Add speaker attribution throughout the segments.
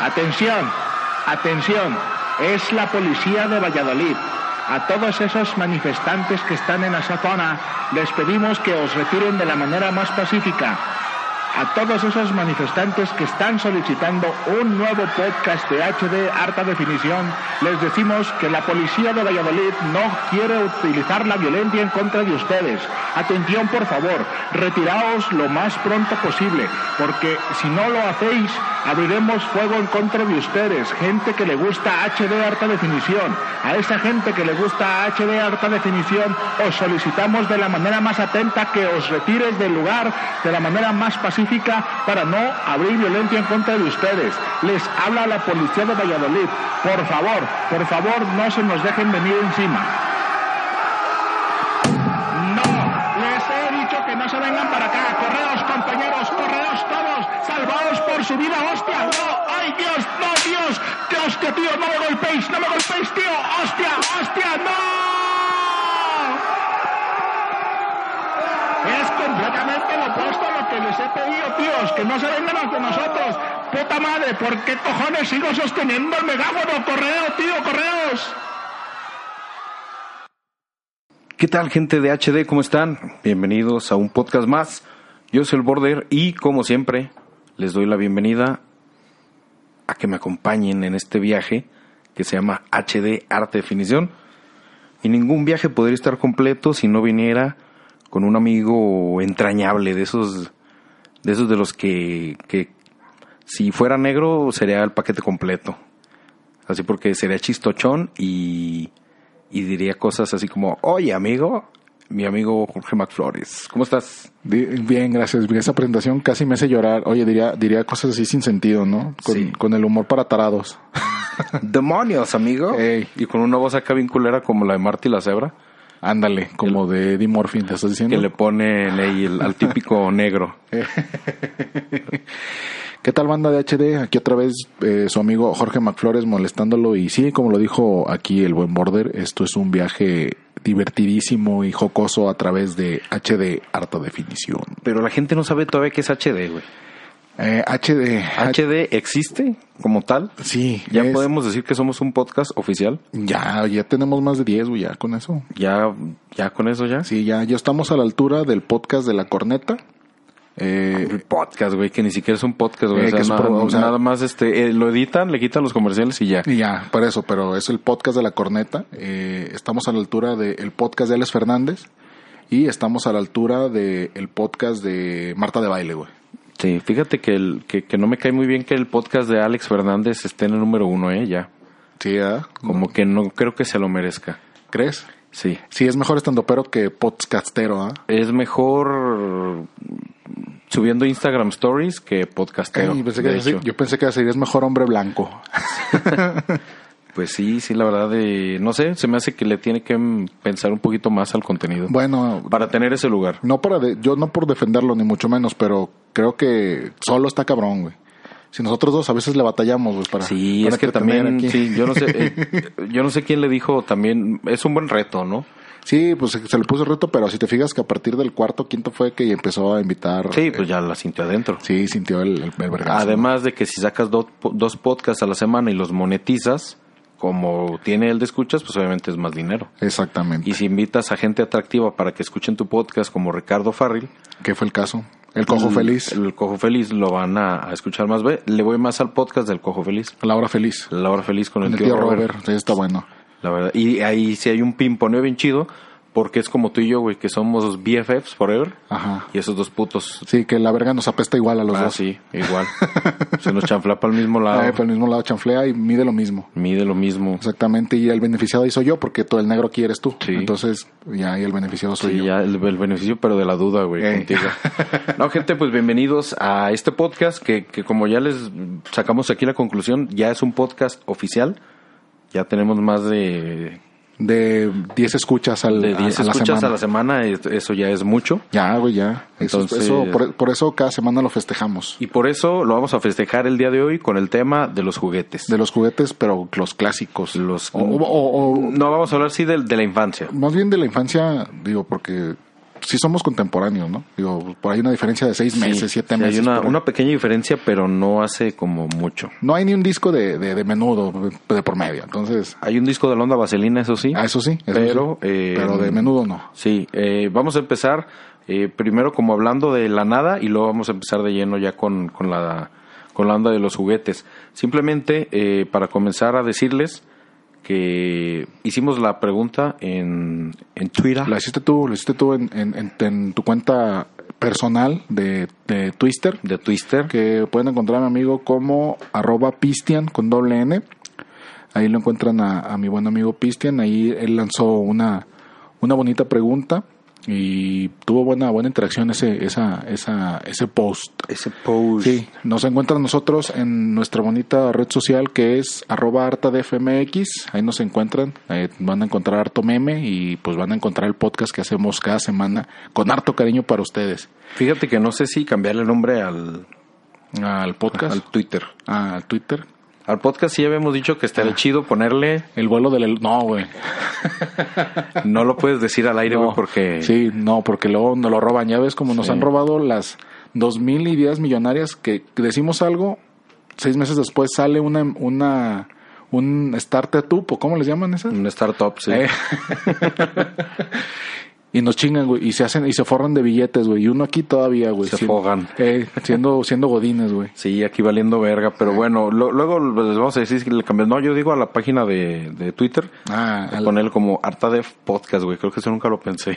Speaker 1: Atención, atención, es la policía de Valladolid. A todos esos manifestantes que están en esa zona, les pedimos que os retiren de la manera más pacífica. A todos esos manifestantes que están solicitando un nuevo podcast de HD alta definición, les decimos que la policía de Valladolid no quiere utilizar la violencia en contra de ustedes. Atención, por favor, retiraos lo más pronto posible, porque si no lo hacéis, abriremos fuego en contra de ustedes, gente que le gusta HD alta definición. A esa gente que le gusta HD alta definición, os solicitamos de la manera más atenta que os retires del lugar de la manera más pacífica para no abrir violencia en contra de ustedes. Les habla la policía de Valladolid. Por favor, por favor, no se nos dejen venir encima. No, les he dicho que no se vengan para acá. Correos, compañeros, correos todos. Salvaos por su vida, hostia. No, ay Dios, no Dios. Que hostia, tío, no me golpeéis, no me golpeéis, tío. Hostia, hostia, no. Es completamente lo opuesto a lo que les he pedido, tíos, que no se vengan ante nosotros. Puta madre, ¿por qué cojones sigo sosteniendo el megáfono? Correo, tío, correos.
Speaker 2: ¿Qué tal gente de HD? ¿Cómo están? Bienvenidos a un podcast más. Yo soy el Border y como siempre les doy la bienvenida a que me acompañen en este viaje que se llama HD Arte Definición. Y ningún viaje podría estar completo si no viniera con un amigo entrañable de esos de esos de los que, que si fuera negro sería el paquete completo. Así porque sería chistochón y, y diría cosas así como, oye amigo, mi amigo Jorge McFlores, ¿cómo estás?
Speaker 3: Di- Bien, gracias. Esa presentación casi me hace llorar. Oye, diría, diría cosas así sin sentido, ¿no? Con,
Speaker 2: Sí.
Speaker 3: con el humor para tarados.
Speaker 2: Demonios, amigo.
Speaker 3: Ey.
Speaker 2: Y con una voz acá bien culera como la de Marty la Cebra,
Speaker 3: Ándale, como de Eddie Morphin, ¿te estás
Speaker 2: que
Speaker 3: diciendo?
Speaker 2: le ponen ahí el- al típico negro.
Speaker 3: ¿Qué tal banda de HD? Aquí otra vez eh, su amigo Jorge McFlores molestándolo y sí, como lo dijo aquí el buen Border, esto es un viaje divertidísimo y jocoso a través de HD harta definición.
Speaker 2: Pero la gente no sabe todavía qué es HD, güey.
Speaker 3: Eh, HD,
Speaker 2: HD existe como tal.
Speaker 3: sí,
Speaker 2: Ya
Speaker 3: es-
Speaker 2: podemos decir que somos un podcast oficial.
Speaker 3: ya, ya tenemos más de 10, güey, ya con eso.
Speaker 2: Ya, ya con eso ya.
Speaker 3: Sí, ya, ya estamos a la altura del podcast de la corneta. Eh,
Speaker 2: El podcast, güey, que ni siquiera es un podcast, güey.
Speaker 3: Eh,
Speaker 2: o sea,
Speaker 3: que es
Speaker 2: nada,
Speaker 3: pro- o sea-
Speaker 2: nada más este, eh, lo editan, le quitan los comerciales y ya.
Speaker 3: y ya, para eso, pero es el podcast de la corneta. Eh, estamos a la altura del podcast de Alex Fernández. Y estamos a la altura del podcast de Marta de Baile, güey.
Speaker 2: Sí, fíjate que, el, que, que no me cae muy bien que el podcast de Alex Fernández esté en el número uno, ¿eh? Ya.
Speaker 3: Sí, ¿verdad?
Speaker 2: Como que no creo que se lo merezca.
Speaker 3: ¿Crees?
Speaker 2: Sí.
Speaker 3: Sí, es mejor estando pero que podcastero, ¿ah?
Speaker 2: Es mejor subiendo Instagram Stories que podcastero.
Speaker 3: Ay, pensé que
Speaker 2: de
Speaker 3: ibas a decir-
Speaker 2: hecho.
Speaker 3: yo pensé que ibas a decir, es mejor hombre blanco.
Speaker 2: Pues sí, sí, la verdad, de, no sé, se me hace que le tiene que mm, pensar un poquito más al contenido.
Speaker 3: Bueno,
Speaker 2: Para tener ese lugar.
Speaker 3: No para de- yo no por defenderlo ni mucho menos, pero creo que solo está cabrón, güey. Si nosotros dos a veces le batallamos, güey, para
Speaker 2: Sí,
Speaker 3: Ah, para
Speaker 2: es que
Speaker 3: entretener
Speaker 2: también,
Speaker 3: aquí.
Speaker 2: sí, yo no sé, eh, yo no sé quién le dijo también, es un buen reto, ¿no?
Speaker 3: Sí, pues se se le puso el reto, pero si te fijas que a partir del cuarto, quinto fue que empezó a invitar.
Speaker 2: Sí, pues ya la sintió adentro.
Speaker 3: Sí, sintió el, el, el vergazo,
Speaker 2: Además de que si sacas do- dos podcasts a la semana y los monetizas, como tiene el de escuchas, pues obviamente es más dinero.
Speaker 3: ¿no? Exactamente.
Speaker 2: Y si invitas a gente atractiva para que escuchen tu podcast, como Ricardo Farril,
Speaker 3: ¿Qué fue el caso? El cojo feliz,
Speaker 2: El, Cojo Feliz lo van a, a escuchar más. Ve, le voy más al podcast del Cojo Feliz.
Speaker 3: la hora feliz.
Speaker 2: La hora feliz con el,
Speaker 3: El, tío, Robert, sí, está bueno.
Speaker 2: La verdad. Y ahí sí hay un pimponeo bien chido, porque es como tú y yo, güey, que somos BFFs forever.
Speaker 3: Ajá.
Speaker 2: Y esos dos putos.
Speaker 3: Sí, que la verga nos apesta igual a los
Speaker 2: Ah,
Speaker 3: dos.
Speaker 2: sí, igual. Se nos chanfla para el mismo lado.
Speaker 3: Ah, por el mismo lado chanflea y mide lo mismo.
Speaker 2: Mide lo mismo.
Speaker 3: Exactamente, y el beneficiado ahí soy yo, porque todo el negro aquí eres tú.
Speaker 2: Sí.
Speaker 3: Entonces, ya, y el beneficiado soy
Speaker 2: Sí,
Speaker 3: yo.
Speaker 2: ya el, el beneficio, pero de la duda, güey,
Speaker 3: Ey.
Speaker 2: contigo. No, gente, pues bienvenidos a este podcast que, que como ya les sacamos aquí la conclusión, ya es un podcast oficial. Ya tenemos más de,
Speaker 3: de 10 escuchas al,
Speaker 2: de
Speaker 3: a-
Speaker 2: 10
Speaker 3: a, la
Speaker 2: escuchas
Speaker 3: semana.
Speaker 2: a la semana, es- eso ya es mucho.
Speaker 3: Ya, güey, ya. Eso-
Speaker 2: Entonces-
Speaker 3: eso, por, por eso cada semana lo festejamos.
Speaker 2: Y por eso lo vamos a festejar el día de hoy con el tema de los juguetes.
Speaker 3: De Oh, los juguetes, pero los clásicos.
Speaker 2: Los-
Speaker 3: O, o- o- o-
Speaker 2: No vamos a hablar, sí, de, de la infancia.
Speaker 3: más bien de la infancia, digo, porque sí somos contemporáneos, ¿no? Digo, por ahí una diferencia de seis meses, siete
Speaker 2: sí,
Speaker 3: meses.
Speaker 2: Hay una,
Speaker 3: por ahí.
Speaker 2: una pequeña diferencia, pero no hace como mucho.
Speaker 3: No hay ni un disco de, de, de menudo de por medio, entonces,
Speaker 2: Hay un disco de la onda vaselina, eso sí.
Speaker 3: ah, eso sí. eso
Speaker 2: Pero,
Speaker 3: sí.
Speaker 2: eh,
Speaker 3: pero de menudo no.
Speaker 2: Sí, eh, vamos a empezar eh, primero como hablando de la nada y luego vamos a empezar de lleno ya con, con la, con la onda de los juguetes. Simplemente eh, para comenzar a decirles que hicimos la pregunta en, en Twitter.
Speaker 3: La hiciste tú, la hiciste tú en, en, en- en tu cuenta personal de, de Twister,
Speaker 2: de Twister.
Speaker 3: que pueden encontrar a mi amigo como arroba pistian con doble n. Ahí lo encuentran a, a mi buen amigo Pistian. Ahí él lanzó una, una bonita pregunta y tuvo buena, buena interacción ese, esa, esa, ese post.
Speaker 2: Ese post.
Speaker 3: Sí, nos encuentran nosotros en nuestra bonita red social que es arroba harta de FMX. Ahí nos encuentran, eh, van a encontrar harto meme y pues van a encontrar el podcast que hacemos cada semana con harto cariño para ustedes.
Speaker 2: Fíjate que no sé si cambiarle el nombre al,
Speaker 3: Al podcast,
Speaker 2: al Twitter.
Speaker 3: al Twitter,
Speaker 2: Al podcast sí habíamos dicho que
Speaker 3: Ah.
Speaker 2: estaría chido ponerle.
Speaker 3: El vuelo del... hel- No, güey.
Speaker 2: No lo puedes decir al aire, güey,
Speaker 3: No.
Speaker 2: porque
Speaker 3: Sí, no, porque luego nos lo roban. Ya ves como nos
Speaker 2: Sí.
Speaker 3: han robado las dos mil ideas millonarias que decimos algo, seis meses después sale una... una un starter tupo, ¿cómo les llaman esas?
Speaker 2: un startup, sí.
Speaker 3: Eh. y nos chingan, güey, y se hacen y se forran de billetes, güey, y uno aquí todavía, güey,
Speaker 2: Se
Speaker 3: siendo-
Speaker 2: fogan.
Speaker 3: eh, siendo siendo godines, güey.
Speaker 2: Sí, aquí valiendo verga, pero bueno, lo- luego les vamos a decir que le cambié. No, yo digo a la página de, de Twitter,
Speaker 3: Ah, al-
Speaker 2: ponerle como Artadef Podcast, güey. Creo que eso nunca lo pensé.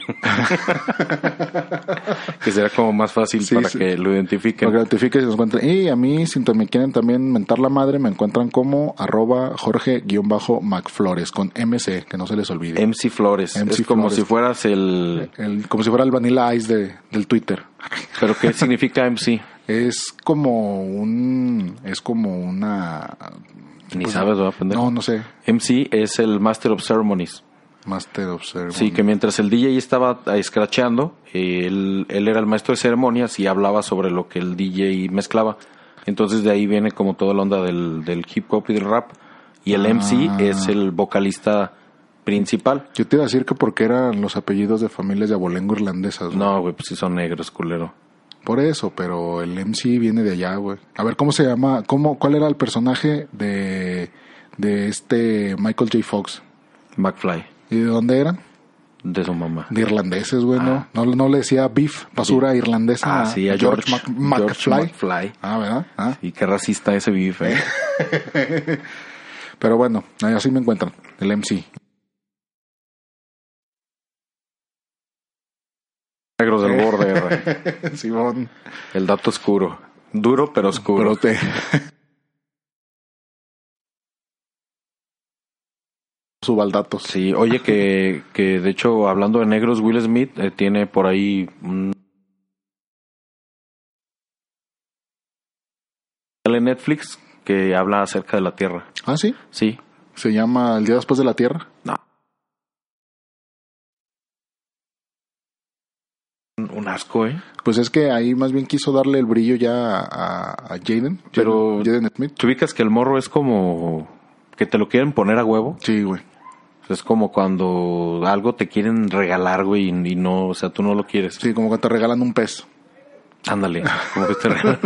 Speaker 2: que será como más fácil
Speaker 3: Sí,
Speaker 2: para
Speaker 3: sí.
Speaker 2: que lo
Speaker 3: que
Speaker 2: identifiquen.
Speaker 3: gratifiques y nos encuentren. Y a mí, si te- me quieren también mentar la madre, me encuentran como arroba Jorge-MacFlores con MC, que no se les olvide.
Speaker 2: MC Flores.
Speaker 3: MC
Speaker 2: es como
Speaker 3: Flores.
Speaker 2: si fueras el...
Speaker 3: El- como si fuera el Vanilla Ice de, del Twitter.
Speaker 2: ¿Pero qué significa MC?
Speaker 3: Es como un... Es como una...
Speaker 2: Ni sabes, ¿verdad, pendejo?
Speaker 3: No, no sé.
Speaker 2: MC es el Master of Ceremonies.
Speaker 3: Master of Ceremony.
Speaker 2: Sí, que mientras el DJ estaba eh, escrachando, eh, él, él era el maestro de ceremonias y hablaba sobre lo que el DJ mezclaba. Entonces de ahí viene como toda la onda del, del hip hop y del rap. Y el
Speaker 3: Ah.
Speaker 2: MC es el vocalista principal.
Speaker 3: Yo te iba a decir que porque eran los apellidos de familias de abolengo irlandesas. No.
Speaker 2: No, güey, pues sí son negros, culero.
Speaker 3: Por eso, pero el MC viene de allá, güey. A ver, ¿cómo se llama? ¿Cómo, ¿Cuál era el personaje de, de este Michael J. Fox?
Speaker 2: McFly,
Speaker 3: ¿Y de dónde eran?
Speaker 2: de su mamá.
Speaker 3: De irlandeses, güey, ¿no? ¿no? No le decía beef, basura irlandesa.
Speaker 2: Ah, sí, a
Speaker 3: George,
Speaker 2: George-
Speaker 3: Mac-
Speaker 2: George
Speaker 3: McFly.
Speaker 2: McFly.
Speaker 3: Ah, ¿verdad? Ah.
Speaker 2: Y qué racista ese eh. bife.
Speaker 3: Pero bueno, ahí así me encuentran, el MC.
Speaker 2: Negros del borde, güey.
Speaker 3: Simón.
Speaker 2: El dato oscuro. Duro pero oscuro.
Speaker 3: Pero te... Subaldatos.
Speaker 2: Sí, oye, que, que de hecho, hablando de negros, Will Smith eh, tiene por ahí un. en Netflix que habla acerca de la Tierra.
Speaker 3: Ah, sí.
Speaker 2: Sí.
Speaker 3: Se llama El Día Después de la Tierra.
Speaker 2: Un un asco, ¿eh?
Speaker 3: Pues es que ahí más bien quiso darle el brillo ya a, a Jaden.
Speaker 2: Pero-
Speaker 3: Jaden Smith.
Speaker 2: ¿Te ubicas que el morro es como. que te lo quieren poner a huevo?
Speaker 3: Sí, güey.
Speaker 2: Es como cuando algo te quieren regalar, güey, y, y no, o sea, tú no lo quieres.
Speaker 3: Sí, como que te regalan un pez.
Speaker 2: Ándale, como que te regalan.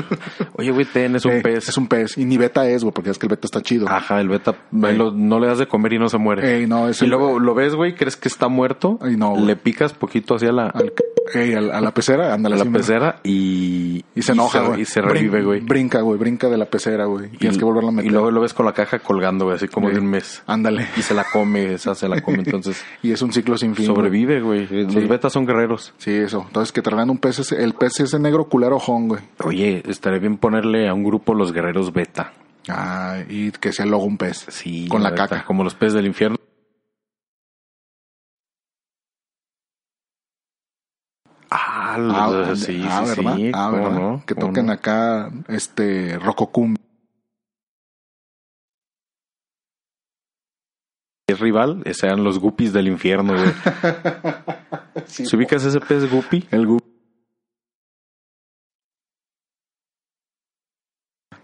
Speaker 2: Oye, güey, ten, es un
Speaker 3: Eh,
Speaker 2: pez. Ah,
Speaker 3: Es un pez. Y ni beta es, güey, porque es que el beta está chido.
Speaker 2: Ajá, el beta ahí lo- no le das de comer y no se muere.
Speaker 3: Ey, no, es
Speaker 2: y
Speaker 3: el-
Speaker 2: luego lo ves, güey, crees que está muerto.
Speaker 3: Ay, no, güey.
Speaker 2: le picas poquito hacia la,
Speaker 3: Al- ey, al- a la pecera,
Speaker 2: a
Speaker 3: ándale.
Speaker 2: la
Speaker 3: sí, mira.
Speaker 2: pecera y,
Speaker 3: Y se enoja,
Speaker 2: y se-
Speaker 3: güey.
Speaker 2: Y se revive,
Speaker 3: Brin-
Speaker 2: güey.
Speaker 3: Brinca, güey. Brinca de la pecera, güey. Y Tienes que volverla a
Speaker 2: Y
Speaker 3: meter.
Speaker 2: luego lo ves con la caja colgando, güey, así como
Speaker 3: Sí.
Speaker 2: de un mes.
Speaker 3: Ándale.
Speaker 2: Y se la come, esa se la come. Entonces
Speaker 3: Y es un ciclo sin fin. güey.
Speaker 2: sobrevive, güey. Los betas son guerreros.
Speaker 3: Sí, eso. Entonces que te regalan un pez. ese- El pez ese negro culero jón, güey.
Speaker 2: Oye, estaría bien ponerle a un grupo los guerreros beta.
Speaker 3: Ah, y que sea luego un pez.
Speaker 2: Sí.
Speaker 3: Con la
Speaker 2: neta,
Speaker 3: caca.
Speaker 2: Como los peces del infierno. Ah,
Speaker 3: Ah,
Speaker 2: sí, sí,
Speaker 3: ah,
Speaker 2: sí,
Speaker 3: ¿verdad? Ah,
Speaker 2: ¿cómo
Speaker 3: ¿verdad?
Speaker 2: no?
Speaker 3: Que
Speaker 2: ¿Cómo
Speaker 3: toquen
Speaker 2: no?
Speaker 3: acá este Rococum.
Speaker 2: Es rival, eh, sean los guppies del infierno, güey. ¿Se ubicas ese pez guppy?
Speaker 3: El gu-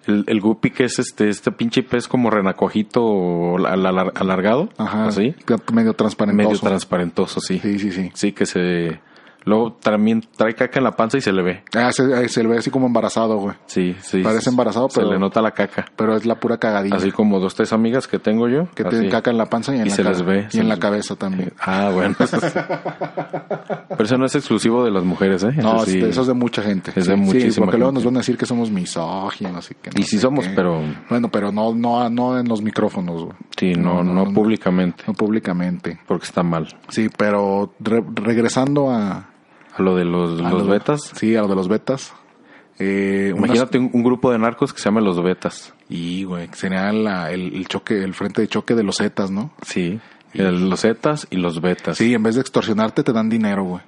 Speaker 2: El, el guppy que es este este pinche pez como renacojito al- al- alargado,
Speaker 3: Ajá.
Speaker 2: así,
Speaker 3: Medio transparente.
Speaker 2: medio transparentoso, sí. sí.
Speaker 3: Sí, sí, sí.
Speaker 2: que se Luego también trae caca en la panza y se le ve.
Speaker 3: Ah, se, se le ve así como embarazado, güey.
Speaker 2: Sí, sí.
Speaker 3: Parece embarazado,
Speaker 2: Se
Speaker 3: pero-
Speaker 2: le nota la caca.
Speaker 3: Pero es la pura cagadilla.
Speaker 2: Así como dos, tres amigas que tengo yo.
Speaker 3: que
Speaker 2: así.
Speaker 3: tienen caca en la panza y en
Speaker 2: Y
Speaker 3: la
Speaker 2: se
Speaker 3: cara.
Speaker 2: les ve,
Speaker 3: Y
Speaker 2: se
Speaker 3: en la
Speaker 2: les ve.
Speaker 3: cabeza también.
Speaker 2: Ah, bueno. eso sí. Pero eso no es exclusivo de las mujeres, ¿eh?
Speaker 3: No,
Speaker 2: Eso sí.
Speaker 3: este, eso es de mucha gente.
Speaker 2: Es de
Speaker 3: Sí,
Speaker 2: muchísima
Speaker 3: sí, porque luego
Speaker 2: gente.
Speaker 3: nos van a decir que somos misóginos y que no
Speaker 2: Y sí
Speaker 3: sé
Speaker 2: somos,
Speaker 3: qué.
Speaker 2: pero-
Speaker 3: Bueno, pero no, no, no en los micrófonos, güey.
Speaker 2: Sí, no, no, públicamente,
Speaker 3: No públicamente.
Speaker 2: porque está mal.
Speaker 3: Sí, pero re- regresando a...
Speaker 2: A lo de los,
Speaker 3: a
Speaker 2: los
Speaker 3: lo-
Speaker 2: betas.
Speaker 3: Sí, a lo de los betas. Eh, unas-
Speaker 2: Imagínate un, un grupo de narcos que se llama los betas.
Speaker 3: Y, güey, que sería la- el, el choque, el frente de choque de los zetas, ¿no?
Speaker 2: Sí. los zetas y los betas.
Speaker 3: Sí, en vez de extorsionarte te dan dinero, güey.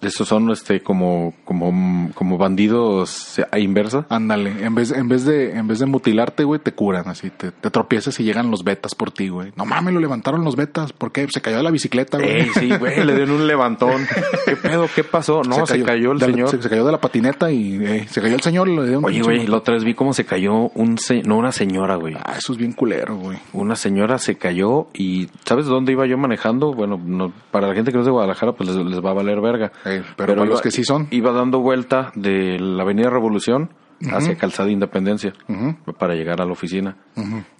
Speaker 2: Esos son este como como como bandidos eh, a inversa.
Speaker 3: Ándale, en vez, en vez de, en vez de mutilarte, güey, te curan, así, te, te tropiezas y llegan los betas por ti, güey. No mames, lo levantaron los betas, ¿por qué? Se cayó de la bicicleta, güey.
Speaker 2: Ey, sí, güey, le dieron un levantón. ¿Qué pedo? ¿Qué pasó? No, se cayó, el
Speaker 3: de la-
Speaker 2: señor.
Speaker 3: Se, se cayó de la patineta y eh, se cayó el señor. y Le dio un
Speaker 2: Oye, güey, la otra vez vi cómo se cayó un se- no una señora, güey.
Speaker 3: Ah, eso es bien culero, güey.
Speaker 2: Una señora se cayó y ¿sabes dónde iba yo manejando? Bueno, no, para la gente que no es de Guadalajara, pues les, les va a valer verga.
Speaker 3: Eh, pero para los que sí son.
Speaker 2: Iba dando vuelta de la Avenida Revolución hacia Calzada Independencia
Speaker 3: Ujú.
Speaker 2: para llegar a la oficina.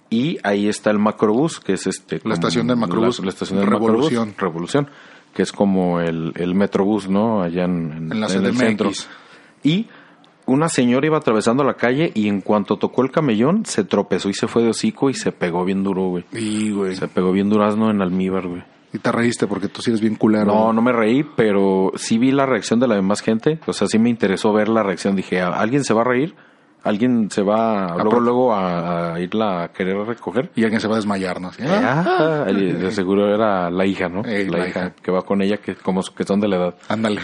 Speaker 2: Y ahí está el macrobús, que es este. como
Speaker 3: estación del macrobús.
Speaker 2: La, la estación del
Speaker 3: Revolución.
Speaker 2: macrobús. Revolución. Que es como el, el metrobús, ¿no? Allá en,
Speaker 3: En la
Speaker 2: el
Speaker 3: CDMX.
Speaker 2: centro. Y una señora iba atravesando la calle y en cuanto tocó el camellón, se tropezó y se fue de hocico y se pegó bien duro, güey.
Speaker 3: Y, güey.
Speaker 2: Se pegó bien durazno en almíbar, güey.
Speaker 3: Y te reíste porque tú sí eres bien culero.
Speaker 2: No, no me reí, pero sí vi la reacción de la demás gente. O sea, sí me interesó ver la reacción. Dije, "¿A- ¿alguien se va a reír? ¿Alguien se va luego,
Speaker 3: pro-
Speaker 2: luego a, a irla a querer recoger?
Speaker 3: Y alguien se va a desmayar, ¿no? Así, ah,
Speaker 2: Ah, y de seguro era la hija, ¿no?
Speaker 3: Ey,
Speaker 2: la,
Speaker 3: la
Speaker 2: hija,
Speaker 3: hija.
Speaker 2: que va con ella, que como que son de la edad.
Speaker 3: Ándale.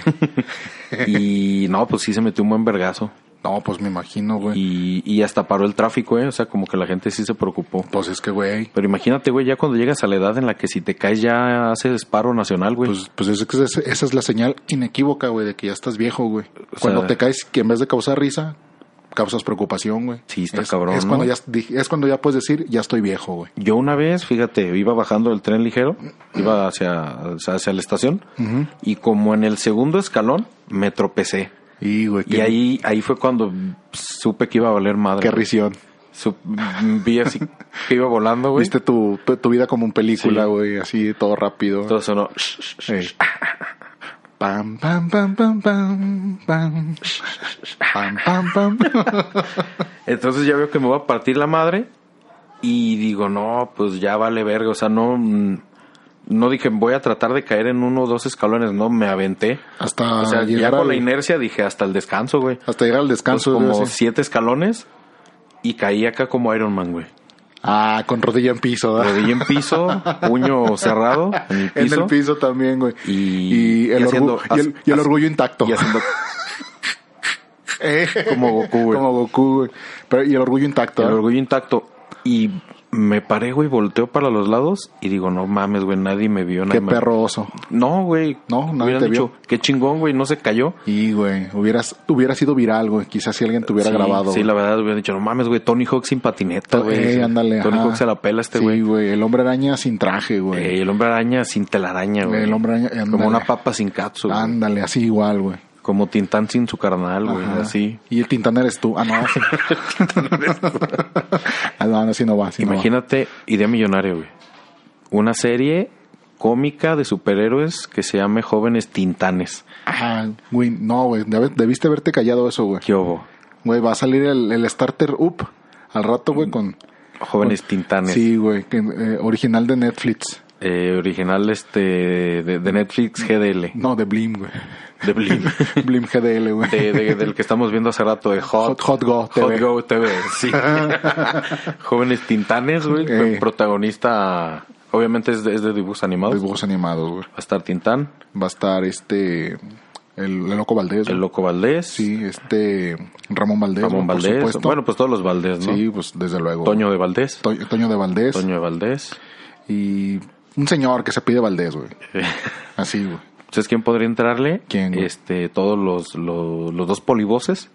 Speaker 2: Y no, pues sí se metió un buen vergazo.
Speaker 3: no, pues me imagino, güey.
Speaker 2: Y, y hasta paró el tráfico, ¿eh? O sea, como que la gente sí se preocupó.
Speaker 3: Pues es que, güey.
Speaker 2: Pero imagínate, güey, ya cuando llegas a la edad en la que si te caes ya haces paro nacional, güey.
Speaker 3: Pues, pues es que esa- esa es la señal inequívoca, güey, de que ya estás viejo, güey. Cuando te caes, que en vez de causar risa, causas preocupación, güey.
Speaker 2: Sí, está
Speaker 3: es,
Speaker 2: cabrón,
Speaker 3: Es, cuando
Speaker 2: ¿no?
Speaker 3: ya, di- es cuando ya puedes decir, ya estoy viejo, güey.
Speaker 2: Yo una vez, fíjate, iba bajando del tren ligero, iba hacia, hacia la estación, y como en el segundo escalón me tropecé.
Speaker 3: Y, güey,
Speaker 2: Y
Speaker 3: qué-
Speaker 2: ahí, ahí fue cuando supe que iba a valer madre.
Speaker 3: qué risión.
Speaker 2: Sup- vi así que iba volando, güey.
Speaker 3: Viste tu, tu, tu vida como un película,
Speaker 2: Sí.
Speaker 3: güey, así todo rápido.
Speaker 2: Todo sonó.
Speaker 3: Ey. Pam, pam, pam, pam, pam, pam. Pam, pam, pam.
Speaker 2: Entonces ya veo que me va a partir la madre y digo, no, pues ya vale verga. O sea, no, mm, no dije, voy a tratar de caer en uno o dos escalones, no, me aventé.
Speaker 3: Hasta
Speaker 2: o sea, ya
Speaker 3: llegar
Speaker 2: con
Speaker 3: al-
Speaker 2: la inercia dije, hasta el descanso, güey.
Speaker 3: Hasta llegar al descanso.
Speaker 2: Pues como
Speaker 3: güey, así.
Speaker 2: siete escalones y caí acá como Iron Man, güey.
Speaker 3: Ah, con rodilla en piso, ¿verdad?
Speaker 2: Rodilla en piso, puño cerrado en el
Speaker 3: En
Speaker 2: piso.
Speaker 3: el piso también, güey.
Speaker 2: Y-
Speaker 3: el,
Speaker 2: y haciendo-
Speaker 3: orgu- y el- y el
Speaker 2: as-
Speaker 3: orgullo intacto.
Speaker 2: Y haciendo
Speaker 3: Eh.
Speaker 2: como Goku, güey.
Speaker 3: Como Goku, güey. Pero, y el orgullo intacto.
Speaker 2: el
Speaker 3: ¿eh?
Speaker 2: orgullo intacto. Y me paré, güey, volteo para los lados y digo, no mames, güey, nadie me vio. nadie
Speaker 3: Qué
Speaker 2: me-
Speaker 3: perro oso.
Speaker 2: No, güey.
Speaker 3: No, nadie
Speaker 2: Hubieran
Speaker 3: te
Speaker 2: dicho,
Speaker 3: vio.
Speaker 2: Qué chingón, güey, no se cayó.
Speaker 3: Y, güey, hubieras, hubiera sido viral, güey. Quizás si alguien te hubiera
Speaker 2: Sí,
Speaker 3: grabado.
Speaker 2: Sí,
Speaker 3: güey.
Speaker 2: la verdad, hubieran dicho, no mames, güey, Tony Hawk sin patineta, güey.
Speaker 3: Ey,
Speaker 2: Sí.
Speaker 3: ándale.
Speaker 2: Tony
Speaker 3: ajá.
Speaker 2: Hawk se la pela este
Speaker 3: Sí,
Speaker 2: güey. Eh,
Speaker 3: El hombre araña sin traje, güey.
Speaker 2: Ey, el hombre araña sin telaraña, güey.
Speaker 3: El hombre araña,
Speaker 2: Como
Speaker 3: ándale.
Speaker 2: una papa sin katsu. güey.
Speaker 3: Ándale, así igual, güey.
Speaker 2: Como Tintán sin su carnal, güey.
Speaker 3: Ajá.
Speaker 2: Así.
Speaker 3: Y el Tintán eres tú. Ah, no. ah, no, no, así no va. así no va.
Speaker 2: Imagínate, idea millonaria, güey. Una serie cómica de superhéroes que se llame Jóvenes Tintanes.
Speaker 3: Ah, güey, no, güey. debe- Debiste haberte callado eso, güey.
Speaker 2: ¿Qué hubo?
Speaker 3: Güey, va a salir el, el starter up al rato, güey, con...
Speaker 2: Jóvenes Tintanes.
Speaker 3: Sí, güey, que, eh, original de Netflix.
Speaker 2: Eh, original este de, de Netflix GDL.
Speaker 3: No, de Blim, güey.
Speaker 2: De Blim.
Speaker 3: Blim GDL, güey.
Speaker 2: De- de- del que estamos viendo hace rato de Hot,
Speaker 3: Hot- Hot Go TV.
Speaker 2: Hot Go TV, sí. Jóvenes Tintanes, güey.
Speaker 3: Ey.
Speaker 2: Protagonista, obviamente es de, es de dibujos animados.
Speaker 3: Dibujos animados, güey.
Speaker 2: Va a estar Tintán,
Speaker 3: Va a estar este... El, el Loco Valdés.
Speaker 2: el
Speaker 3: güey.
Speaker 2: Loco Valdés,
Speaker 3: Sí, este... Ramón Valdés.
Speaker 2: Ramón
Speaker 3: güey, por
Speaker 2: Valdés.
Speaker 3: supuesto.
Speaker 2: Bueno, pues todos los Valdés, ¿no?
Speaker 3: Sí, pues desde luego.
Speaker 2: Toño de Valdés.
Speaker 3: To- Toño de Valdés.
Speaker 2: Toño de Valdés.
Speaker 3: Y un señor que se pide Valdés, güey. Así, güey.
Speaker 2: ¿Sabes quién podría entrarle?
Speaker 3: ¿Quién, güey?
Speaker 2: Este, todos los, los, los dos polivoces.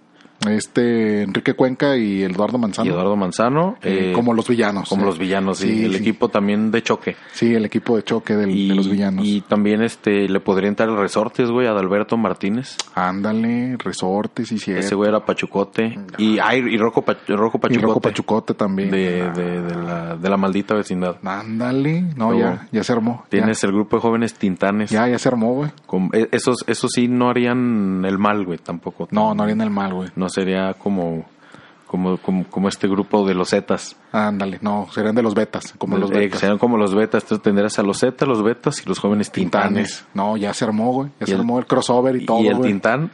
Speaker 3: Este Enrique Cuenca y Eduardo Manzano.
Speaker 2: Y Eduardo Manzano.
Speaker 3: Eh, Ah, como los villanos.
Speaker 2: Como
Speaker 3: eh.
Speaker 2: los villanos, sí. el
Speaker 3: sí.
Speaker 2: equipo también de choque.
Speaker 3: Sí, el equipo de choque del- de los villanos.
Speaker 2: Y también este le podría entrar el resortes, güey, a Adalberto Martínez.
Speaker 3: Ándale, resortes y cierto.
Speaker 2: Ese güey era Pachucote. Y, ay, y Rocco, Pa- Rocco
Speaker 3: Y
Speaker 2: Pachucote.
Speaker 3: Rocco Pachucote Ah. también.
Speaker 2: De, de- de la, de la maldita vecindad.
Speaker 3: Ándale, no,
Speaker 2: Luego,
Speaker 3: ya, ya se armó.
Speaker 2: Tienes el grupo de jóvenes tintanes.
Speaker 3: Ya, ya, ya se armó, güey.
Speaker 2: Con- e- esos, esos sí no harían el mal, güey, tampoco.
Speaker 3: No, no harían el mal, güey.
Speaker 2: No sería como, como, como, como este grupo de los Zetas.
Speaker 3: Ándale, no, serían de los betas, como los
Speaker 2: Eh, que
Speaker 3: betas.
Speaker 2: serían como los betas. Entonces tendrías a los Zetas, los betas y los jóvenes tintanes.
Speaker 3: Tintanes. No, ya se armó, güey. Ya
Speaker 2: Y
Speaker 3: se
Speaker 2: el-
Speaker 3: armó el crossover y todo,
Speaker 2: y el
Speaker 3: güey. Eh.
Speaker 2: tintán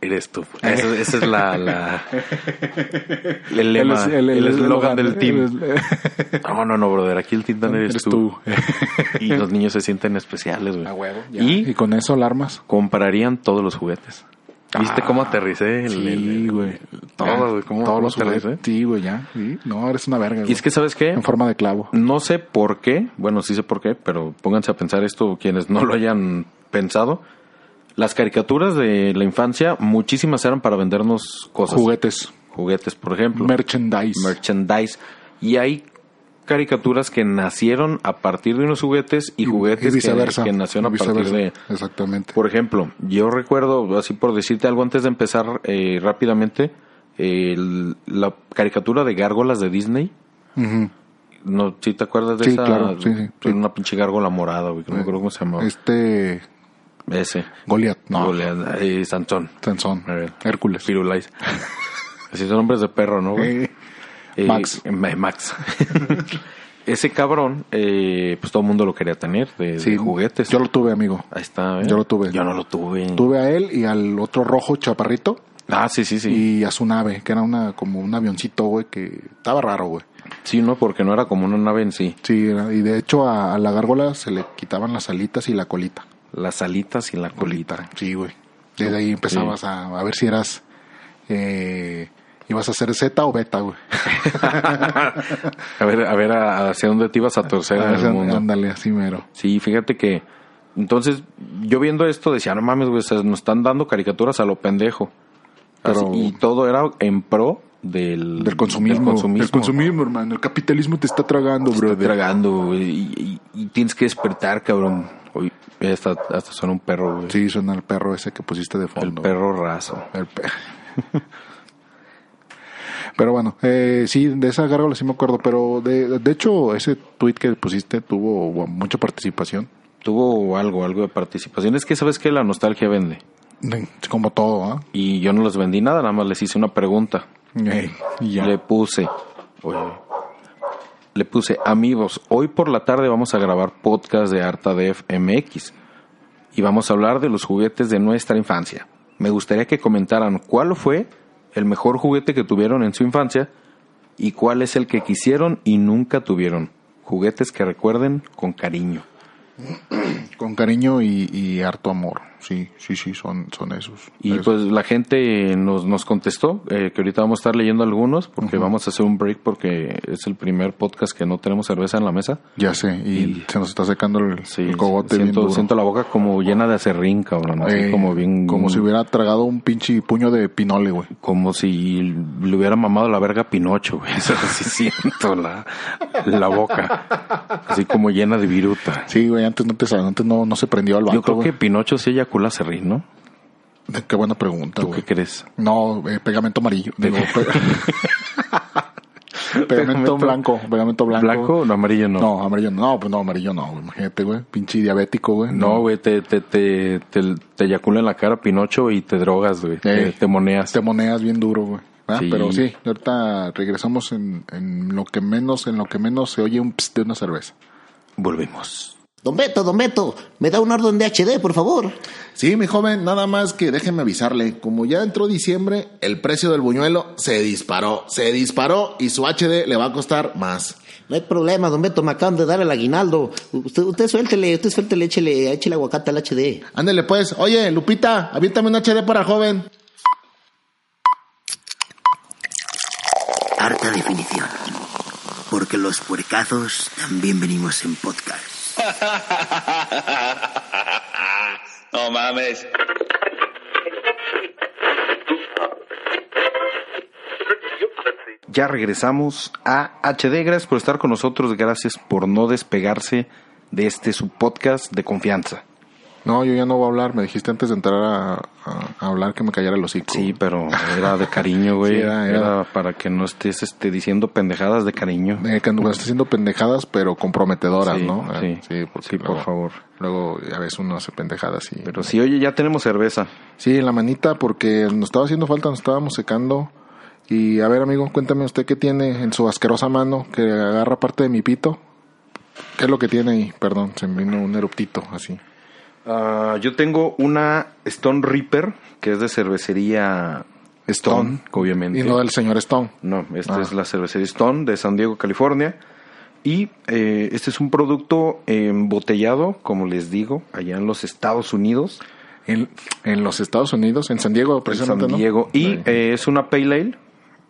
Speaker 2: eres tú. Esa, esa es la, la- el
Speaker 3: El
Speaker 2: lema,
Speaker 3: es-
Speaker 2: el, eslogan del
Speaker 3: el-
Speaker 2: team.
Speaker 3: el-
Speaker 2: No, no, no, brother, aquí el tintán eres,
Speaker 3: Eres
Speaker 2: tú.
Speaker 3: tú.
Speaker 2: y los niños se sienten especiales, güey.
Speaker 3: A huevo, ya.
Speaker 2: Y
Speaker 3: Y con eso alarmas.
Speaker 2: comprarían todos los juguetes. ¿Viste
Speaker 3: Ah,
Speaker 2: cómo aterricé? El, el- el-
Speaker 3: Sí, güey.
Speaker 2: todo, güey, ¿cómo- cómo
Speaker 3: Todos los
Speaker 2: te la
Speaker 3: juguetes.
Speaker 2: hice?
Speaker 3: Sí, güey, ya. Sí. No, eres una verga,
Speaker 2: Y es que, ¿sabes qué?
Speaker 3: En forma de clavo.
Speaker 2: No sé por qué, bueno, sí sé por qué, pero pónganse a pensar esto quienes no lo hayan pensado. Las caricaturas de la infancia, muchísimas eran para vendernos cosas.
Speaker 3: Juguetes.
Speaker 2: Juguetes, por ejemplo.
Speaker 3: Merchandise.
Speaker 2: merchandise. Y hay caricaturas que nacieron a partir de unos juguetes y juguetes que-
Speaker 3: viceversa.
Speaker 2: que, nacieron a
Speaker 3: Y
Speaker 2: partir de...
Speaker 3: viceversa. Exactamente.
Speaker 2: Por ejemplo, yo recuerdo, así por decirte algo antes de empezar eh, rápidamente, el- la caricatura de gárgolas de Disney.
Speaker 3: Ujú.
Speaker 2: No, si te acuerdas de
Speaker 3: Sí,
Speaker 2: esa?
Speaker 3: claro, sí, sí, sí.
Speaker 2: Una pinche gárgola morada, güey, que no me acuerdo cómo se llamaba.
Speaker 3: Este.
Speaker 2: Ese.
Speaker 3: Goliath. No.
Speaker 2: Goleada, eh, Sansón.
Speaker 3: Sansón.
Speaker 2: A ver.
Speaker 3: Hércules.
Speaker 2: Firulais. Así son nombres de perro, ¿no, güey?
Speaker 3: Eh, Max.
Speaker 2: ma- Max. Ese cabrón, eh, pues todo el mundo lo quería tener, de,
Speaker 3: sí,
Speaker 2: de juguetes.
Speaker 3: Yo lo tuve, amigo.
Speaker 2: Ahí está, ¿eh?
Speaker 3: yo lo tuve.
Speaker 2: Yo no lo tuve.
Speaker 3: Tuve a él y al otro rojo chaparrito
Speaker 2: Ah, sí, sí, sí.
Speaker 3: y a su nave, que era una como un avioncito, güey, que estaba raro, güey.
Speaker 2: Sí, no, porque no era como una nave en sí.
Speaker 3: Sí, era- y de hecho a, a la gárgola se le quitaban las alitas y la colita.
Speaker 2: Las alitas y la colita.
Speaker 3: Sí, güey. Desde ahí empezabas a, a ver si eras. Eh, ibas a ser Z o beta, güey.
Speaker 2: A ver, a ver, a- hacia dónde te ibas a torcer en el mundo.
Speaker 3: Ándale, así mero.
Speaker 2: Sí, fíjate que. Entonces, yo viendo esto decía, no mames, güey, se nos están dando caricaturas a lo pendejo. Así,
Speaker 3: Pero-
Speaker 2: y todo era en pro del,
Speaker 3: Del
Speaker 2: del
Speaker 3: consumismo.
Speaker 2: consumismo.
Speaker 3: El consumismo, hermano. El capitalismo te está tragando,
Speaker 2: Te está
Speaker 3: brother.
Speaker 2: tragando, güey, y, y- y tienes que despertar, cabrón. Uy, hasta, hasta suena un perro, güey.
Speaker 3: Sí, suena el perro ese que pusiste de
Speaker 2: el
Speaker 3: fondo.
Speaker 2: perro raso.
Speaker 3: El pe- pero bueno, eh, sí, de esa gárgola sí me acuerdo, pero de, de hecho ese tweet que pusiste tuvo bueno, mucha participación,
Speaker 2: Tuvo algo, algo de participación. Es que sabes que la nostalgia vende.
Speaker 3: De- como todo, ¿ah?
Speaker 2: Y yo no les vendí nada, nada más les hice una pregunta.
Speaker 3: Ey, y ya.
Speaker 2: Le puse, oye, le puse, amigos, hoy por la tarde vamos a grabar podcast de Artadef MX y vamos a hablar de los juguetes de nuestra infancia. Me gustaría que comentaran cuál fue el mejor juguete que tuvieron en su infancia y cuál es el que quisieron y nunca tuvieron. Juguetes que recuerden con cariño.
Speaker 3: Con cariño y, y harto amor, sí, sí, sí, son, son esos.
Speaker 2: Y
Speaker 3: Esos.
Speaker 2: pues la gente nos, nos contestó, eh, que ahorita vamos a estar leyendo algunos, porque vamos a hacer un break porque es el primer podcast que no tenemos cerveza en la mesa.
Speaker 3: ya sé, y, se nos está secando el,
Speaker 2: Sí,
Speaker 3: el cogote bien
Speaker 2: siento,
Speaker 3: duro.
Speaker 2: siento la boca como llena de acerrín, cabrón. Así
Speaker 3: Ey,
Speaker 2: como bien.
Speaker 3: como si hubiera tragado un pinche puño de pinole, güey.
Speaker 2: como si le hubiera mamado la verga a Pinocho, güey. Eso sí siento la, la boca. Así como llena de viruta.
Speaker 3: Sí, güey, antes no te sab- antes no, no se prendió al vato,
Speaker 2: Yo creo
Speaker 3: güey.
Speaker 2: que Pinocho sí eyacula acerrín, ¿no?
Speaker 3: Qué buena pregunta,
Speaker 2: ¿Tú
Speaker 3: güey.
Speaker 2: qué crees?
Speaker 3: No, eh, pegamento amarillo. Digo, pe-
Speaker 2: Pegamento-
Speaker 3: pegamento blanco, pegamento blanco.
Speaker 2: ¿Blanco o amarillo no?
Speaker 3: No, amarillo no, pues no, amarillo no, güey. imagínate, güey, pinche diabético, güey.
Speaker 2: No, güey, te, te, te, te, te eyacula en la cara Pinocho y te drogas, güey. Te,
Speaker 3: Ey.
Speaker 2: te moneas.
Speaker 3: Te moneas bien duro, güey. Ah,
Speaker 2: Sí.
Speaker 3: Pero sí, ahorita regresamos en, en lo que menos, en lo que menos se oye un ps de una cerveza.
Speaker 2: Volvemos.
Speaker 4: Don Beto, don Beto, me da un orden de HD, por favor.
Speaker 5: Sí, mi joven, nada más que déjeme avisarle, como ya entró diciembre, el precio del buñuelo se disparó, se disparó y su HD le va a costar más.
Speaker 4: No hay problema, don Beto, me acaban de dar el aguinaldo. Usted, usted suéltele, usted suéltele, échele, échele aguacate al HD.
Speaker 5: Ándele pues, oye, Lupita, aviéntame un HD para el joven.
Speaker 6: Harta definición. Porque los puercazos también venimos en podcast.
Speaker 7: No mames.
Speaker 2: Ya regresamos a HD. Gracias por estar con nosotros. Gracias por no despegarse de este su podcast de confianza.
Speaker 3: No, yo ya no voy a hablar. Me dijiste antes de entrar a, a- a hablar que me callara el hocico.
Speaker 2: Sí, pero era de cariño, güey.
Speaker 3: Sí, era-
Speaker 2: era,
Speaker 3: era.
Speaker 2: para que no estés este, diciendo pendejadas de cariño.
Speaker 3: Eh, que anduve haciendo pendejadas, pero comprometedoras,
Speaker 2: Sí,
Speaker 3: ¿no? Eh,
Speaker 2: sí. Sí, por favor.
Speaker 3: Luego a veces uno hace pendejadas y...
Speaker 2: Pero sí, oye, ya tenemos cerveza.
Speaker 3: Sí, en la manita, porque nos estaba haciendo falta, nos estábamos secando. Y a ver, amigo, cuéntame usted qué tiene en su asquerosa mano que agarra parte de mi pito. ¿Qué es lo que tiene ahí? Perdón, se me vino un eruptito así.
Speaker 2: Ah, yo tengo una Stone Reaper, que es de cervecería Stone, obviamente.
Speaker 3: Y no del señor Stone.
Speaker 2: No, esta
Speaker 3: Ah.
Speaker 2: es la cervecería Stone de San Diego, California. Y eh, este es un producto embotellado, como les digo, allá en los Estados Unidos,
Speaker 3: En, en los Estados Unidos, en San Diego,
Speaker 2: en
Speaker 3: precisamente.
Speaker 2: San
Speaker 3: ¿no?
Speaker 2: Diego. Y
Speaker 3: Sí.
Speaker 2: eh, es una Pale Ale,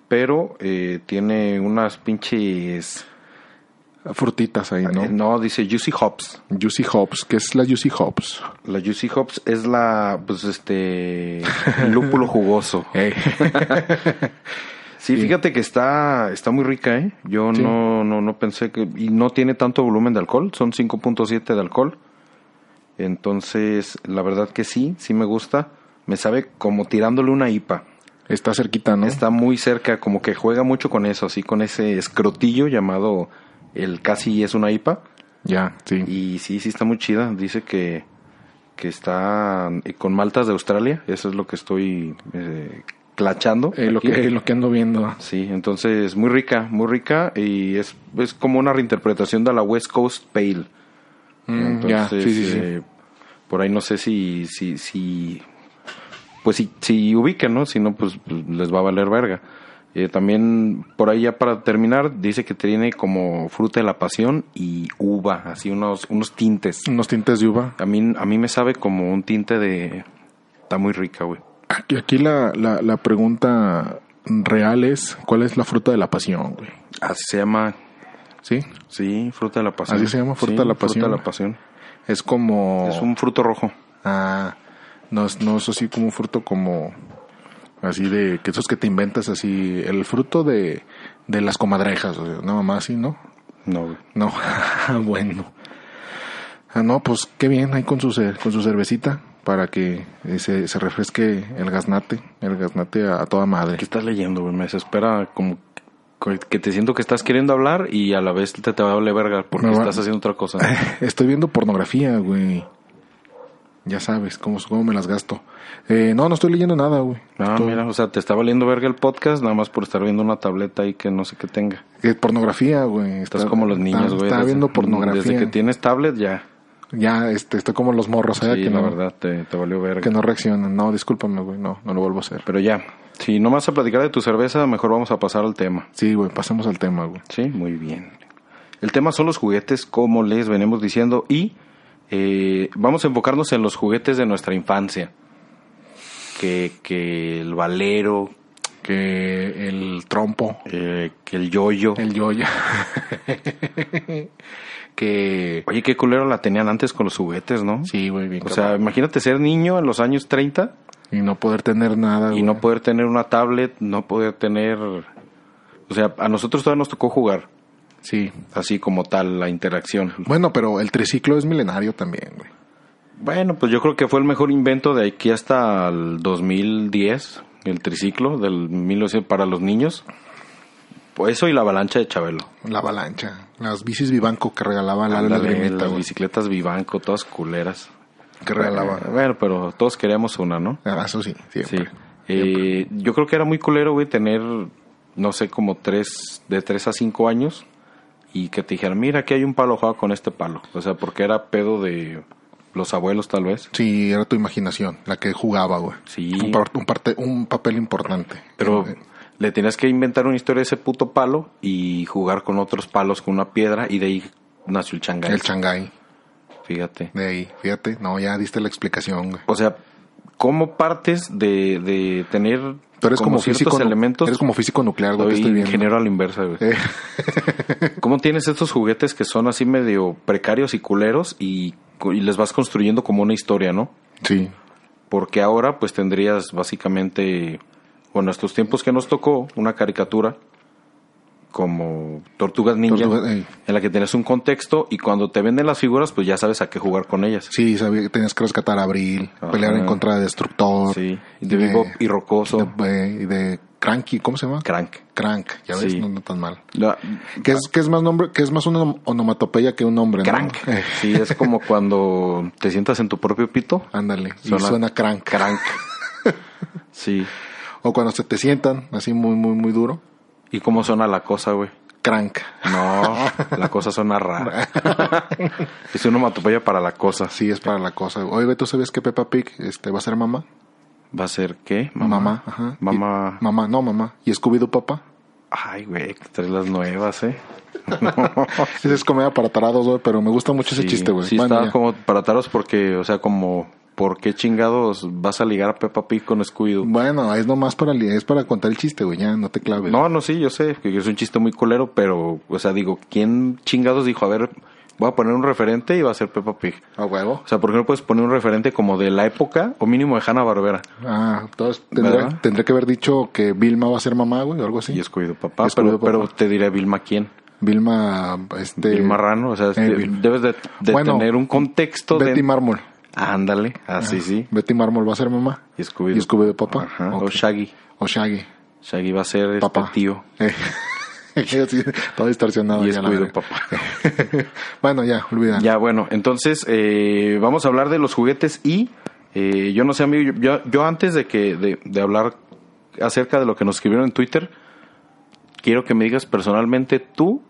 Speaker 2: pero eh, tiene unas pinches...
Speaker 3: Frutitas ahí, ¿no?
Speaker 2: eh, no, dice Juicy Hops.
Speaker 3: Juicy Hops. ¿Qué es la Juicy Hops?
Speaker 2: La Juicy Hops es la, pues este, el lúpulo jugoso.
Speaker 3: Eh.
Speaker 2: Sí, fíjate que está, está muy rica, ¿eh? Yo
Speaker 3: Sí.
Speaker 2: no, no, no pensé que... Y no tiene tanto volumen de alcohol, son 5.7 de alcohol. Entonces, la verdad que sí, sí me gusta. Me sabe como tirándole una IPA.
Speaker 3: Está cerquita, ¿no?
Speaker 2: Está muy cerca, como que juega mucho con eso, así con ese escrotillo llamado el casi es una IPA.
Speaker 3: Ya, sí.
Speaker 2: Y sí, sí está muy chida. Dice que, que está eh, con maltas de Australia. Eso es lo que estoy eh, clachando.
Speaker 3: Eh, lo,
Speaker 2: aquí.
Speaker 3: que, eh, lo que ando viendo.
Speaker 2: Sí, entonces muy rica, muy rica y es, es como una reinterpretación de la West Coast Pale.
Speaker 3: Mm, ya, sí, sí, sí.
Speaker 2: eh, por ahí no sé si, si, si, pues si, si ubiquen, ¿no? Si no, pues les va a valer verga. Eh, también por ahí ya para terminar, dice que tiene como fruta de la pasión y uva, así unos, unos tintes.
Speaker 3: Unos tintes de uva.
Speaker 2: A mí, a mí me sabe como un tinte de... Está muy rica, güey.
Speaker 3: Aquí, aquí la, la, la pregunta real es, ¿cuál es la fruta de la pasión, güey?
Speaker 2: Así se llama
Speaker 3: ¿Sí?
Speaker 2: Sí, fruta de la pasión.
Speaker 3: ¿Así se llama? ¿Fruta
Speaker 2: Sí,
Speaker 3: de la pasión?
Speaker 2: Fruta de la pasión.
Speaker 3: Es como...
Speaker 2: Es un fruto rojo.
Speaker 3: Ah, no, es- no es así como un fruto como... Así de... Que esos que te inventas así... El fruto de, de las comadrejas, o sea, no, mamá, así, ¿no?
Speaker 2: No, güey.
Speaker 3: No, Ah, bueno. Ah, no, pues qué bien, ahí con su, cer- con su cervecita para que eh, se, se refresque el gaznate, el gaznate a, a toda madre.
Speaker 2: ¿Qué estás leyendo, güey? Me desespera como que- que te siento que estás queriendo hablar y a la vez te, te va a valer verga porque
Speaker 3: Me va-
Speaker 2: estás haciendo otra cosa.
Speaker 3: Estoy viendo pornografía, güey. Ya sabes cómo, cómo me las gasto. Eh, no, no estoy leyendo nada, güey.
Speaker 2: Ah,
Speaker 3: Estoy-
Speaker 2: mira, o sea, te está valiendo verga el podcast nada más por estar viendo una tableta ahí que no sé qué tenga.
Speaker 3: eh, pornografía, güey.
Speaker 2: Estás
Speaker 3: Está-
Speaker 2: como los niños,
Speaker 3: está-
Speaker 2: güey.
Speaker 3: Está
Speaker 2: Desde-
Speaker 3: viendo pornografía.
Speaker 2: Desde que tienes tablet ya.
Speaker 3: Ya, este, estoy como los morros, ¿eh?
Speaker 2: sí,
Speaker 3: que
Speaker 2: la
Speaker 3: no,
Speaker 2: verdad, te, te valió verga.
Speaker 3: Que no reaccionan. No, discúlpame, güey. No, no lo vuelvo a hacer.
Speaker 2: Pero ya, si no vas a platicar de tu cerveza, mejor vamos a pasar al tema.
Speaker 3: Sí, güey, pasemos al tema, güey.
Speaker 2: Sí, muy bien. El tema son los juguetes, como les venimos diciendo, y eh, vamos a enfocarnos en los juguetes de nuestra infancia. Que, que el valero,
Speaker 3: Que el trompo,
Speaker 2: eh, que el yoyo.
Speaker 3: el yoyo. que.
Speaker 2: Oye, qué culero la tenían antes con los juguetes, ¿no?
Speaker 3: Sí, güey, bien.
Speaker 2: O sea,
Speaker 3: cabrón.
Speaker 2: imagínate ser niño en los años 30
Speaker 3: y no poder tener nada,
Speaker 2: y
Speaker 3: güey.
Speaker 2: no poder tener una tablet, no poder tener... O sea, a nosotros todavía nos tocó jugar,
Speaker 3: Sí.
Speaker 2: así como tal, la interacción.
Speaker 3: Bueno, pero el triciclo es milenario también, güey.
Speaker 2: Bueno, pues yo creo que fue el mejor invento de aquí hasta el 2010, el triciclo del 1900 para los niños. Pues eso y la avalancha de Chabelo.
Speaker 3: La avalancha. Las bicis Vivanco que regalaba la
Speaker 2: Ándale,
Speaker 3: lagrimita,
Speaker 2: las
Speaker 3: güey.
Speaker 2: bicicletas Vivanco, todas culeras.
Speaker 3: Que regalaba.
Speaker 2: Bueno, pero todos queríamos una, ¿no?
Speaker 3: Ah, eso sí,
Speaker 2: Sí.
Speaker 3: siempre.
Speaker 2: Eh, yo creo que era muy culero, güey, tener, no sé, como tres, de tres a cinco años y que te dijeran, mira, aquí hay un palo, juega con este palo. O sea, porque era pedo de los abuelos, tal vez.
Speaker 3: Sí, era tu imaginación la que jugaba, güey.
Speaker 2: Sí.
Speaker 3: Un, par- un parte- un papel importante.
Speaker 2: Pero
Speaker 3: Eh,
Speaker 2: le tenías que inventar una historia de ese puto palo y jugar con otros palos con una piedra y de ahí nació el changal.
Speaker 3: El Shanghai,
Speaker 2: Fíjate.
Speaker 3: de ahí. Fíjate, no, ya diste la explicación, güey.
Speaker 2: O sea, ¿cómo partes de, de tener
Speaker 3: Tú eres como,
Speaker 2: ciertos
Speaker 3: físico. nu-
Speaker 2: elementos?
Speaker 3: Eres como físico nuclear, güey.
Speaker 2: Soy
Speaker 3: Te estoy viendo.
Speaker 2: ingeniero a la inversa, güey.
Speaker 3: Eh,
Speaker 2: ¿Cómo tienes estos juguetes que son así medio precarios y culeros y, y les vas construyendo como una historia, no?
Speaker 3: sí.
Speaker 2: Porque ahora pues tendrías básicamente, bueno, estos tiempos que nos tocó, una caricatura como Tortugas Ninja,
Speaker 3: Tortugas, ey.
Speaker 2: en la que tienes un contexto y cuando te venden las figuras, pues ya sabes a qué jugar con ellas.
Speaker 3: Sí, sabía que tenías que rescatar a Abril,
Speaker 2: Ajá.
Speaker 3: pelear en contra de Destructor.
Speaker 2: Sí, y de Bebop y Rocoso.
Speaker 3: de- y de Cranky, ¿cómo se llama?
Speaker 2: Crank.
Speaker 3: Crank, ya ves,
Speaker 2: Sí.
Speaker 3: no, no tan mal.
Speaker 2: La-
Speaker 3: Que es, que es más nombre, que es más una onomatopeya que un nombre, ¿no?
Speaker 2: crank.
Speaker 3: Eh,
Speaker 2: Sí, es como cuando te sientas en tu propio pito.
Speaker 3: ándale, y
Speaker 2: Suena-
Speaker 3: suena, crank.
Speaker 2: Crank. Sí.
Speaker 3: O cuando se te sientan así muy, muy, muy duro,
Speaker 2: ¿Y cómo suena la cosa, güey?
Speaker 3: crank.
Speaker 2: No, la cosa suena rara. es una onomatopeya para la cosa.
Speaker 3: Así es para la cosa. Oye, ¿tú sabías que Peppa Pig este, va a ser mamá?
Speaker 2: ¿Va a ser qué?
Speaker 3: Mamá, ajá.
Speaker 2: Mamá.
Speaker 3: Y- mamá, no, mamá. ¿Y Scooby-Doo papá?
Speaker 2: Ay, güey, que traes las nuevas, ¿eh?
Speaker 3: Esa es comedia para tarados, güey, pero me gusta mucho
Speaker 2: Sí,
Speaker 3: ese chiste, güey.
Speaker 2: Sí,
Speaker 3: Bueno,
Speaker 2: estaba
Speaker 3: ya.
Speaker 2: como para taros porque, o sea, como, ¿por qué chingados vas a ligar a Peppa Pig con Scooby-Doo?
Speaker 3: Bueno, es nomás para, li- es para contar el chiste, güey, ya no te claves.
Speaker 2: No, no, sí, yo sé que es un chiste muy colero, pero, o sea, digo, ¿quién chingados dijo, a ver, voy a poner un referente y va a ser Peppa Pig?
Speaker 3: A huevo.
Speaker 2: O sea, ¿por qué no puedes poner un referente como de la época o mínimo de Hanna-Barbera?
Speaker 3: Ah, entonces tendré,
Speaker 2: ¿Verdad?
Speaker 3: tendré que haber dicho que Vilma va a ser mamá, güey, o algo así.
Speaker 2: Y Scooby-Doo papá, pero,
Speaker 3: Scooby-Doo, papá.
Speaker 2: pero te diré Vilma quién.
Speaker 3: Vilma, este.
Speaker 2: Vilma Rano, o sea, este,
Speaker 3: eh,
Speaker 2: de-
Speaker 3: Vilma.
Speaker 2: debes de, de
Speaker 3: Bueno,
Speaker 2: tener un contexto
Speaker 3: Betty
Speaker 2: de...
Speaker 3: Mármol. Ah,
Speaker 2: Ándale, así Ah, sí.
Speaker 3: Betty Mármol va a ser mamá.
Speaker 2: Y Scooby-Doo.
Speaker 3: Y Scooby-Doo papá.
Speaker 2: Ajá,
Speaker 3: Ok.
Speaker 2: O Shaggy.
Speaker 3: O Shaggy.
Speaker 2: Shaggy va a ser este
Speaker 3: Papá.
Speaker 2: tío.
Speaker 3: Eh. Sí, Todo distorsionado.
Speaker 2: Y
Speaker 3: ya, la
Speaker 2: Scooby-Doo,
Speaker 3: verga.
Speaker 2: papá.
Speaker 3: bueno, ya, olvida.
Speaker 2: Ya, bueno, entonces eh, vamos a hablar de los juguetes y eh, yo no sé, amigo, yo- yo, yo antes de que de, de hablar acerca de lo que nos escribieron en Twitter, quiero que me digas personalmente tú,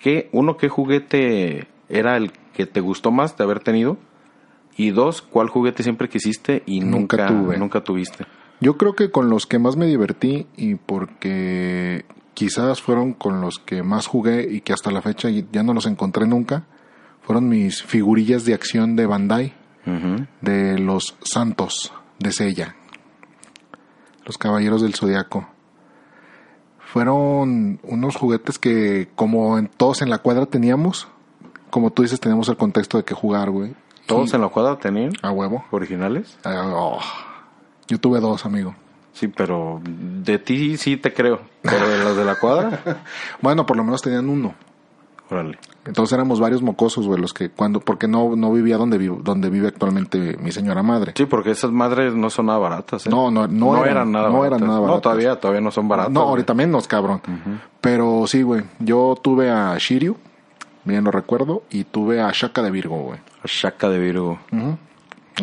Speaker 2: que uno, qué juguete era el que te gustó más de haber tenido y dos, cuál juguete siempre quisiste y nunca,
Speaker 3: Nunca
Speaker 2: nunca,
Speaker 3: tuve.
Speaker 2: tuviste.
Speaker 3: Yo creo que con los que más me divertí y porque quizás fueron con los que más jugué y que hasta la fecha ya no los encontré nunca, fueron mis figurillas de acción de Bandai
Speaker 2: Ujú.
Speaker 3: de los Santos de Sella, los Caballeros del Zodiaco. Fueron unos juguetes que, como en- todos en la cuadra teníamos, como tú dices, teníamos el contexto de qué jugar, güey.
Speaker 2: ¿Todos en la cuadra tenían
Speaker 3: A huevo.
Speaker 2: originales?
Speaker 3: Ah, oh. Yo tuve dos, amigo.
Speaker 2: Sí, pero de ti sí te creo, pero de los de la cuadra,
Speaker 3: Bueno, por lo menos tenían uno.
Speaker 2: órale.
Speaker 3: Entonces éramos varios mocosos, güey, los que cuando, porque no, no vivía donde vivo, donde vive actualmente mi señora madre.
Speaker 2: Sí, porque esas madres no son nada baratas. ¿eh?
Speaker 3: No, no, no
Speaker 2: eran,
Speaker 3: eran-
Speaker 2: nada
Speaker 3: no
Speaker 2: baratas.
Speaker 3: eran nada
Speaker 2: No,
Speaker 3: baratas.
Speaker 2: todavía, todavía no son baratas.
Speaker 3: no,
Speaker 2: güey.
Speaker 3: ahorita menos, cabrón. Pero sí, güey, yo tuve a Shiryu, bien lo recuerdo, y tuve a Shaka de Virgo, güey.
Speaker 2: Shaka de Virgo.
Speaker 3: Ujú.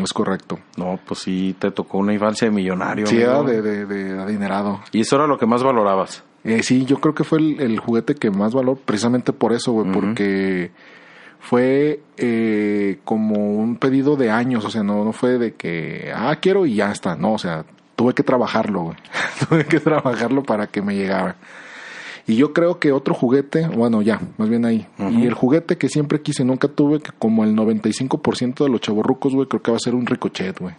Speaker 3: Es correcto.
Speaker 2: No, pues sí, te tocó una infancia de millonario.
Speaker 3: Sí,
Speaker 2: amigo.
Speaker 3: era de, de, de adinerado.
Speaker 2: Y eso era lo que más valorabas.
Speaker 3: Eh, sí, yo creo que fue el, el juguete que más valor, precisamente por eso, güey, porque fue eh, como un pedido de años, o sea, no, no fue de que, ah, quiero y ya está, no, o sea, tuve que trabajarlo, güey, tuve que trabajarlo para que me llegara. Y yo creo que otro juguete, bueno, ya, más bien ahí. Y el juguete que siempre quise, nunca tuve, que como el 95% de los chavorrucos, güey, creo que va a ser un ricochet, güey.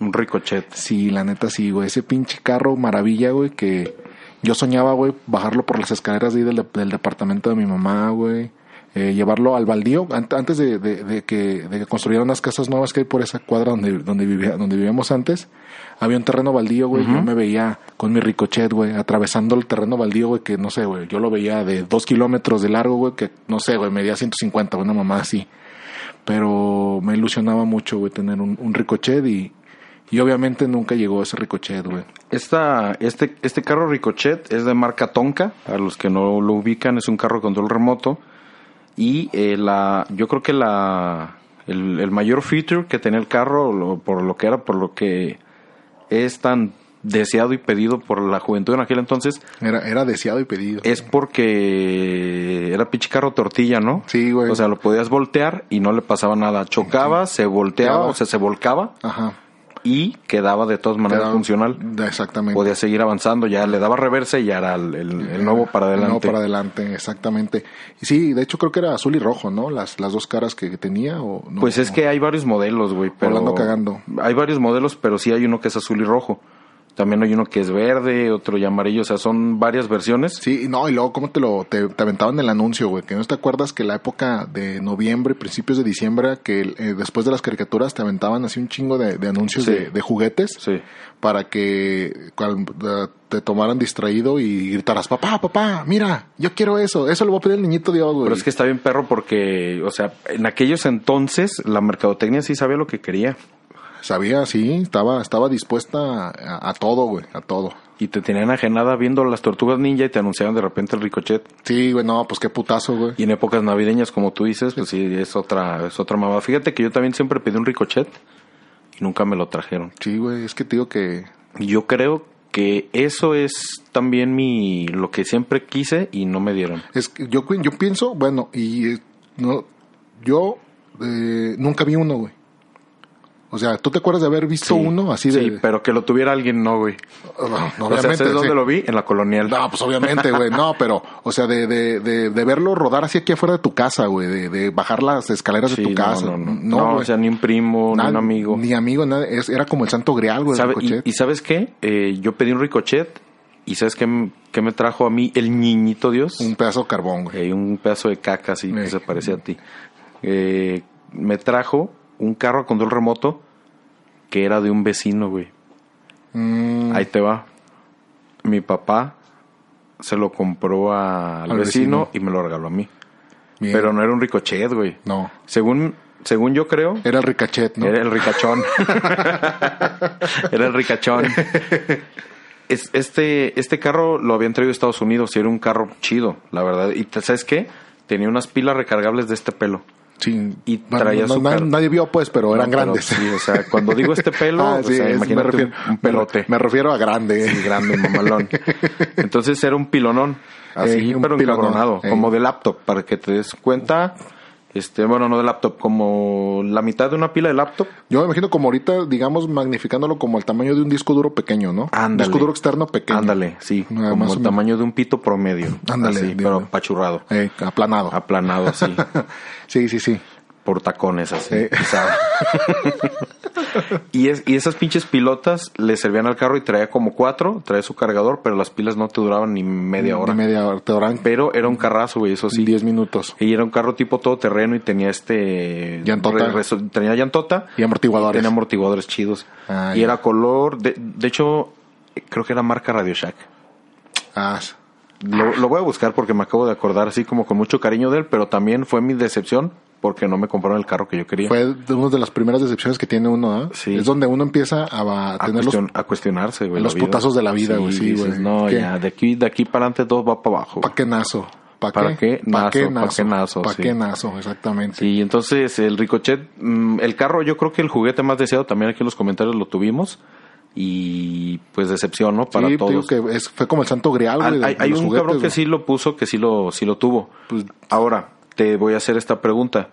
Speaker 2: Un ricochet.
Speaker 3: Sí, la neta sí, güey. Ese pinche carro maravilla, güey, que yo soñaba, güey, bajarlo por las escaleras de ahí del, de- del departamento de mi mamá, güey. Eh, llevarlo al baldío An- antes de, de- de que, de que construyeran las casas nuevas que hay por esa cuadra donde, donde, vivía, donde vivíamos antes. Había un terreno baldío, güey. Yo me veía con mi ricochet, güey, atravesando el terreno baldío, güey, que no sé, güey. Yo lo veía de dos kilómetros de largo, güey, que no sé, güey, medía 150, una mamá así pero me ilusionaba mucho, güey, tener un, un ricochet y, y obviamente nunca llegó ese ricochet, güey.
Speaker 2: Esta, este, este carro ricochet es de marca Tonka. A los que no lo ubican, es un carro de control remoto. Y eh, la, yo creo que la, el, el mayor feature que tenía el carro, lo- por lo que era, por lo que es tan deseado y pedido por la juventud en aquel entonces,
Speaker 3: Era, era deseado y pedido.
Speaker 2: es porque era pinche carro tortilla, ¿no?
Speaker 3: Sí, güey.
Speaker 2: O sea, lo podías voltear y no le pasaba nada. Chocaba, se volteaba,
Speaker 3: Volteaba.
Speaker 2: o sea, se volcaba
Speaker 3: Ajá.
Speaker 2: y quedaba de todas maneras
Speaker 3: Era-
Speaker 2: funcional.
Speaker 3: da- Exactamente.
Speaker 2: Podía seguir avanzando, ya le daba reversa y ya era el, el- el nuevo para
Speaker 3: El
Speaker 2: adelante.
Speaker 3: nuevo para adelante, exactamente. Y sí, de hecho creo que era azul y rojo, ¿no? Las, las dos caras que tenía. O no,
Speaker 2: Pues es
Speaker 3: no.
Speaker 2: que hay varios modelos, güey. Pero
Speaker 3: Volando cagando.
Speaker 2: Hay varios modelos, pero sí hay uno que es azul y rojo. También hay uno que es verde, otro ya amarillo, o sea, son varias versiones.
Speaker 3: Sí, y no, y luego, ¿cómo te lo te, te aventaban el anuncio, güey? Que no te acuerdas que la época de noviembre, principios de diciembre, que eh, después de las caricaturas te aventaban así un chingo de, de anuncios
Speaker 2: Sí.
Speaker 3: de, de juguetes
Speaker 2: Sí.
Speaker 3: para que cual- eh, te tomaran distraído y gritaras, papá, papá, mira, yo quiero eso, eso lo va a pedir el niñito Dios, güey.
Speaker 2: Pero es que está bien perro porque, o sea, en aquellos entonces la mercadotecnia sí sabía lo que quería
Speaker 3: Sabía, sí, estaba, estaba dispuesta a, a todo, güey, a todo.
Speaker 2: y te tenían ajenada viendo las tortugas ninja y te anunciaban de repente el ricochet.
Speaker 3: Sí, güey, no, pues qué putazo, güey.
Speaker 2: Y en épocas navideñas, como tú dices, pues sí, es otra, es otra mamá. Fíjate que yo también siempre pedí un ricochet y nunca me lo trajeron.
Speaker 3: Sí, güey, es que te digo que
Speaker 2: Yo creo que eso es también mi lo que siempre quise y no me dieron.
Speaker 3: Es que yo, yo pienso, bueno, y eh, no, yo eh, nunca vi uno, güey. O sea, ¿tú te acuerdas de haber visto uno así de...?
Speaker 2: Sí, pero que lo tuviera alguien no, güey.
Speaker 3: No,
Speaker 2: O sea,
Speaker 3: obviamente,
Speaker 2: ¿sabes dónde
Speaker 3: sí.
Speaker 2: lo vi? En la colonial.
Speaker 3: No, pues obviamente, güey. No, pero, o sea, de, de, de, de verlo rodar así aquí afuera de tu casa, güey. De, de bajar las escaleras
Speaker 2: Sí,
Speaker 3: de tu
Speaker 2: no,
Speaker 3: casa.
Speaker 2: No, no,
Speaker 3: No,
Speaker 2: No,
Speaker 3: güey.
Speaker 2: o sea, ni un primo,
Speaker 3: Nad-
Speaker 2: ni un amigo.
Speaker 3: Ni amigo, nada. Es- era como el santo grial, güey, el
Speaker 2: ¿Sabe- y,
Speaker 3: ricochet.
Speaker 2: y sabes qué? Eh, yo pedí un ricochet y ¿sabes qué, m- qué me trajo a mí el niñito Dios?
Speaker 3: Un pedazo de carbón, güey.
Speaker 2: Eh, un pedazo de caca así que
Speaker 3: Eh.
Speaker 2: se parecía a ti. Eh, me trajo un carro a control remoto que era de un vecino, güey.
Speaker 3: Mm,
Speaker 2: Ahí te va. Mi papá se lo compró a- al
Speaker 3: Al
Speaker 2: vecino,
Speaker 3: vecino.
Speaker 2: y me lo regaló a mí.
Speaker 3: bien.
Speaker 2: Pero no era un ricochet, güey.
Speaker 3: No.
Speaker 2: Según, según yo creo,
Speaker 3: Era el ricachet, ¿no?
Speaker 2: era el ricachón. era el ricachón. Es- este, este carro lo habían traído de Estados Unidos y era un carro chido, la verdad. Y te- ¿sabes qué? Tenía unas pilas recargables de este pelo.
Speaker 3: Sí.
Speaker 2: y
Speaker 3: No,
Speaker 2: traía
Speaker 3: no,
Speaker 2: su
Speaker 3: na-
Speaker 2: car-
Speaker 3: Nadie vio, pues, pero eran
Speaker 2: No, pero
Speaker 3: grandes.
Speaker 2: sí, o sea, cuando digo este pelo,
Speaker 3: Ah,
Speaker 2: o
Speaker 3: sí,
Speaker 2: sea,
Speaker 3: es- me
Speaker 2: imagínate
Speaker 3: refiero-
Speaker 2: un, un pelote.
Speaker 3: Me, refiero a grande.
Speaker 2: Sí, grande, mamalón. Entonces era un pilonón, así,
Speaker 3: Ey, un
Speaker 2: pero
Speaker 3: pilonón,
Speaker 2: encabronado,
Speaker 3: ey.
Speaker 2: como de laptop, para que te des cuenta. Este, bueno, no de laptop, como la mitad de una pila de laptop.
Speaker 3: Yo me imagino como ahorita, digamos, magnificándolo como el tamaño de un disco duro pequeño, ¿no? Un
Speaker 2: Ándale.
Speaker 3: Disco duro externo pequeño.
Speaker 2: Ándale, sí,
Speaker 3: Nada
Speaker 2: como
Speaker 3: más
Speaker 2: el
Speaker 3: o
Speaker 2: tamaño de un pito promedio.
Speaker 3: Ándale,
Speaker 2: así,
Speaker 3: Dios
Speaker 2: pero
Speaker 3: mío.
Speaker 2: apachurrado,
Speaker 3: Eh, aplanado.
Speaker 2: aplanado así,
Speaker 3: sí, sí, sí.
Speaker 2: por tacones así.
Speaker 3: Eh.
Speaker 2: pesado. y, es, y esas pinches pilotas le servían al carro y traía como cuatro, traía su cargador, pero las pilas no te duraban ni media hora.
Speaker 3: Ni media hora. Te duran
Speaker 2: Pero era un carrazo, güey, eso sí.
Speaker 3: 10 minutos.
Speaker 2: Y era un carro tipo todoterreno y tenía este...
Speaker 3: Llantota.
Speaker 2: re- reso- tenía llantota.
Speaker 3: Y amortiguadores.
Speaker 2: Tenía amortiguadores chidos.
Speaker 3: Ah,
Speaker 2: y
Speaker 3: ya.
Speaker 2: era color... De, de hecho, eh, creo que era marca Radio Shack.
Speaker 3: Ah, s-
Speaker 2: Lo, lo voy a buscar porque me acabo de acordar así como con mucho cariño de él, pero también fue mi decepción porque no me compraron el carro que yo quería.
Speaker 3: fue de una de las primeras decepciones que tiene uno, ¿ah?
Speaker 2: Sí.
Speaker 3: Es donde uno empieza a, va- a
Speaker 2: a,
Speaker 3: tener
Speaker 2: cuestion-
Speaker 3: los...
Speaker 2: a cuestionarse, güey. la
Speaker 3: los
Speaker 2: vida.
Speaker 3: putazos de la vida, güey, sí,
Speaker 2: dices,
Speaker 3: güey.
Speaker 2: No,
Speaker 3: ¿Qué?
Speaker 2: ya, de aquí, de aquí para adelante todo va para abajo. güey.
Speaker 3: Paquenazo. ¿Pa
Speaker 2: ¿Para qué? Nazo,
Speaker 3: Paquenazo.
Speaker 2: paquenazo, sí.
Speaker 3: Paquenazo, exactamente.
Speaker 2: Sí, entonces el ricochet, mm, el carro, yo creo que el juguete más deseado también aquí en los comentarios lo tuvimos y pues decepción, ¿no? Para
Speaker 3: Sí, te digo
Speaker 2: todos.
Speaker 3: que es- fue como el santo grial,
Speaker 2: Al-
Speaker 3: güey. de-
Speaker 2: hay
Speaker 3: de
Speaker 2: hay
Speaker 3: los
Speaker 2: un
Speaker 3: juguetes,
Speaker 2: cabrón que
Speaker 3: güey.
Speaker 2: sí pues, lo puso, que sí lo, sí lo tuvo. Ahora te voy a hacer esta pregunta: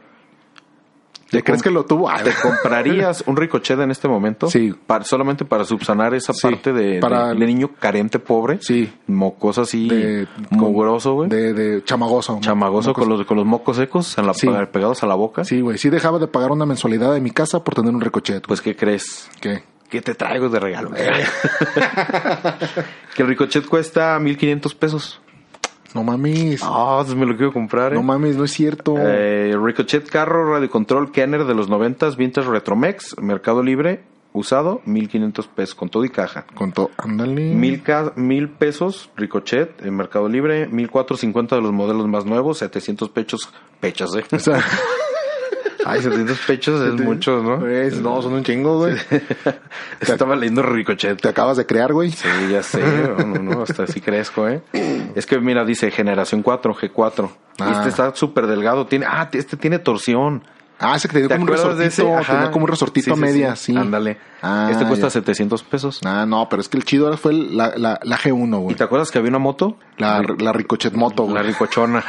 Speaker 3: ¿Te crees que lo tuvo? Ah,
Speaker 2: ¿Te comprarías un ricochet en este momento?
Speaker 3: Sí.
Speaker 2: Para- solamente para subsanar esa
Speaker 3: Sí,
Speaker 2: parte de,
Speaker 3: para-
Speaker 2: de- de niño carente, pobre,
Speaker 3: Sí.
Speaker 2: mocoso así,
Speaker 3: de,
Speaker 2: mugroso, güey,
Speaker 3: De, de chamagoso.
Speaker 2: chamagoso con los, con los mocos secos en la-
Speaker 3: Sí.
Speaker 2: pegados a la boca.
Speaker 3: Sí, güey. Sí dejaba de pagar una mensualidad de mi casa por tener un ricochet. Pues,
Speaker 2: Pues, ¿qué crees?
Speaker 3: ¿qué?
Speaker 2: ¿Qué te traigo de regalo?
Speaker 3: Eh.
Speaker 2: que el ricochet cuesta 1500 pesos.
Speaker 3: No mames.
Speaker 2: Ah, pues me lo quiero comprar. ¿eh?
Speaker 3: No mames, no es cierto.
Speaker 2: Eh, ricochet carro, radio control, Kenner de los 90, Vintage Retromex, Mercado Libre, usado, 1500 pesos con todo y caja.
Speaker 3: Con todo. Ándale.
Speaker 2: Mil, ca- mil pesos, Ricochet, en Mercado Libre, 1450 de los modelos más nuevos, 700 pechos, pechas, ¿eh?
Speaker 3: O sea,
Speaker 2: Ay, 700 pechos es mucho, ¿no?
Speaker 3: es- no, son un chingo, güey.
Speaker 2: Estaba leyendo Ricochet.
Speaker 3: Te acabas de crear, güey.
Speaker 2: Sí, ya sé, no, no, no, hasta así crezco, ¿eh? Es que mira, dice generación 4, G4. Y
Speaker 3: Ah.
Speaker 2: este está súper delgado, tiene, ah, este tiene torsión.
Speaker 3: Ah, ese que tenía
Speaker 2: ¿Te
Speaker 3: como un
Speaker 2: acuerdas
Speaker 3: resortito.
Speaker 2: de ese? Ajá.
Speaker 3: Tenía como un resortito
Speaker 2: Sí,
Speaker 3: a
Speaker 2: sí,
Speaker 3: media, sí.
Speaker 2: Ándale.
Speaker 3: Ah,
Speaker 2: este cuesta
Speaker 3: ya.
Speaker 2: 700 pesos.
Speaker 3: Ah, no, pero es que el chido ahora fue el- la, la, la G1,
Speaker 2: ¿Y
Speaker 3: güey.
Speaker 2: te acuerdas que había una moto?
Speaker 3: La, la ricochet moto, güey.
Speaker 2: La ricochona.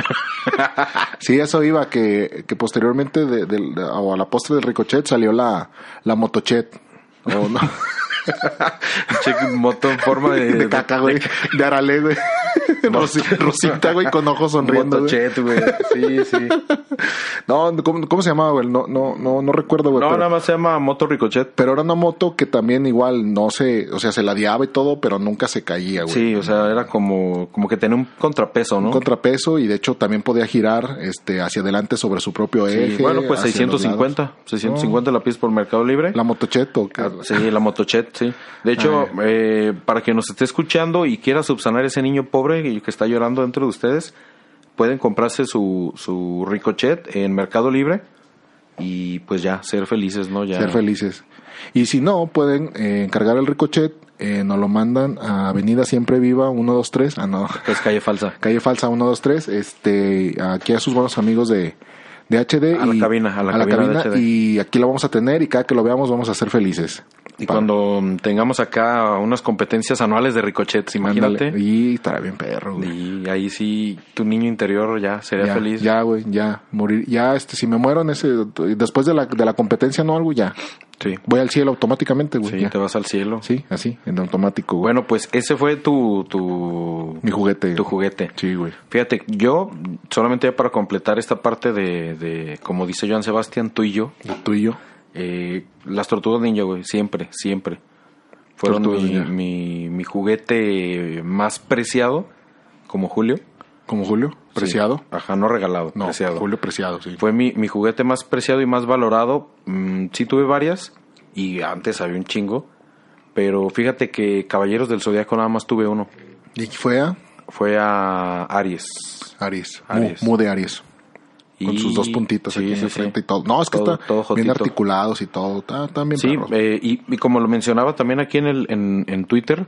Speaker 3: Sí, eso iba, que, que posteriormente de, del- o a la postre del Ricochet salió la, la Motochet. O Oh, no.
Speaker 2: Che, moto en forma Eh, de,
Speaker 3: De caca, güey. De aralé, güey. Rosi- Rosita, güey, con ojos sonriendo. güey.
Speaker 2: Motochet, güey. Sí, sí.
Speaker 3: No, ¿cómo, cómo se llamaba, güey? No, no, no, no recuerdo, güey.
Speaker 2: No,
Speaker 3: pero,
Speaker 2: nada más se llama Moto Ricochet.
Speaker 3: pero era una moto que también igual no se, o sea, se ladeaba y todo, pero nunca se caía, güey.
Speaker 2: Sí, o sea, era como, como que tenía un contrapeso, ¿no?
Speaker 3: Un contrapeso y de hecho también podía girar este hacia adelante sobre su propio
Speaker 2: Sí,
Speaker 3: eje.
Speaker 2: bueno, pues
Speaker 3: hacia los
Speaker 2: 650.
Speaker 3: lados.
Speaker 2: 650 la pides por Mercado Libre.
Speaker 3: No, la Ah. motocheto. que-
Speaker 2: Ah, Sí, la motochet, sí. De hecho, eh, para quien nos esté escuchando y quiera subsanar ese niño pobre y que está llorando dentro de ustedes, pueden comprarse su, su ricochet en Mercado Libre y pues ya, ser felices, ¿no? Ya.
Speaker 3: Ser felices. Y si no, pueden eh, encargar el ricochet, eh, nos lo mandan a Avenida Siempre Viva 123. Ah, no.
Speaker 2: Es calle falsa.
Speaker 3: Calle Falsa 123, este, aquí a sus buenos amigos de, de HD.
Speaker 2: A la cabina, a la cabina de HD.
Speaker 3: Y aquí la vamos a tener y cada que lo veamos vamos a ser felices.
Speaker 2: Y
Speaker 3: Pa-
Speaker 2: cuando mm, tengamos acá unas competencias anuales de ricochets, imagínate.
Speaker 3: Ándale. Y estará bien perro, güey.
Speaker 2: Y ahí sí, tu niño interior ya sería
Speaker 3: Ya,
Speaker 2: feliz.
Speaker 3: ya, güey, ya, morir, ya, este, si me muero en ese, después de la, de la competencia no algo, ya,
Speaker 2: Sí,
Speaker 3: voy al cielo automáticamente, güey,
Speaker 2: sí
Speaker 3: ya.
Speaker 2: te vas al cielo.
Speaker 3: sí, así, en automático, güey,
Speaker 2: Bueno, pues ese fue tu, tu,
Speaker 3: mi juguete,
Speaker 2: tu juguete.
Speaker 3: sí, güey,
Speaker 2: Fíjate, yo solamente para completar esta parte de, de como dice Joan Sebastián, tú y yo,
Speaker 3: tú y yo,
Speaker 2: eh, las tortugas ninja, güey, siempre, siempre. Fueron
Speaker 3: Tortugas
Speaker 2: mi,
Speaker 3: Ninja.
Speaker 2: mi, mi juguete más preciado, como Julio.
Speaker 3: como Julio, preciado,
Speaker 2: Sí. Ajá, no regalado,
Speaker 3: no,
Speaker 2: preciado.
Speaker 3: Julio preciado, sí,
Speaker 2: Fue mi, mi juguete más preciado y más valorado. Mm, sí tuve varias y antes había un chingo. Pero fíjate que Caballeros del Zodiaco nada más tuve uno.
Speaker 3: y fue a
Speaker 2: Fue a Aries.
Speaker 3: Aries,
Speaker 2: Aries.
Speaker 3: Mu, Mu de Aries, con
Speaker 2: Y-
Speaker 3: sus dos puntitas
Speaker 2: sí,
Speaker 3: aquí en
Speaker 2: sí,
Speaker 3: la
Speaker 2: sí.
Speaker 3: frente y todo, no, es que
Speaker 2: Todo-
Speaker 3: está
Speaker 2: todo
Speaker 3: bien
Speaker 2: jotito.
Speaker 3: articulados y todo, está, están bien
Speaker 2: Sí,
Speaker 3: perros.
Speaker 2: eh, y, y como lo mencionaba también aquí en, el, en, en Twitter,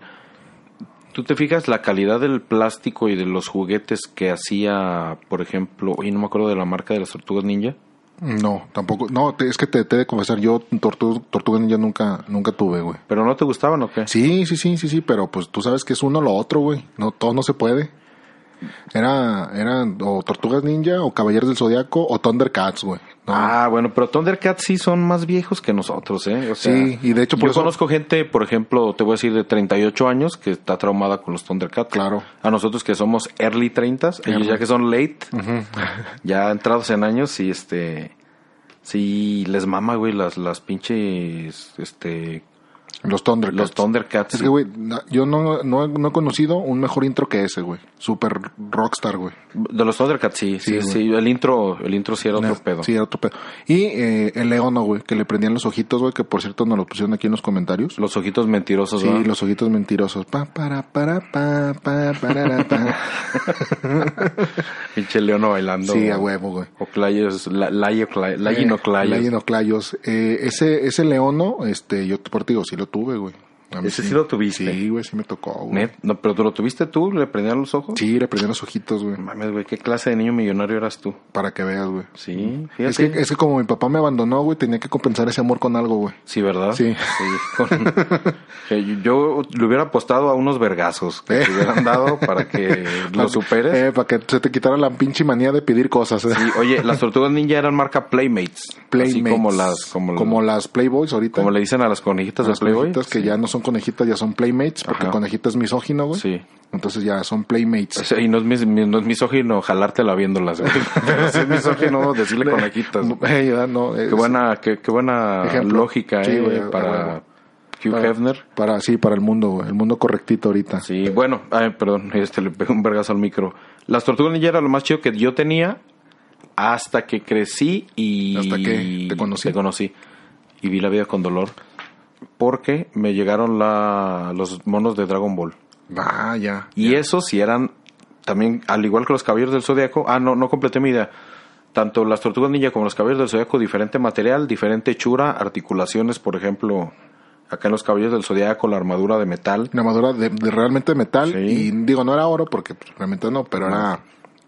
Speaker 2: tú te fijas la calidad del plástico y de los juguetes que hacía, por ejemplo, y no me acuerdo de la marca de las tortugas ninja.
Speaker 3: no, tampoco, no, te- es que te, te he de confesar, yo tortuga, tortuga ninja nunca, nunca tuve, güey.
Speaker 2: ¿Pero no te gustaban o qué?
Speaker 3: Sí, sí, sí, sí, sí, pero pues tú sabes que es uno o lo otro, güey. No, todo no se puede. Era, eran o Tortugas Ninja, o Caballeros del Zodiaco, o Thundercats, güey. No.
Speaker 2: Ah, bueno, pero Thundercats sí son más viejos que nosotros, ¿eh? O sea,
Speaker 3: Sí, y de hecho por
Speaker 2: yo
Speaker 3: eso-
Speaker 2: conozco gente, por ejemplo, te voy a decir de 38 años que está traumada con los Thundercats.
Speaker 3: Claro.
Speaker 2: A nosotros que somos early 30, ellos
Speaker 3: Early.
Speaker 2: ya que son late, ya entrados en años y este sí les mama, güey, las las pinches este
Speaker 3: los Thundercats.
Speaker 2: los Thundercats.
Speaker 3: Es que, güey, na- yo no, no, no he conocido un mejor intro que ese, güey. Super rockstar, güey.
Speaker 2: de los Thundercats sí, sí,
Speaker 3: Sí,
Speaker 2: sí,
Speaker 3: güey.
Speaker 2: el intro el intro sí era otro
Speaker 3: Nah,
Speaker 2: pedo.
Speaker 3: Sí, era otro pedo. Y eh, el Leono, güey, que le prendían los ojitos, güey, que por cierto nos lo pusieron aquí en los comentarios.
Speaker 2: Los ojitos mentirosos,
Speaker 3: Sí,
Speaker 2: ¿verdad?
Speaker 3: los ojitos mentirosos. Pa, para, para, pa, pa, para, pa.
Speaker 2: Pinche Leono bailando.
Speaker 3: Sí, a huevo, Eh, güey.
Speaker 2: O Clayos, la- Layo Clay- Layino Clayo.
Speaker 3: Layinoclayos. Eh, ese, ese leono, este, yo por ti digo, sí lo tuve, güey. A mí
Speaker 2: ¿Ese sí lo tuviste?
Speaker 3: Ah, Sí, güey, sí me tocó, güey.
Speaker 2: Net, no, pero tú lo tuviste tú, le prendían los ojos.
Speaker 3: Sí, le prendí los ojitos, güey,
Speaker 2: Mames, güey, ¿qué clase de niño millonario eras tú?
Speaker 3: para que veas, güey.
Speaker 2: Sí, fíjate.
Speaker 3: Mm. Es que, es que como mi papá me abandonó, güey, tenía que compensar ese amor con algo, güey.
Speaker 2: Sí, ¿verdad?
Speaker 3: Sí.
Speaker 2: con- que yo- yo le hubiera apostado a unos vergazos que
Speaker 3: Eh.
Speaker 2: te hubieran dado para que lo superes.
Speaker 3: Eh, para que se te quitara la pinche manía de pedir cosas. eh.
Speaker 2: Sí, oye, las tortugas ninja eran marca Playmates.
Speaker 3: Playmates.
Speaker 2: Así como las, como,
Speaker 3: las Playboys ahorita.
Speaker 2: como le dicen a las conejitas
Speaker 3: las
Speaker 2: de Playboy.
Speaker 3: conejitas que
Speaker 2: Sí.
Speaker 3: ya no son conejitas, ya son Playmates, porque
Speaker 2: Ajá.
Speaker 3: conejitas es misógino, güey.
Speaker 2: Sí.
Speaker 3: Entonces ya son Playmates.
Speaker 2: O sea, y no es, mis, mi- no es misógino jalártela viéndolas. güey. Pero sí es misógino decirle conejitas.
Speaker 3: Eh, ya no, eh,
Speaker 2: Qué buena, qué, qué buena
Speaker 3: Ejemplo.
Speaker 2: lógica
Speaker 3: Sí,
Speaker 2: eh,
Speaker 3: güey, Ah.
Speaker 2: para
Speaker 3: bueno.
Speaker 2: Hugh
Speaker 3: para,
Speaker 2: Hefner.
Speaker 3: Para, sí, para el mundo, güey. El mundo correctito ahorita.
Speaker 2: Sí, bueno, ay, perdón, este le pegó un vergazo al micro. Las tortugas ninja era lo más chido que yo tenía hasta que crecí y.
Speaker 3: ¿Hasta que te conocí?
Speaker 2: Y vi la vida con dolor. Porque me llegaron la, los monos de Dragon Ball.
Speaker 3: Vaya.
Speaker 2: Y esos sí eran también, al igual que los caballeros del zodiaco. Ah, no, no completé mi idea. Tanto las tortugas ninja como los caballeros del zodiaco, diferente material, diferente hechura, articulaciones, por ejemplo, acá en los caballeros del zodiaco, la armadura de metal.
Speaker 3: Una armadura de, de realmente metal.
Speaker 2: Sí.
Speaker 3: Y digo, no era oro porque pues, realmente no, pero era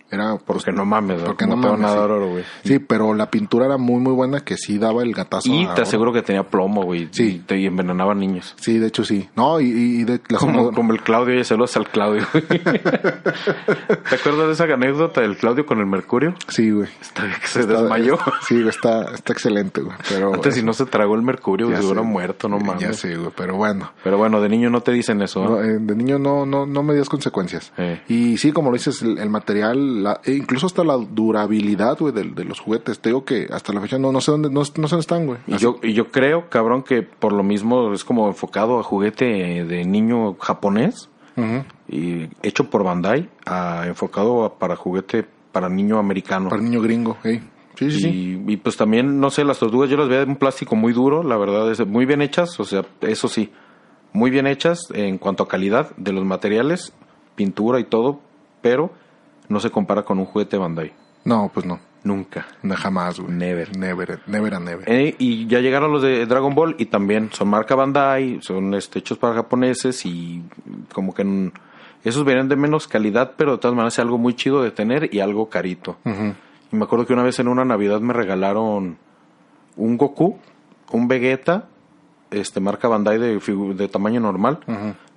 Speaker 3: Era por,
Speaker 2: Porque no mames,
Speaker 3: porque
Speaker 2: ¿cómo
Speaker 3: no
Speaker 2: te van
Speaker 3: mames,
Speaker 2: a dar
Speaker 3: sí.
Speaker 2: oro, güey?
Speaker 3: Sí, pero la pintura era muy, muy buena que sí daba el gatazo.
Speaker 2: Y
Speaker 3: a
Speaker 2: te
Speaker 3: oro.
Speaker 2: aseguro que tenía plomo, güey.
Speaker 3: Sí.
Speaker 2: Y te y envenenaba niños.
Speaker 3: Sí, de hecho sí. No, y, y de las
Speaker 2: Como,
Speaker 3: armaduras-
Speaker 2: como el Claudio, ya saludos al Claudio. güey. ¿Te acuerdas de esa anécdota del Claudio con el mercurio?
Speaker 3: Sí, güey.
Speaker 2: Está bien que se
Speaker 3: Está-
Speaker 2: desmayó.
Speaker 3: Sí, güey, está, está excelente, güey. Pero
Speaker 2: Antes si no se tragó el mercurio,
Speaker 3: Ya
Speaker 2: güey, se hubiera
Speaker 3: sé,
Speaker 2: muerto, no mames.
Speaker 3: Ya sé, güey, pero bueno.
Speaker 2: Pero bueno, de niño no te dicen eso. ¿eh?
Speaker 3: No, eh, de niño no, no, no me dio consecuencias.
Speaker 2: Eh.
Speaker 3: Y sí, como lo dices, el, el material, la- e incluso hasta la durabilidad, güey, de, de los juguetes. Te digo que hasta la fecha no, no sé dónde, no, no sé dónde están, güey.
Speaker 2: Y
Speaker 3: Así-
Speaker 2: yo, y yo creo, cabrón, que por lo mismo es como enfocado a juguete de niño japonés
Speaker 3: Ujú.
Speaker 2: y hecho por Bandai, a- enfocado a- para juguete para niño americano.
Speaker 3: Para el niño gringo, ey. Sí, sí, sí.
Speaker 2: Y, y, pues también, no sé, las tortugas yo las veía de un plástico muy duro, la verdad, es muy bien hechas, o sea, eso sí, muy bien hechas en cuanto a calidad de los materiales, pintura y todo, pero no se compara con un juguete Bandai,
Speaker 3: No, pues no.
Speaker 2: nunca.
Speaker 3: No, jamás, güey.
Speaker 2: Never.
Speaker 3: Never, never a never.
Speaker 2: Eh, y ya llegaron los de Dragon Ball y también son marca Bandai, son este, hechos para japoneses y como que n- esos venían de menos calidad, pero de todas maneras algo muy chido de tener y algo carito.
Speaker 3: Ujú.
Speaker 2: Y me acuerdo que una vez en una Navidad me regalaron un Goku, un Vegeta, este marca Bandai de, figu- de tamaño normal,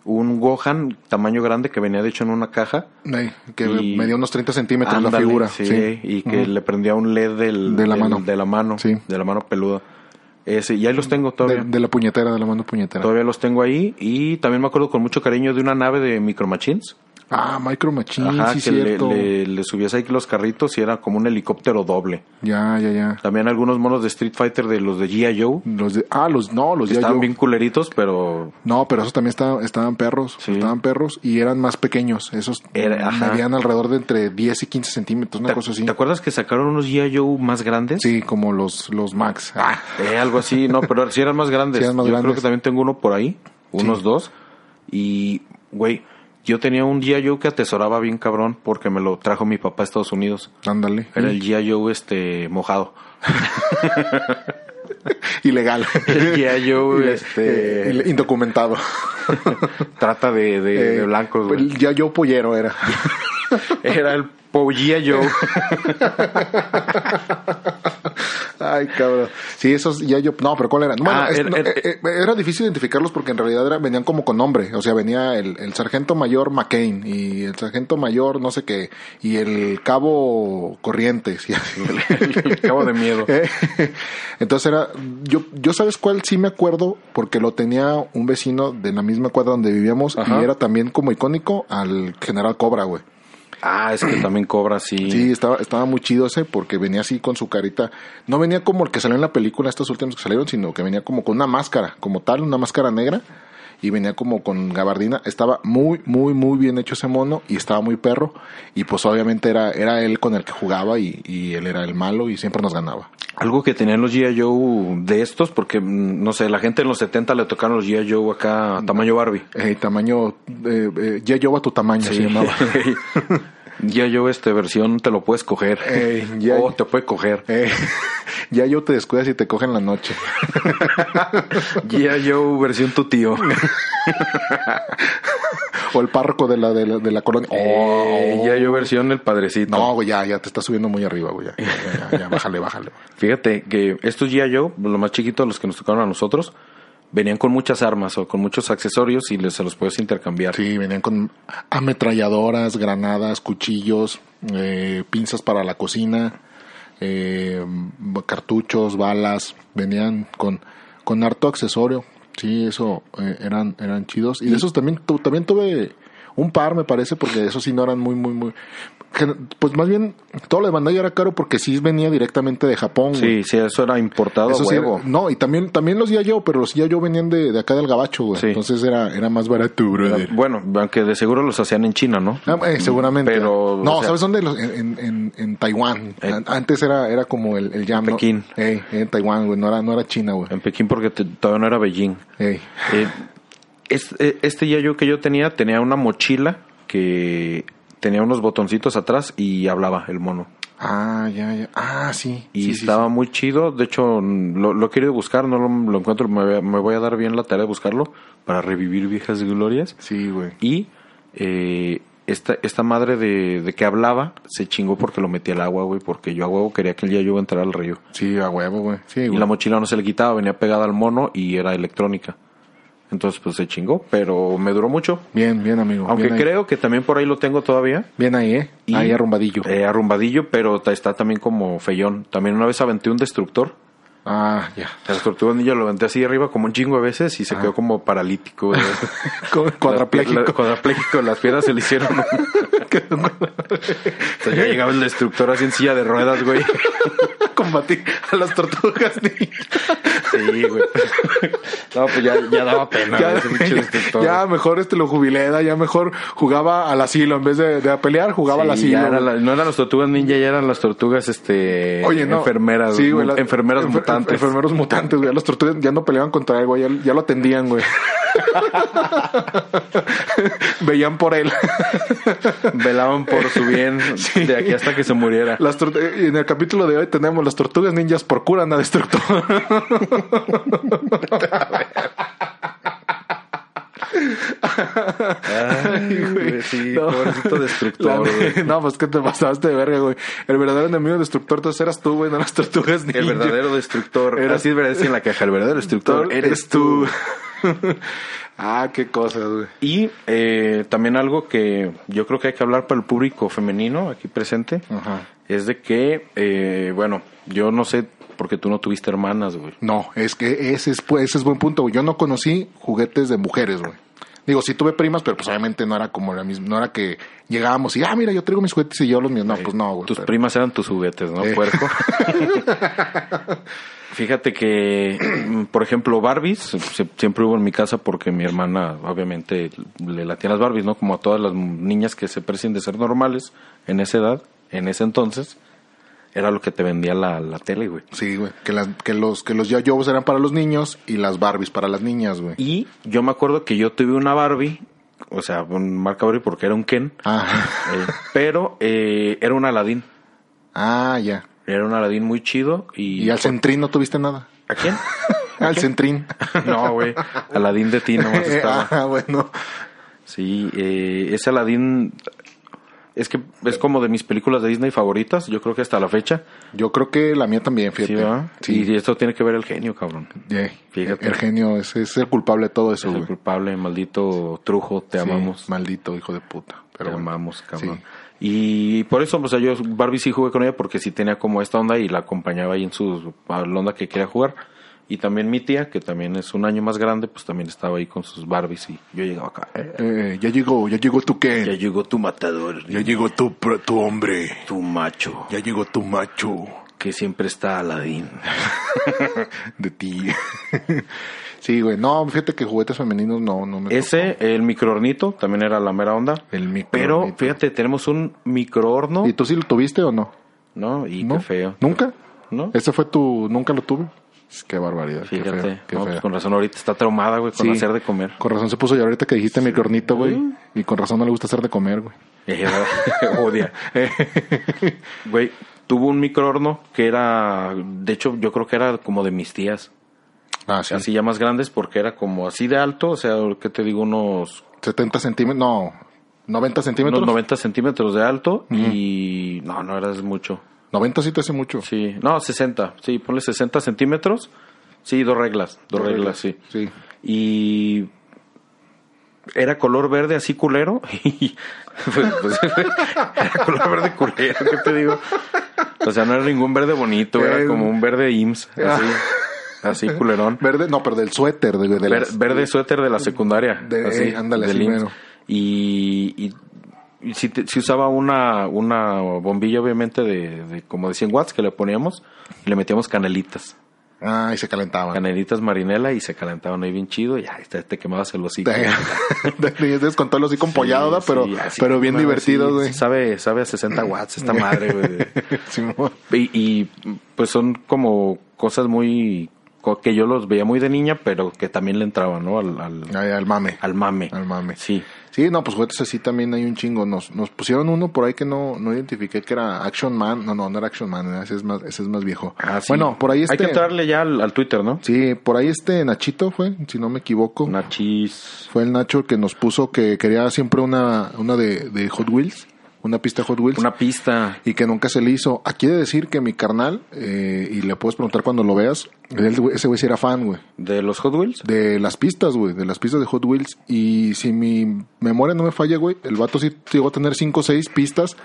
Speaker 2: un Gohan tamaño grande que venía de hecho en una caja.
Speaker 3: Ey, que
Speaker 2: Y-
Speaker 3: medía unos 30 centímetros la
Speaker 2: Ándale,
Speaker 3: figura.
Speaker 2: sí,
Speaker 3: Sí.
Speaker 2: y que le prendía un LED del,
Speaker 3: De la
Speaker 2: del-
Speaker 3: mano.
Speaker 2: de la mano,
Speaker 3: Sí.
Speaker 2: de la mano peluda. Ese, y ahí los tengo todavía.
Speaker 3: de, de la puñetera, de la mano puñetera.
Speaker 2: Todavía los tengo ahí y también me acuerdo con mucho cariño de una nave de Micro Machines.
Speaker 3: Ah, Micro Machines,
Speaker 2: Ajá,
Speaker 3: sí,
Speaker 2: que le,
Speaker 3: cierto.
Speaker 2: le- le subías ahí los carritos y era como un helicóptero doble.
Speaker 3: Ya, ya, ya.
Speaker 2: También algunos monos de Street Fighter de los de G.I. Joe.
Speaker 3: Los de, ah, los, no, los
Speaker 2: que
Speaker 3: ya
Speaker 2: Estaban
Speaker 3: yo.
Speaker 2: bien culeritos, pero
Speaker 3: No, pero esos también estaban, estaban perros.
Speaker 2: Sí.
Speaker 3: Estaban perros y eran más pequeños. Esos
Speaker 2: Era- ajá.
Speaker 3: medían alrededor de entre 10 y 15 centímetros, una
Speaker 2: ¿te,
Speaker 3: cosa así.
Speaker 2: te acuerdas que sacaron unos G.I. Joe más grandes?
Speaker 3: Sí, como los, los Max. Ah,
Speaker 2: Eh, algo así, no, pero si eran más grandes.
Speaker 3: Sí eran más
Speaker 2: yo creo
Speaker 3: grandes.
Speaker 2: que también tengo uno por ahí, unos
Speaker 3: Sí.
Speaker 2: dos. Y, güey, yo tenía un G.I. Joe que atesoraba bien cabrón porque me lo trajo mi papá a Estados Unidos.
Speaker 3: ándale.
Speaker 2: Era el G.I. Joe este, mojado.
Speaker 3: Ilegal.
Speaker 2: El G.I. Joe este,
Speaker 3: Ile- Indocumentado.
Speaker 2: trata de, de, de
Speaker 3: Eh,
Speaker 2: blancos, güey.
Speaker 3: el Ya yo pollero era.
Speaker 2: Era el Pollía Joe.
Speaker 3: Ay, cabrón. Sí, esos ya yo. No, pero ¿cuál era? Bueno,
Speaker 2: Ah,
Speaker 3: es-
Speaker 2: era-
Speaker 3: no,
Speaker 2: era-
Speaker 3: eh, eh, era difícil identificarlos porque en realidad era- venían como con nombre. O sea, venía el, el sargento mayor McCain y el sargento mayor no sé qué y el cabo Corrientes. y así.
Speaker 2: el cabo de miedo.
Speaker 3: Eh, Entonces era. Yo, yo sabes cuál sí me acuerdo porque lo tenía un vecino de la misma cuadra donde vivíamos
Speaker 2: Ajá.
Speaker 3: y era también como icónico al general Cobra, güey.
Speaker 2: Ah, es que también cobra así.
Speaker 3: Sí, estaba, estaba muy chido ese porque venía así con su carita. No venía como el que salió en la película, estos últimos que salieron, sino que venía como con una máscara, como tal, una máscara negra. Y venía como con gabardina. Estaba muy, muy, muy bien hecho ese mono y estaba muy perro. Y pues obviamente era, era él con el que jugaba y, y él era el malo y siempre nos ganaba.
Speaker 2: Algo que tenían los G.I. Joe de estos, porque mm, no sé, la gente en los 70 le tocaron los G.I. Joe acá a tamaño Barbie.
Speaker 3: Eh, tamaño, eh, eh, ya yo a tu tamaño, se llamaba.
Speaker 2: G.I. Joe, este versión te lo puedes coger.
Speaker 3: Ey, G.I.
Speaker 2: o te puede coger.
Speaker 3: Eh, ya yo te descuidas y te cogen la noche.
Speaker 2: G.I. Joe, versión tu tío.
Speaker 3: O el párroco de la, de la, de la colonia.
Speaker 2: Eh, G.I. Joe, versión el padrecito.
Speaker 3: No, güey, ya, ya te está subiendo muy arriba, güey. Ya, ya, ya, ya, bájale, bájale.
Speaker 2: Fíjate que estos G.I. Joe, los más chiquitos, los que nos tocaron a nosotros, venían con muchas armas o con muchos accesorios y les, se los puedes intercambiar.
Speaker 3: Sí, venían con ametralladoras, granadas, cuchillos, eh, pinzas para la cocina, eh, cartuchos, balas. Venían con, con harto accesorio. Sí, eso eh, eran, eran chidos. Y de esos también, tu- también tuve un par, me parece, porque esos sí no eran muy, muy, muy. gen- Pues más bien, todo lo de Bandai era caro porque sí venía directamente de Japón.
Speaker 2: Sí,
Speaker 3: güey.
Speaker 2: sí, eso era importado
Speaker 3: Eso
Speaker 2: a
Speaker 3: sí,
Speaker 2: huevo.
Speaker 3: no, y también, también los ya yo, pero los ya yo venían de, de acá del gabacho, güey.
Speaker 2: Sí.
Speaker 3: Entonces era, era más barato, brother.
Speaker 2: Bueno, aunque de seguro los hacían en China, ¿no?
Speaker 3: Ah, eh, seguramente.
Speaker 2: Pero,
Speaker 3: no,
Speaker 2: o sea-
Speaker 3: ¿sabes dónde? Los- en, en, en Taiwán.
Speaker 2: Eh.
Speaker 3: An- Antes era, era como el, el jam. ¿no?
Speaker 2: Pekín.
Speaker 3: Ey, eh, en Taiwán, güey. No era, no era China, güey.
Speaker 2: En Pekín porque te- todavía no era Beijing.
Speaker 3: Ey.
Speaker 2: Eh, es- eh, este yayo que yo tenía tenía una mochila que tenía unos botoncitos atrás y hablaba el mono.
Speaker 3: Ah, ya, ya. Ah, sí.
Speaker 2: Y
Speaker 3: Sí, sí,
Speaker 2: estaba muy chido. De hecho, mm, lo, lo he querido buscar, no lo, lo encuentro. Me, voy a- me voy a dar bien la tarea de buscarlo para revivir viejas glorias.
Speaker 3: Sí, Sí, güey.
Speaker 2: Y eh, esta, esta madre de, de que hablaba se chingó porque lo metí al agua, güey, porque yo a huevo quería que el día yo iba a entrar al río.
Speaker 3: Sí, a huevo, güey. Sí,
Speaker 2: Y
Speaker 3: güey.
Speaker 2: la mochila no se le quitaba, venía pegada al mono y era electrónica. Entonces, pues se chingó, pero me duró mucho.
Speaker 3: Bien, bien, amigo.
Speaker 2: Aunque
Speaker 3: bien ahí.
Speaker 2: creo que también por ahí lo tengo todavía.
Speaker 3: Bien ahí, ¿eh?
Speaker 2: Y-
Speaker 3: Ahí arrumbadillo.
Speaker 2: Eh, arrumbadillo, pero ta- está también como feyón. También una vez aventé un destructor.
Speaker 3: Ah, ya.
Speaker 2: El destructor anillo lo aventé así arriba como un chingo de veces y se quedó como paralítico. güey.
Speaker 3: Cu-
Speaker 2: Las pier- la-
Speaker 3: Cuadrapléjico.
Speaker 2: Ah. cuadrapléjico, las piedras se le hicieron. ¿no? O sea, ya llegaba el destructor así en silla de ruedas, güey.
Speaker 3: Combatí a las tortugas. ni-
Speaker 2: Sí, güey. No, pues ya, ya daba pena.
Speaker 3: ya,
Speaker 2: güey, ese pinche destructor.
Speaker 3: ya mejor este lo jubilé, ya mejor jugaba al asilo. En vez de, de a pelear, jugaba al
Speaker 2: Sí, ya
Speaker 3: asilo.
Speaker 2: era
Speaker 3: güey.
Speaker 2: la- no eran las tortugas ninja, ya eran las tortugas este
Speaker 3: Oye, no.
Speaker 2: enfermeras,
Speaker 3: Sí, güey,
Speaker 2: mu-
Speaker 3: la-
Speaker 2: enfermeras
Speaker 3: enfer-
Speaker 2: mutantes.
Speaker 3: Enfermeros mutantes, güey. Las tortugas ya no peleaban contra él, güey. Ya, ya lo atendían, güey. Veían por él.
Speaker 2: Velaban por su bien
Speaker 3: Sí.
Speaker 2: de aquí hasta que se muriera.
Speaker 3: Las tort- eh, en el capítulo de hoy tenemos las tortugas ninjas procuran a Destructor.
Speaker 2: Ay, güey, sí, pobrecito
Speaker 3: La
Speaker 2: destructor,
Speaker 3: ne-
Speaker 2: güey.
Speaker 3: no, pues que te pasaste de verga, güey. El verdadero enemigo de Destructor entonces eras tú, güey, no las tortugas ninja.
Speaker 2: El verdadero destructor.
Speaker 3: Era-
Speaker 2: Así es verdad, decía en la caja. El verdadero destructor
Speaker 3: Destructor
Speaker 2: eres tú.
Speaker 3: ah, qué cosas, güey.
Speaker 2: Y eh, también algo que yo creo que hay que hablar para el público femenino aquí presente
Speaker 3: Ajá.
Speaker 2: es de que, eh, bueno, yo no sé porque tú no tuviste hermanas, güey.
Speaker 3: No, es que ese es, pues, ese es buen punto, güey. Yo no conocí juguetes de mujeres, güey. Digo, sí tuve primas, pero pues obviamente no era como la misma, no era que llegábamos y, ah, mira, yo traigo mis juguetes y yo los míos. No, pues no, güey.
Speaker 2: Tus
Speaker 3: pero-
Speaker 2: primas eran tus juguetes, ¿no,
Speaker 3: Eh.
Speaker 2: puerco? Fíjate que, mm, por ejemplo, Barbies se- siempre hubo en mi casa porque mi hermana, obviamente, le latía las Barbies, ¿no? Como a todas las niñas que se prescinde de ser normales en esa edad, en ese entonces, era lo que te vendía la, la tele, güey.
Speaker 3: Sí, güey. Que, las, que los, que los yo eran para los niños y las Barbies para las niñas, güey.
Speaker 2: Y yo me acuerdo que yo tuve una Barbie, o sea, un marca Barbie porque era un Ken,
Speaker 3: Ah,
Speaker 2: eh, pero eh, era un Aladín.
Speaker 3: ah, ya.
Speaker 2: Era un Aladín muy chido y...
Speaker 3: ¿Y al Centrín no tuviste nada?
Speaker 2: ¿A quién?
Speaker 3: Al Centrín.
Speaker 2: No, güey. Aladín de ti nomás
Speaker 3: Eh,
Speaker 2: estaba.
Speaker 3: ah, bueno.
Speaker 2: Sí, eh, ese Aladín es que es como de mis películas de Disney favoritas, yo creo que hasta la fecha.
Speaker 3: Yo creo que la mía también,
Speaker 2: Sí,
Speaker 3: fíjate.
Speaker 2: ¿verdad?
Speaker 3: Sí.
Speaker 2: Y esto tiene que ver el genio, cabrón.
Speaker 3: Yeah.
Speaker 2: Fíjate.
Speaker 3: Eh, El genio es, es el culpable de todo
Speaker 2: Es
Speaker 3: eso,
Speaker 2: el
Speaker 3: güey.
Speaker 2: culpable, maldito trujo, te
Speaker 3: Sí,
Speaker 2: amamos.
Speaker 3: Maldito hijo de puta. Pero
Speaker 2: te
Speaker 3: bueno.
Speaker 2: amamos, cabrón.
Speaker 3: Sí.
Speaker 2: Y por eso, o sea, yo Barbie sí jugué con ella porque sí tenía como esta onda y la acompañaba ahí en su a la onda que quería jugar. Y también mi tía, que también es un año más grande, pues también estaba ahí con sus Barbies y yo llegaba acá. eh,
Speaker 3: Eh, ya llegó, ya llegó tu qué.
Speaker 2: Ya llegó tu matador,
Speaker 3: Ya llegó tu, pro- tu hombre.
Speaker 2: tu macho.
Speaker 3: Ya llegó tu macho
Speaker 2: que siempre está Aladín.
Speaker 3: de ti. sí, güey. No, fíjate que juguetes femeninos no, no me.
Speaker 2: Ese, el microornito, también era la mera onda.
Speaker 3: El microornito.
Speaker 2: Pero fíjate, tenemos un microorno,
Speaker 3: tocó. ¿Y tú sí lo tuviste o no?
Speaker 2: ¿no? Y
Speaker 3: ¿No?
Speaker 2: qué feo.
Speaker 3: ¿Nunca?
Speaker 2: ¿No?
Speaker 3: Ese fue tu. Nunca lo tuve. Qué barbaridad. qué
Speaker 2: Fíjate,
Speaker 3: feo, qué
Speaker 2: no,
Speaker 3: feo.
Speaker 2: pues con razón ahorita está traumada, güey, con
Speaker 3: Sí.
Speaker 2: hacer de comer. Mm.
Speaker 3: Con razón se puso llorar ahorita que dijiste mi cornito, güey. Y con razón no le gusta hacer de comer, güey.
Speaker 2: Eh, Odia. Güey, tuvo un microorno que era, de hecho, yo creo que era como de mis tías.
Speaker 3: Ah, sí.
Speaker 2: Así ya más grandes porque era como así de alto, o sea, ¿qué te digo? Unos
Speaker 3: 70 centímetros. No, 90 centímetros.
Speaker 2: unos 90 centímetros de alto y no, no eras mucho.
Speaker 3: 90 sí te hace mucho.
Speaker 2: Sí, no, 60, sí, ponle 60 centímetros. Sí, dos reglas, dos, reglas, sí.
Speaker 3: Sí.
Speaker 2: Y era color verde así culero. Y pues, pues, era color verde culero, ¿qué te digo? O sea, no era ningún verde bonito, era
Speaker 3: Eh,
Speaker 2: como un verde IMSS, así, así culerón.
Speaker 3: Verde, no, pero del suéter. De, de
Speaker 2: Ver-
Speaker 3: las-
Speaker 2: verde suéter de la secundaria.
Speaker 3: de- eh, ándale,
Speaker 2: del
Speaker 3: así
Speaker 2: IMSS.
Speaker 3: mero.
Speaker 2: Y, y, y si, te- si usaba una, una bombilla, obviamente, de, de como de 100 watts que le poníamos, y le metíamos canelitas.
Speaker 3: Ah, y se calentaban.
Speaker 2: Canelitas marinela y se calentaban ahí bien chido y ay, te, te quemabas el hocico.
Speaker 3: Tenías con todos los así con pollado, ¿verdad?
Speaker 2: Sí,
Speaker 3: pero,
Speaker 2: sí, así
Speaker 3: pero bien
Speaker 2: como
Speaker 3: divertido,
Speaker 2: así,
Speaker 3: güey.
Speaker 2: Sabe, sabe a 60 watts esta madre, güey.
Speaker 3: Simón.
Speaker 2: Y, y, pues son como cosas muy co- que yo los veía muy de niña, pero que también le entraban, ¿no? Al, al,
Speaker 3: Ay, al mame.
Speaker 2: al mame.
Speaker 3: Al mame.
Speaker 2: Sí.
Speaker 3: Sí. Sí, no, pues juguetes así también hay un chingo. Nos, nos pusieron uno por ahí que no, no identifiqué que era Action Man. No, no, no era Action Man, ese es más, ese es más viejo.
Speaker 2: Ah, sí.
Speaker 3: Bueno, por ahí este.
Speaker 2: Hay que entrarle ya al, al Twitter, ¿no?
Speaker 3: Sí, por ahí este Nachito fue, si no me equivoco.
Speaker 2: Nachis.
Speaker 3: Fue el Nacho el que nos puso que quería siempre una, una de, de Hot Wheels, una pista Hot Wheels.
Speaker 2: Una pista.
Speaker 3: Y que nunca se le hizo. Aquí he de decir que mi carnal, eh, y le puedes preguntar cuando lo veas, él, güey, ese güey sí era fan, güey.
Speaker 2: ¿De los Hot Wheels?
Speaker 3: De las pistas, güey, de las pistas de Hot Wheels. Y si mi memoria no me falla, güey, el vato sí llegó a tener cinco o seis pistas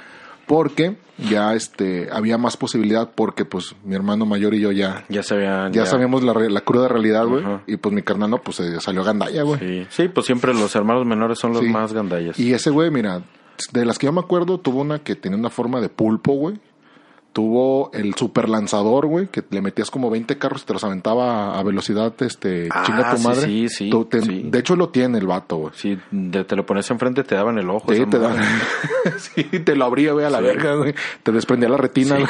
Speaker 3: porque ya este había más posibilidad porque pues mi hermano mayor y yo ya
Speaker 2: Ya se habían.
Speaker 3: ya sabíamos la, re- la cruda realidad, güey,
Speaker 2: Ajá.
Speaker 3: y pues mi carnal no pues se salió gandalla, güey.
Speaker 2: Sí. Sí, pues siempre los hermanos menores son los
Speaker 3: Sí.
Speaker 2: más gandallas.
Speaker 3: Y ese güey, mira, de las que yo me acuerdo, tuvo una que tenía una forma de pulpo, güey. Tuvo el super lanzador, güey, que le metías como 20 carros y te los aventaba a velocidad, este,
Speaker 2: Ah,
Speaker 3: chinga tu
Speaker 2: sí,
Speaker 3: madre.
Speaker 2: sí, sí,
Speaker 3: Tú te-
Speaker 2: sí.
Speaker 3: De hecho, lo tiene el vato, güey.
Speaker 2: Si de- te lo pones enfrente, te daban el ojo.
Speaker 3: Sí,
Speaker 2: esa
Speaker 3: te, da-
Speaker 2: madre.
Speaker 3: sí, te lo abría, güey, a la
Speaker 2: Sí.
Speaker 3: verga, güey. Te desprendía la retina, güey.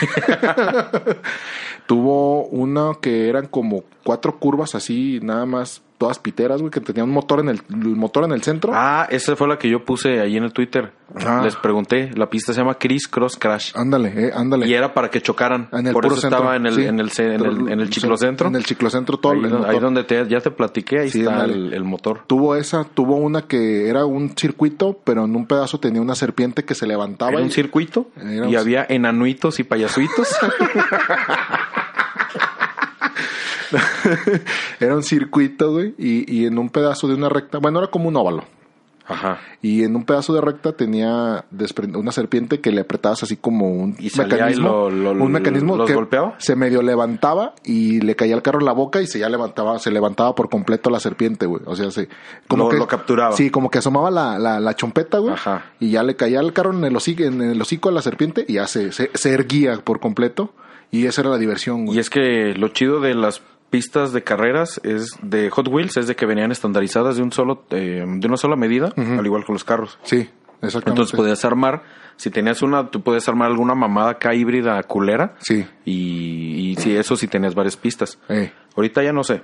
Speaker 3: Tuvo una que eran como cuatro curvas así, nada más, todas piteras, güey, que tenía un motor en el, el motor en el centro.
Speaker 2: Ah, esa fue la que yo puse ahí en el Twitter.
Speaker 3: Ah.
Speaker 2: Les pregunté. La pista se llama Chris Cross Crash.
Speaker 3: Ándale, eh, ándale.
Speaker 2: Y era para que chocaran.
Speaker 3: En el
Speaker 2: Por
Speaker 3: puro
Speaker 2: eso
Speaker 3: centro,
Speaker 2: estaba en el,
Speaker 3: sí.
Speaker 2: en el, ce- en el, en el chiclocentro.
Speaker 3: En el chiclocentro todo.
Speaker 2: ahí,
Speaker 3: el
Speaker 2: don- ahí
Speaker 3: motor.
Speaker 2: donde te- ya te platiqué, ahí
Speaker 3: Sí,
Speaker 2: está
Speaker 3: ándale.
Speaker 2: el, el motor.
Speaker 3: Tuvo esa, tuvo una que era un circuito, pero en un pedazo tenía una serpiente que se levantaba.
Speaker 2: Era
Speaker 3: y-
Speaker 2: un circuito
Speaker 3: Ah, Era un-
Speaker 2: y había enanuitos y payasuitos.
Speaker 3: Era un circuito, güey, y, y en un pedazo de una recta, bueno, era como un óvalo.
Speaker 2: Ajá.
Speaker 3: Y en un pedazo de recta tenía despre- una serpiente que le apretabas así como un
Speaker 2: Y salía y
Speaker 3: mecanismo.
Speaker 2: lo- lo-
Speaker 3: un mecanismo
Speaker 2: los
Speaker 3: que
Speaker 2: golpeaba.
Speaker 3: se medio levantaba y le caía el carro en la boca y se ya levantaba, se levantaba por completo la serpiente, güey. O sea, se,
Speaker 2: Lo- lo capturaba.
Speaker 3: Sí, como que asomaba la, la, la chompeta, güey.
Speaker 2: Ajá.
Speaker 3: Y ya le caía el carro en el hocico, en el hocico a la serpiente y ya se, se, se erguía por completo. Y esa era la diversión, güey.
Speaker 2: Y es que lo chido de las pistas de carreras es de Hot Wheels es de que venían estandarizadas de un solo eh, de una sola medida, al igual que los carros.
Speaker 3: Sí, exactamente.
Speaker 2: Entonces pues, podías armar, si tenías una, tú podías armar alguna mamada acá híbrida culera.
Speaker 3: Sí.
Speaker 2: Y, y sí, eso sí tenías varias pistas.
Speaker 3: Eh,
Speaker 2: Ahorita ya no sé,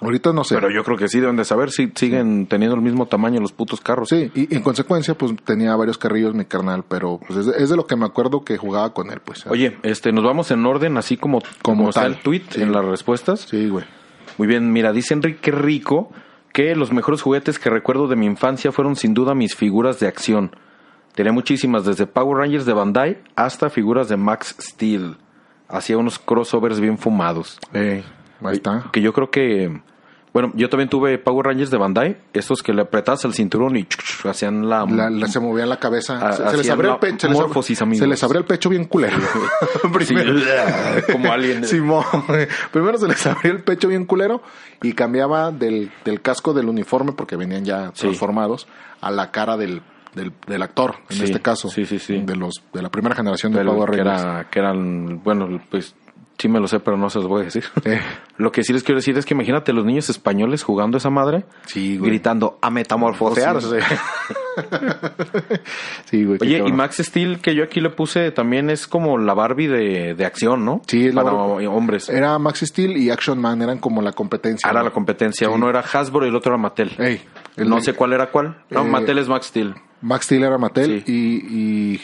Speaker 3: ahorita no sé.
Speaker 2: pero yo creo que sí deben de saber si siguen teniendo el mismo tamaño los putos carros.
Speaker 3: Sí, y en consecuencia, pues tenía varios carrillos mi carnal, pero pues, es, de, es de lo que me acuerdo que jugaba con él, pues.
Speaker 2: Oye, este, nos vamos en orden, así como, como,
Speaker 3: Como
Speaker 2: está
Speaker 3: tal.
Speaker 2: el tweet
Speaker 3: Sí.
Speaker 2: en las respuestas.
Speaker 3: Sí, güey.
Speaker 2: Muy bien, mira, dice Enrique Rico que los mejores juguetes que recuerdo de mi infancia fueron sin duda mis figuras de acción. Tenía muchísimas, desde Power Rangers de Bandai hasta figuras de Max Steel. Hacía unos crossovers bien fumados.
Speaker 3: Eh, ahí está.
Speaker 2: Que yo creo que. Bueno, yo también tuve Power Rangers de Bandai, estos que le apretabas el cinturón y chuc, chuc, hacían la.
Speaker 3: La- la- se movía la
Speaker 2: Ah,
Speaker 3: cabeza. Se, se les
Speaker 2: hacían
Speaker 3: abría el
Speaker 2: la-
Speaker 3: pecho. Se les, ab-
Speaker 2: morfosis, amigos.
Speaker 3: se les abría el pecho bien culero.
Speaker 2: Sí,
Speaker 3: Primero.
Speaker 2: como alguien.
Speaker 3: Simón, güey. primero se les abría el pecho bien culero y cambiaba del, del casco del uniforme, porque venían ya
Speaker 2: Sí.
Speaker 3: transformados, a la cara del, del, del actor, en
Speaker 2: Sí,
Speaker 3: este caso.
Speaker 2: sí, sí, sí.
Speaker 3: De, los, de la primera generación de
Speaker 2: Del-
Speaker 3: Power
Speaker 2: que,
Speaker 3: Rangers.
Speaker 2: era- que eran. Bueno, pues sí me lo sé, pero no se los voy a decir.
Speaker 3: Eh,
Speaker 2: Lo que sí les quiero decir es que imagínate los niños españoles jugando esa madre,
Speaker 3: sí, güey.
Speaker 2: gritando a metamorfosearse.
Speaker 3: Sí, güey. qué
Speaker 2: Oye, y
Speaker 3: cabrón.
Speaker 2: Max Steel que yo aquí le puse también es como la Barbie de, de acción, ¿no?
Speaker 3: Sí, es la
Speaker 2: Para
Speaker 3: Barbie.
Speaker 2: hombres. Era,
Speaker 3: Era Max Steel y Action Man, eran como la competencia. ¿no?
Speaker 2: la competencia. Uno era Hasbro y el otro era Mattel.
Speaker 3: Ey, el-
Speaker 2: no sé cuál era cuál. No,
Speaker 3: Eh,
Speaker 2: Mattel es Max Steel.
Speaker 3: Max Steel era Mattel
Speaker 2: Sí.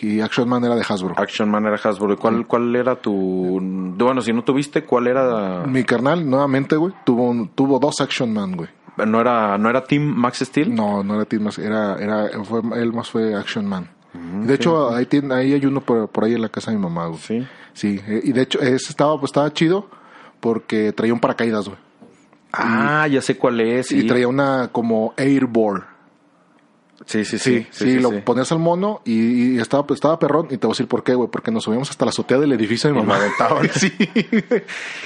Speaker 2: Ah,
Speaker 3: y, y- y Action Man era de Hasbro.
Speaker 2: Action Man era Hasbro. ¿Y cuál, cuál era tu...? Bueno, si no tuviste, ¿cuál era...?
Speaker 3: Mi carnal, nuevamente, güey, tuvo, un- tuvo dos Action Man, güey.
Speaker 2: ¿No era no era Team Max Steel?
Speaker 3: No, no era Team Max, era, era, fue, él más fue Action Man. de hecho, ahí, tiene, ahí hay uno por, por ahí en la casa de mi mamá, güey.
Speaker 2: Mm, Sí.
Speaker 3: Sí, eh, y de hecho, ese estaba, pues, estaba chido porque traía un paracaídas, güey.
Speaker 2: Ah, ya sé cuál es.
Speaker 3: Y traía una como airborne.
Speaker 2: Sí, sí, sí.
Speaker 3: Sí, sí, lo
Speaker 2: sí.
Speaker 3: ponías al mono y, y estaba, estaba perrón. Y te voy a decir por qué, güey. Porque nos subíamos hasta la azotea del edificio de mi
Speaker 2: Y
Speaker 3: mamá.
Speaker 2: lo aventaban.
Speaker 3: sí.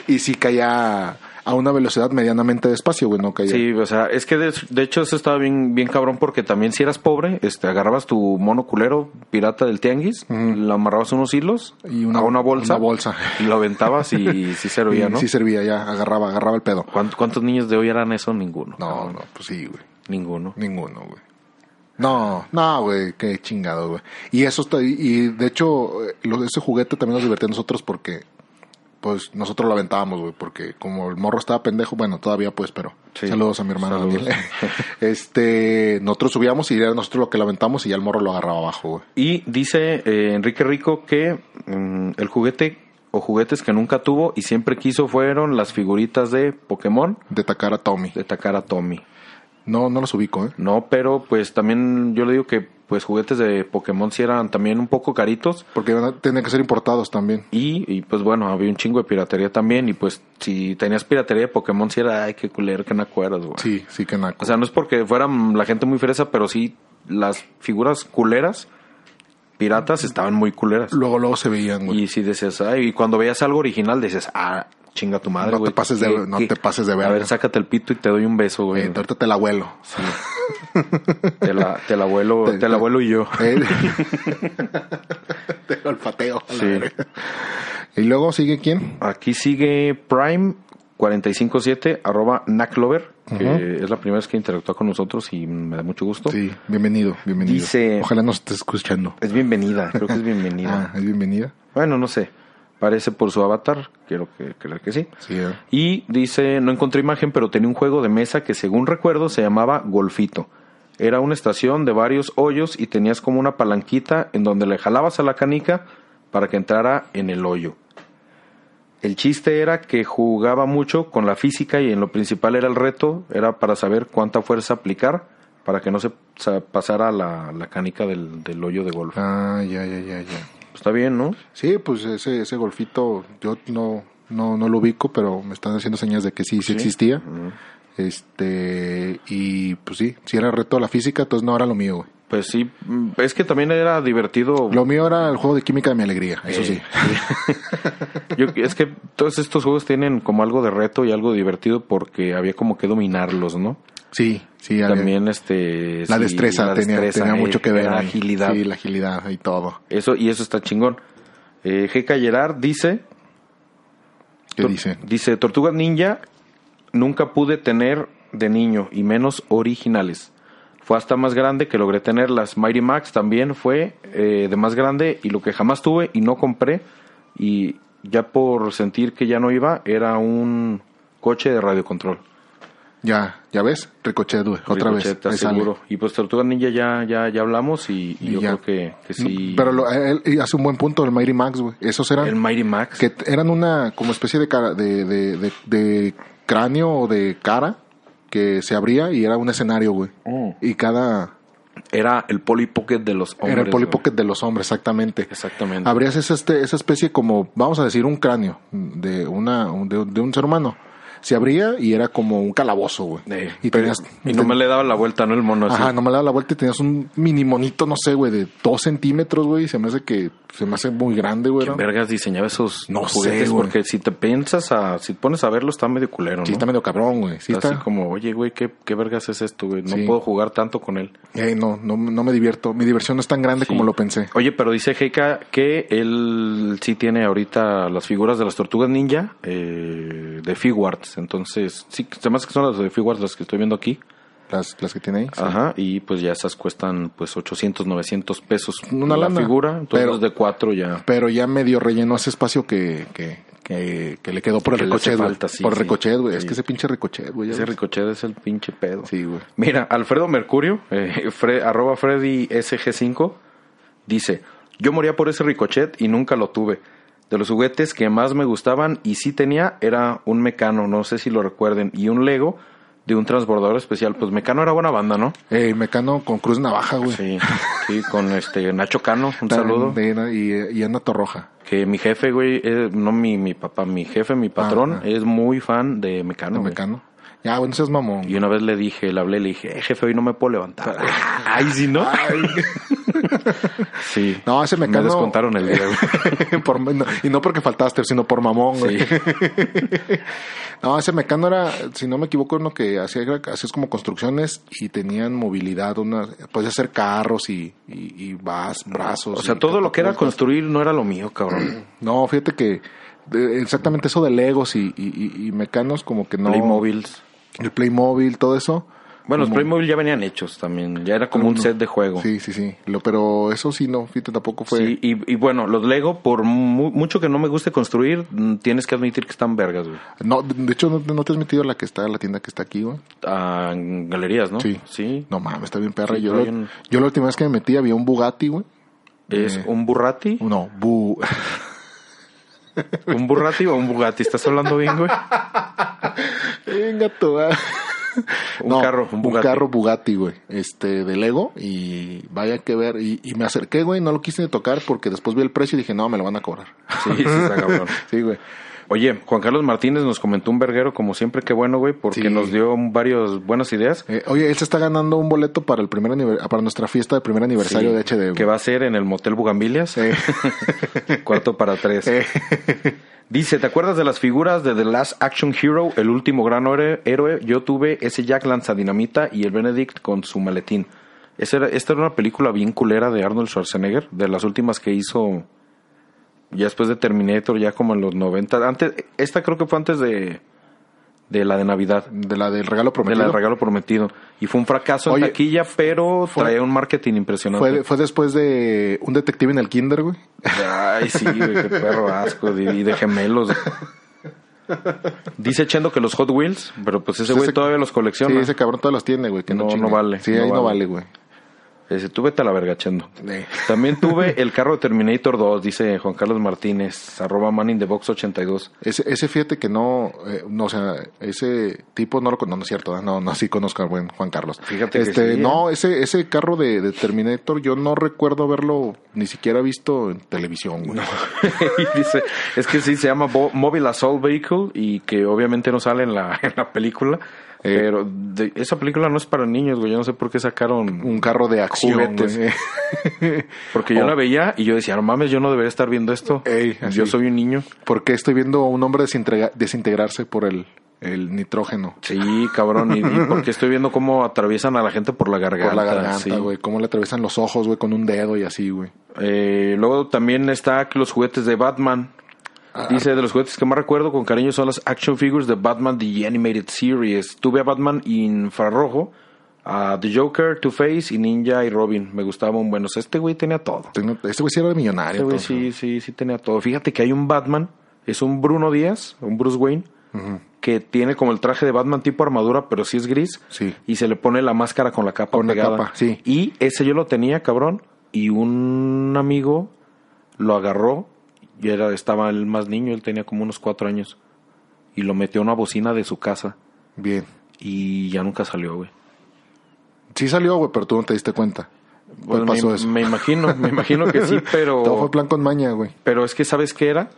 Speaker 3: y sí caía a una velocidad medianamente despacio, güey. No caía.
Speaker 2: Sí, o sea, es que de, de hecho eso estaba bien, bien cabrón porque también si eras pobre, este, agarrabas tu mono culero pirata del tianguis, lo amarrabas a unos hilos
Speaker 3: Y una-
Speaker 2: a una bolsa,
Speaker 3: una bolsa.
Speaker 2: y lo aventabas y sí se
Speaker 3: Y
Speaker 2: servía, ¿no?
Speaker 3: Sí servía, ya agarraba, agarraba el pedo.
Speaker 2: ¿Cuántos, cuántos niños de hoy harán eso? Ninguno.
Speaker 3: No,
Speaker 2: cabrón.
Speaker 3: no, pues sí, güey.
Speaker 2: Ninguno.
Speaker 3: Ninguno, güey. No, no, güey, qué chingado, güey. Y eso está, y de hecho, eh, lo de ese juguete también nos divertía a nosotros porque pues nosotros lo aventábamos, güey, porque como el morro estaba pendejo, bueno, todavía pues, pero
Speaker 2: Sí.
Speaker 3: saludos a mi hermano.
Speaker 2: Saludos.
Speaker 3: Daniel. este, nosotros subíamos y era nosotros lo que lo aventamos y ya el morro lo agarraba abajo, güey.
Speaker 2: Y dice eh, Enrique Rico que mm, el juguete o juguetes que nunca tuvo y siempre quiso fueron las figuritas de Pokémon
Speaker 3: De atacar a Tommy.
Speaker 2: de Takara Tommy.
Speaker 3: No, no los ubico, ¿eh?
Speaker 2: No, pero pues también yo le digo que pues juguetes de Pokémon sí eran también un poco caritos.
Speaker 3: Porque eran- tenían que ser importados también.
Speaker 2: Y, y, pues bueno, había un chingo de piratería también. Y pues si tenías piratería de Pokémon, sí era, ay, qué culero, que no acuerdas, güey.
Speaker 3: Sí, sí que naco.
Speaker 2: O sea, no es porque fueran la gente muy fresa, pero sí las figuras culeras, piratas, estaban muy culeras.
Speaker 3: luego, luego se veían, güey.
Speaker 2: Y si decías, ay, y cuando veías algo original, decías, ah, chinga tu madre,
Speaker 3: No te
Speaker 2: güey.
Speaker 3: pases de-
Speaker 2: ¿Qué-
Speaker 3: no
Speaker 2: qué?
Speaker 3: te pases de
Speaker 2: A
Speaker 3: verga.
Speaker 2: ver, sácate el pito y te doy un beso, güey.
Speaker 3: Eh, ahorita te la abuelo.
Speaker 2: te, la, te la abuelo, te, la abuelo y yo.
Speaker 3: Eh, te lo olfateo. a la
Speaker 2: Sí.
Speaker 3: verga. Y luego sigue quién?
Speaker 2: Aquí sigue Prime 457 arroba Naclover, que es la primera vez que interactúa con nosotros y me da mucho gusto.
Speaker 3: Sí, bienvenido, bienvenido.
Speaker 2: Dice-
Speaker 3: Ojalá nos estés escuchando.
Speaker 2: Es bienvenida, creo que es
Speaker 3: Ah,
Speaker 2: bienvenida.
Speaker 3: ¿es bienvenida?
Speaker 2: Bueno, no sé. Parece por su avatar, quiero que, creer que sí.
Speaker 3: Sí, eh.
Speaker 2: Y dice, no encontré imagen, pero tenía un juego de mesa que según recuerdo se llamaba Golfito. Era una estación de varios hoyos y tenías como una palanquita en donde le jalabas a la canica para que entrara en el hoyo. El chiste era que jugaba mucho con la física y en lo principal era el reto, era para saber cuánta fuerza aplicar para que no se sa- pasara la, la canica del, del hoyo de golf.
Speaker 3: Ah, ya, ya, ya, ya.
Speaker 2: Está bien, ¿no?
Speaker 3: Sí, pues ese, ese golfito yo no, no, no lo ubico, pero me están haciendo señas de que sí, sí, existía. Este, y pues sí, si era reto a la física, entonces no era lo mío, güey.
Speaker 2: Pues sí, mm, es que también era divertido.
Speaker 3: Lo mío era el juego de química de mi alegría, eso sí.
Speaker 2: Yo, es que todos estos juegos tienen como algo de reto y algo divertido porque había como que dominarlos, ¿no?
Speaker 3: Sí, sí, había-
Speaker 2: También este...
Speaker 3: la
Speaker 2: sí,
Speaker 3: destreza,
Speaker 2: la
Speaker 3: tenía,
Speaker 2: destreza,
Speaker 3: tenía mucho
Speaker 2: eh,
Speaker 3: que ver.
Speaker 2: La
Speaker 3: ahí.
Speaker 2: agilidad.
Speaker 3: Sí, la agilidad y todo.
Speaker 2: Eso, y eso está chingón. Eh, G.K. Gerard dice...
Speaker 3: ¿Qué
Speaker 2: tor-
Speaker 3: dice?
Speaker 2: Dice, Tortugas Ninja nunca pude tener de niño y menos originales. Fue hasta más grande que logré tenerlas. Mighty Max también fue eh, de más grande y lo que jamás tuve y no compré y ya por sentir que ya no iba era un coche de radiocontrol.
Speaker 3: Ya, ya ves, Ricochet, güey, otra vez.
Speaker 2: Ricochet,
Speaker 3: ahí sale.
Speaker 2: seguro. Y pues Tortugas Ninja ya, ya, ya hablamos y, y
Speaker 3: Y
Speaker 2: yo
Speaker 3: ya.
Speaker 2: creo que, que sí.
Speaker 3: Pero lo- él- él hace un buen punto el Mighty Max, güey. Esos eran
Speaker 2: el Mighty Max.
Speaker 3: que t- eran una como especie de cara, de, de, de- de cráneo o de cara que se abría y era un escenario, güey.
Speaker 2: Oh.
Speaker 3: Y cada
Speaker 2: Era el Polly Pocket de los hombres.
Speaker 3: era el Polly
Speaker 2: güey.
Speaker 3: Pocket de los hombres, exactamente.
Speaker 2: Exactamente.
Speaker 3: Abrías esa, este- esa especie como, vamos a decir, un cráneo de una un- de, de un ser humano. Se abría y era como un calabozo, güey.
Speaker 2: Eh,
Speaker 3: y
Speaker 2: pero-
Speaker 3: tenías
Speaker 2: y no me le daba la vuelta, ¿no? El mono así.
Speaker 3: Ajá, no me daba la vuelta y tenías un mini monito, no sé, güey, de dos centímetros, güey. y Se me hace que se me hace muy grande, güey.
Speaker 2: ¿Quién
Speaker 3: ¿no?
Speaker 2: vergas diseñaba esos
Speaker 3: No sé,
Speaker 2: juguetes?
Speaker 3: güey.
Speaker 2: porque si te piensas a, si te pones a verlo, está medio culero, ¿no?
Speaker 3: Sí, está medio cabrón, güey. Sí,
Speaker 2: Está
Speaker 3: está.
Speaker 2: así como, oye, güey, ¿qué, qué vergas es esto, güey? No
Speaker 3: Sí.
Speaker 2: puedo jugar tanto con él.
Speaker 3: Ey, eh, no, no, no me divierto. Mi diversión no es tan grande como lo pensé.
Speaker 2: Oye, pero dice Heika que él sí tiene ahorita las figuras de las tortugas ninja eh, de Figuarts. Entonces, sí, además que son las de Figuarts las que estoy viendo aquí.
Speaker 3: Las, las que tiene ahí. sí.
Speaker 2: Ajá, y pues ya esas cuestan pues 800, 900 pesos
Speaker 3: Una
Speaker 2: la
Speaker 3: lana.
Speaker 2: figura. Entonces, pues,
Speaker 3: Pero-
Speaker 2: de cuatro ya.
Speaker 3: Pero ya medio rellenó ese espacio que, que, que, que le quedó por el
Speaker 2: Que le hace
Speaker 3: ricochet, güey.
Speaker 2: falta, sí,
Speaker 3: por
Speaker 2: sí.
Speaker 3: ricochet, güey. Es
Speaker 2: Sí.
Speaker 3: que ese pinche ricochet, güey. ya
Speaker 2: Ese
Speaker 3: ves.
Speaker 2: ricochet es el pinche pedo.
Speaker 3: Sí, güey.
Speaker 2: Mira, Alfredo Mercurio, eh, Fre- arroba Freddy SG5, dice, yo moría por ese ricochet y nunca lo tuve. De los juguetes que más me gustaban y sí tenía era un mecano, no sé si lo recuerden, y un Lego de un transbordador especial. Pues mecano era buena banda, ¿no?
Speaker 3: Ey, Eh, Mecano con Cruz Navaja, güey.
Speaker 2: Sí, sí, con este Nacho Cano, un
Speaker 3: Tan-
Speaker 2: saludo.
Speaker 3: de- y, y Ana Torroja.
Speaker 2: Que mi jefe, güey, eh, no mi, mi papá, mi jefe, mi patrón,
Speaker 3: Ajá.
Speaker 2: es muy fan de
Speaker 3: de
Speaker 2: mecano. güey.
Speaker 3: Mecano. Ya, bueno, seas mamón.
Speaker 2: Y una vez le dije, le hablé, le dije, "Eh, jefe, hoy no me puedo levantar. Ay, sí, ¿no? sí.
Speaker 3: No, ese Mecano.
Speaker 2: Me descontaron el día, güey.
Speaker 3: Por- no, y no porque faltaste, sino por mamón, güey.
Speaker 2: Sí.
Speaker 3: No, ese mecano era, si no me equivoco, lo que hacía era que hacías como construcciones y tenían movilidad, una, podías hacer carros y, y, y vas, brazos.
Speaker 2: O sea,
Speaker 3: y
Speaker 2: todo lo que era
Speaker 3: catapultas.
Speaker 2: construir no era lo mío, cabrón.
Speaker 3: No, fíjate que eh, exactamente eso de Legos y, y, y- y mecanos como que no...
Speaker 2: Playmobiles.
Speaker 3: El Playmobil, todo eso,
Speaker 2: Bueno, los Playmobil ya venían hechos también, ya era como un
Speaker 3: Uno.
Speaker 2: set de juego.
Speaker 3: Sí, sí, sí. Lo, pero eso sí, no, fíjate, tampoco fue.
Speaker 2: Sí, y, y bueno, los Lego, por mu- mucho que no me guste construir, mm, tienes que admitir que están vergas, güey.
Speaker 3: No, de hecho, no, no te has metido a la que está, la tienda que está aquí, güey.
Speaker 2: Ah, en galerías, ¿no?
Speaker 3: Sí.
Speaker 2: Sí.
Speaker 3: No mames, está bien perra.
Speaker 2: Sí,
Speaker 3: yo,
Speaker 2: trae
Speaker 3: la-
Speaker 2: un-
Speaker 3: yo la última vez que me metí había un Bugatti, güey. eh.
Speaker 2: ¿Es un Burrati?
Speaker 3: No, bu...
Speaker 2: ¿Un Burrati o un Bugatti? ¿Estás hablando bien, güey?
Speaker 3: Venga, tú, ah.
Speaker 2: Un carro, un Bugatti.
Speaker 3: carro Bugatti, güey. Este, de Lego. Y vaya que ver. Y, y me acerqué, güey. No lo quise tocar porque después vi el precio y dije, no, me lo van a cobrar.
Speaker 2: Sí, sí, está cabrón.
Speaker 3: Sí, güey.
Speaker 2: Oye, Juan Carlos Martínez nos comentó un verguero, como siempre, qué bueno, güey, porque
Speaker 3: Sí.
Speaker 2: nos dio varias buenas ideas.
Speaker 3: Eh, oye, él se está ganando un boleto para el primer aniver- para nuestra fiesta de primer aniversario
Speaker 2: Sí,
Speaker 3: de HD. güey.
Speaker 2: Que va a ser en el Motel Bugambilias,
Speaker 3: Eh,
Speaker 2: cuarto para tres. Dice, ¿te acuerdas de las figuras de The Last Action Hero, el último gran héroe? héroe? Yo tuve ese Jack Lanzadinamita y el Benedict con su maletín. Esa era- esta era una película bien culera de Arnold Schwarzenegger, de las últimas que hizo ya después de Terminator, ya como en los 90. Antes, esta creo que fue antes de, de la de Navidad.
Speaker 3: de la del regalo
Speaker 2: De
Speaker 3: prometido.
Speaker 2: la del regalo prometido. Y fue un fracaso
Speaker 3: Oye,
Speaker 2: en taquilla, pero
Speaker 3: fue-
Speaker 2: traía un marketing impresionante.
Speaker 3: fue, de- fue después de un detective en el kinder, güey.
Speaker 2: Ay, sí, güey, qué perro asco. Y de, gemelos. Dice Chendo que los Hot Wheels, pero pues ese güey
Speaker 3: Ese-
Speaker 2: todavía los
Speaker 3: Sí,
Speaker 2: colecciona.
Speaker 3: ese cabrón todas las tiene, güey. Que no,
Speaker 2: No, no
Speaker 3: chingue.
Speaker 2: vale,
Speaker 3: Sí,
Speaker 2: no
Speaker 3: ahí no
Speaker 2: vale.
Speaker 3: vale, güey.
Speaker 2: Dice, tú vete a la verga, Chendo.
Speaker 3: Eh.
Speaker 2: También tuve el carro de Terminator 2, dice Juan Carlos Martínez, arroba man in the box 82.
Speaker 3: Ese, ese fíjate que no, eh, no, o sea, ese tipo no lo conozco, no, es cierto, ¿eh? no, no, sí conozco al buen Juan Carlos.
Speaker 2: Fíjate que
Speaker 3: este,
Speaker 2: sí, ¿eh?
Speaker 3: No, ese, ese carro de, de Terminator yo no recuerdo haberlo ni siquiera visto en televisión, güey.
Speaker 2: y dice, es que sí, se llama Bo- Mobile Assault Vehicle y que obviamente no sale en la, en la película.
Speaker 3: Eh.
Speaker 2: Pero de- esa película no es para niños, güey. Yo no sé por qué sacaron
Speaker 3: Un carro de acción,
Speaker 2: Juguetes.
Speaker 3: güey.
Speaker 2: Porque yo
Speaker 3: Oh.
Speaker 2: la veía y yo decía, no mames, yo no debería estar viendo esto.
Speaker 3: Ey, así.
Speaker 2: yo soy un niño.
Speaker 3: ¿Por qué estoy viendo a un hombre desintegra- desintegrarse por el, el nitrógeno?
Speaker 2: Sí, cabrón. Y, y porque estoy viendo cómo atraviesan a la gente por la garganta.
Speaker 3: por la
Speaker 2: sí.
Speaker 3: garganta, güey. Cómo le atraviesan los ojos, güey, con un dedo y así, güey.
Speaker 2: Eh, luego también está que los juguetes de Batman.
Speaker 3: Ah.
Speaker 2: Dice, de los juguetes que más recuerdo con cariño son las action figures de Batman The Animated Series. Tuve a Batman infrarrojo, a The Joker, Two-Face y Ninja y Robin. Me gustaban buenos. Este güey tenía todo.
Speaker 3: Tengo- Este güey sí era millonario.
Speaker 2: Este güey
Speaker 3: entonces,
Speaker 2: sí, sí, sí tenía todo. Fíjate que hay un Batman, es un Bruno Díaz, un Bruce Wayne, que tiene como el traje de Batman tipo armadura, pero sí es gris.
Speaker 3: Sí.
Speaker 2: Y se le pone la máscara con la capa
Speaker 3: Con la
Speaker 2: pegada.
Speaker 3: capa, sí.
Speaker 2: Y ese yo lo tenía, cabrón, y un amigo lo agarró y era, estaba el más niño, él tenía como unos cuatro años, y lo metió a una bocina de su casa
Speaker 3: Bien.
Speaker 2: y ya nunca salió, güey.
Speaker 3: Sí salió, güey, pero tú no te diste cuenta.
Speaker 2: Pues
Speaker 3: ¿Cuál pasó
Speaker 2: me,
Speaker 3: eso?
Speaker 2: me imagino, me imagino que sí, pero...
Speaker 3: Todo fue plan con maña, güey.
Speaker 2: Pero es que, ¿sabes qué era?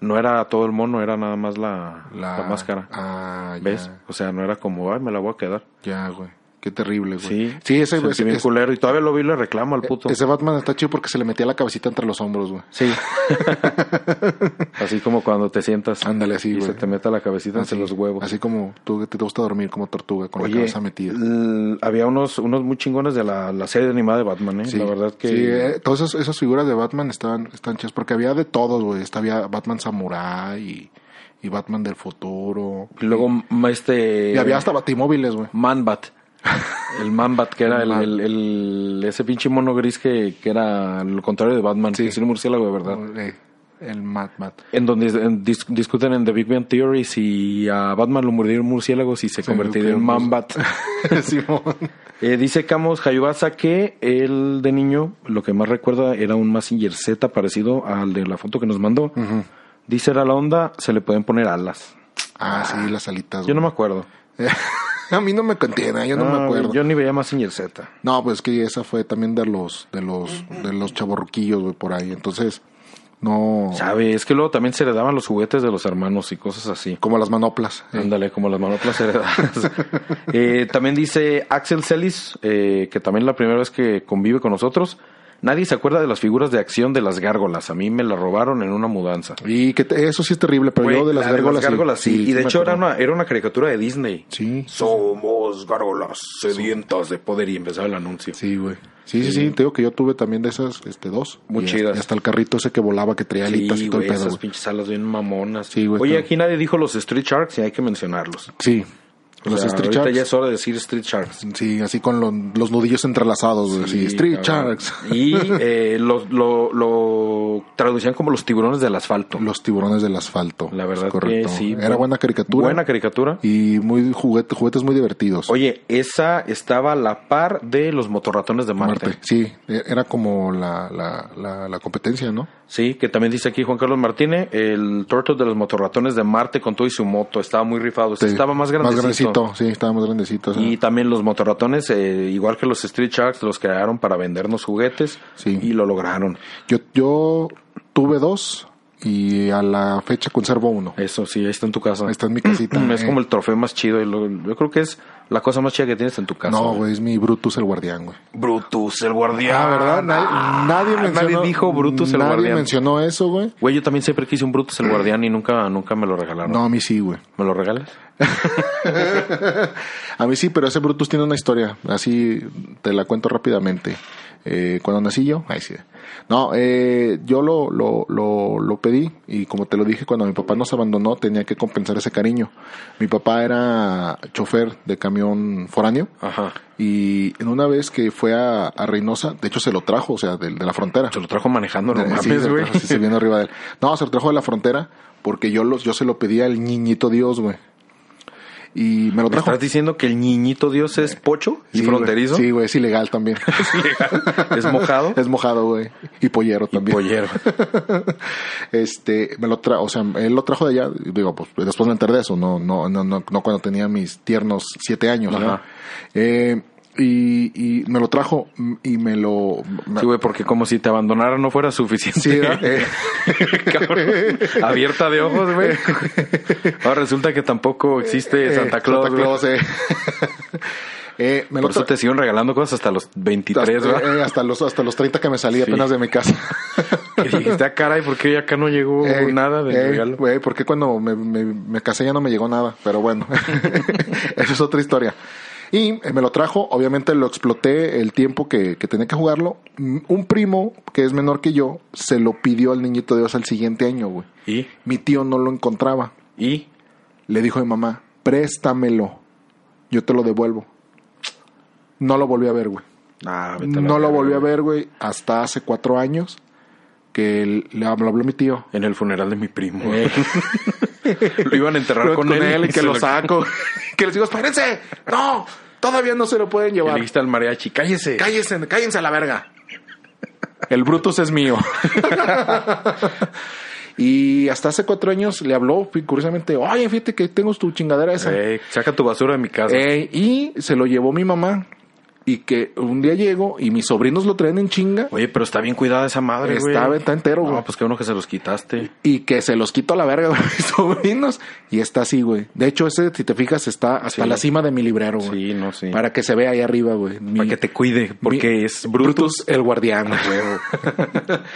Speaker 2: No era todo el mono, era nada más la, la máscara.
Speaker 3: Ah,
Speaker 2: ¿Ves?
Speaker 3: ya.
Speaker 2: O sea, no era como, ay, me la voy a quedar.
Speaker 3: Ya, güey. Qué terrible, güey.
Speaker 2: Sí,
Speaker 3: sí ese,
Speaker 2: sentí
Speaker 3: ese,
Speaker 2: bien
Speaker 3: ese- e-,
Speaker 2: culero. Y todavía lo vi y le reclamo al puto.
Speaker 3: ese Batman está chido porque se le metía la cabecita entre los hombros, güey.
Speaker 2: Sí. así como cuando te sientas.
Speaker 3: Ándale, así,
Speaker 2: Y
Speaker 3: güey.
Speaker 2: se te mete la cabecita
Speaker 3: Así,
Speaker 2: entre los huevos.
Speaker 3: Así como tú que te gusta dormir como tortuga con la
Speaker 2: Oye,
Speaker 3: cabeza metida.
Speaker 2: l- había unos, unos muy chingones de la, la serie animada de Batman, ¿eh?
Speaker 3: Sí.
Speaker 2: La verdad que...
Speaker 3: Sí, eh, todas esas, esas figuras de Batman estaban, están chidas porque había de todos, güey. Esta había Batman Samurai y, y Batman del futuro.
Speaker 2: Y Luego, m- este...
Speaker 3: Y había hasta batimóviles, güey.
Speaker 2: Manbat. El Manbat, que era
Speaker 3: El
Speaker 2: el,
Speaker 3: Man-
Speaker 2: el- el- ese pinche mono gris que, que era lo contrario de Batman,
Speaker 3: Sí.
Speaker 2: que es un murciélago de verdad.
Speaker 3: Eh, El Batman.
Speaker 2: En donde en- dis- discuten en The Big Bang Theory si a Batman lo murieron murciélagos y se convertiría en Manbat.
Speaker 3: Simón.
Speaker 2: Eh, dice Camus Hayubasa que él de niño lo que más recuerda era un Massinger Z parecido al de la foto que nos mandó. Dice era la onda, se le pueden poner alas.
Speaker 3: Ah, sí, las alitas.
Speaker 2: Yo no me
Speaker 3: güey.
Speaker 2: acuerdo.
Speaker 3: a mí no me contiene, yo no, me
Speaker 2: Ah,
Speaker 3: acuerdo.
Speaker 2: Yo ni veía Massinger Z.
Speaker 3: No, pues que esa fue también de los de los de los chaborruquillos, güey, por ahí. Entonces, no
Speaker 2: Sabe, es que luego también se le daban los juguetes de los hermanos y cosas así.
Speaker 3: como las manoplas. eh.
Speaker 2: Ándale, como las manoplas heredadas. Eh, también dice Axel Celis, eh, que también la primera vez que convive con nosotros, nadie se acuerda de las figuras de acción de las gárgolas. A mí me las robaron en una mudanza.
Speaker 3: Y que te- eso sí es terrible, pero yo de las
Speaker 2: la de
Speaker 3: gárgolas. sí.
Speaker 2: sí.
Speaker 3: Sí,
Speaker 2: Y de
Speaker 3: me
Speaker 2: hecho era
Speaker 3: acuerdo.
Speaker 2: una, era una caricatura de Disney.
Speaker 3: Sí.
Speaker 2: Somos gárgolas sedientas de poder y empezaba el anuncio.
Speaker 3: Sí, güey. Sí, sí, sí, te digo que yo tuve también de esas este dos.
Speaker 2: Muy
Speaker 3: Y
Speaker 2: chidas.
Speaker 3: hasta- y hasta el carrito ese que volaba que traía alitas
Speaker 2: Sí,
Speaker 3: y todo
Speaker 2: güey,
Speaker 3: el pedo.
Speaker 2: esas
Speaker 3: güey.
Speaker 2: pinches alas bien mamonas.
Speaker 3: Sí, güey,
Speaker 2: Oye,
Speaker 3: claro.
Speaker 2: aquí nadie dijo los Street Sharks y hay que mencionarlos.
Speaker 3: Sí. Los
Speaker 2: sea,
Speaker 3: Street
Speaker 2: ahorita
Speaker 3: Sharks.
Speaker 2: ya es hora de decir Street Sharks.
Speaker 3: Sí, así con lo- los nudillos entrelazados. así, Street
Speaker 2: cabrón.
Speaker 3: Sharks.
Speaker 2: Y eh, lo, lo, lo traducían como los tiburones del asfalto.
Speaker 3: Los tiburones del asfalto.
Speaker 2: La verdad
Speaker 3: Es correcto.
Speaker 2: que sí.
Speaker 3: Era buena caricatura.
Speaker 2: Buena caricatura.
Speaker 3: Y muy juguete- juguetes muy divertidos.
Speaker 2: Oye, esa estaba a la par de los motorratones de Marte.
Speaker 3: Marte. Sí, e- era como la, la, la, la competencia, ¿no?
Speaker 2: Sí, que también dice aquí Juan Carlos Martínez, el torto de los motorratones de Marte con todo y su moto. Estaba muy rifado. Este
Speaker 3: Sí,
Speaker 2: estaba más grandecito.
Speaker 3: sí, estaba más grandecito. o sea,
Speaker 2: Y también los motorratones, eh, igual que los Street Sharks, los crearon para vendernos juguetes
Speaker 3: Sí.
Speaker 2: y lo lograron.
Speaker 3: yo, yo tuve dos y a la fecha conservo uno.
Speaker 2: Eso sí, ahí está en tu casa.
Speaker 3: Ahí está en mi casita.
Speaker 2: es
Speaker 3: eh.
Speaker 2: como el trofeo más chido. y lo- yo creo que es la cosa más chida que tienes en tu casa.
Speaker 3: No, güey, es mi Brutus el guardián, güey.
Speaker 2: Brutus, el guardián.
Speaker 3: Ah, ¿verdad? Nadie, nadie
Speaker 2: Ah,
Speaker 3: mencionó.
Speaker 2: nadie dijo Brutus el
Speaker 3: nadie
Speaker 2: guardián.
Speaker 3: mencionó eso, güey.
Speaker 2: Güey, yo también siempre quise un Brutus el guardián y nunca, nunca me lo regalaron.
Speaker 3: No, a mí sí, güey.
Speaker 2: ¿Me lo regalas?
Speaker 3: A mí sí, pero ese Brutus tiene una historia. Así te la cuento rápidamente. Eh, cuando nací yo, ay, sí. No, eh, yo lo, lo, lo, lo pedí y como te lo dije, cuando mi papá nos abandonó tenía que compensar ese cariño. Mi papá era chofer de camión foráneo
Speaker 2: Ajá.
Speaker 3: y en una vez que fue a, a Reynosa, de hecho se lo trajo, o sea, de, de la frontera.
Speaker 2: Se lo trajo manejando, no
Speaker 3: Sí,
Speaker 2: mames,
Speaker 3: se lo
Speaker 2: güey.
Speaker 3: trajo, sí, sí, viendo arriba de él. No, se lo trajo de la frontera porque yo, los, yo se lo pedí al niñito Dios, güey. Y me
Speaker 2: ¿Me
Speaker 3: lo trajo.
Speaker 2: estás diciendo que el niñito Dios es pocho y
Speaker 3: Sí, güey.
Speaker 2: fronterizo?
Speaker 3: Sí, güey, es ilegal también.
Speaker 2: Es legal, es mojado.
Speaker 3: es mojado, güey. Y pollero
Speaker 2: y
Speaker 3: también.
Speaker 2: pollero.
Speaker 3: Este, me lo tra o sea, él lo trajo de allá, digo, pues después me enteré de eso, no, no, no, no, no cuando tenía mis tiernos siete años,
Speaker 2: Ajá.
Speaker 3: ¿verdad? Eh, y, y me lo trajo mm, y me lo... me-
Speaker 2: Sí, güey, porque como si te abandonara no fuera suficiente.
Speaker 3: Sí, ¿verdad? Eh,
Speaker 2: Cabrón, abierta de ojos, güey. Ahora resulta que tampoco existe
Speaker 3: eh,
Speaker 2: Santa Claus.
Speaker 3: Santa
Speaker 2: güey.
Speaker 3: Claus, eh. Eh, me
Speaker 2: Por
Speaker 3: lo
Speaker 2: eso
Speaker 3: tra-
Speaker 2: te siguen regalando cosas hasta los 23,
Speaker 3: hasta,
Speaker 2: ¿verdad?
Speaker 3: eh, hasta los hasta los 30 que me salí apenas de mi casa.
Speaker 2: Y dijiste, ah, caray, ¿por qué acá no llegó
Speaker 3: Eh,
Speaker 2: nada de
Speaker 3: eh,
Speaker 2: regalo?
Speaker 3: güey, porque cuando me, me- me casé ya no me llegó nada, pero bueno, esa es otra historia. Y eh, me lo trajo, obviamente lo exploté el tiempo que, que tenía que jugarlo. Mm, Un primo, que es menor que yo, se lo pidió al niñito de Dios al siguiente año, güey.
Speaker 2: ¿Y?
Speaker 3: Mi tío no lo encontraba.
Speaker 2: ¿Y?
Speaker 3: Le dijo a mi mamá, préstamelo, yo te lo devuelvo. No lo volví a ver, güey.
Speaker 2: Ah, vete a la
Speaker 3: No lo
Speaker 2: verga,
Speaker 3: volví a
Speaker 2: güey.
Speaker 3: ver, güey, hasta hace cuatro años que él- le habló habló mi tío.
Speaker 2: En el funeral de mi primo.
Speaker 3: Eh.
Speaker 2: lo iban a enterrar
Speaker 3: Pero
Speaker 2: con, él,
Speaker 3: y que
Speaker 2: se
Speaker 3: lo saco. que les digo, espérense, no, todavía no se lo
Speaker 2: Y
Speaker 3: pueden
Speaker 2: le
Speaker 3: llevar.
Speaker 2: dijiste al mariachi, cállese.
Speaker 3: Cállense, cállense a la verga. El Brutus es mío. y hasta hace cuatro años le habló, fui curiosamente, oye, fíjate que tengo tu chingadera esa.
Speaker 2: Ey, Eh, saca tu basura de mi casa.
Speaker 3: Ey, y se lo llevó mi mamá. Y que un día llego y mis sobrinos lo traen en chinga.
Speaker 2: Oye, pero está bien cuidada esa madre, güey.
Speaker 3: Está- está entero,
Speaker 2: No,
Speaker 3: güey.
Speaker 2: pues qué bueno que se los quitaste.
Speaker 3: Y que se los quito a la verga, güey, mis sobrinos. Y está así, güey. De hecho, ese, si te fijas, está hasta
Speaker 2: Sí.
Speaker 3: la cima de mi librero, güey.
Speaker 2: Sí, no, sí.
Speaker 3: Para que se vea ahí arriba, güey. Mi-
Speaker 2: Para que te cuide, porque
Speaker 3: mi-
Speaker 2: es Brutus.
Speaker 3: el guardián.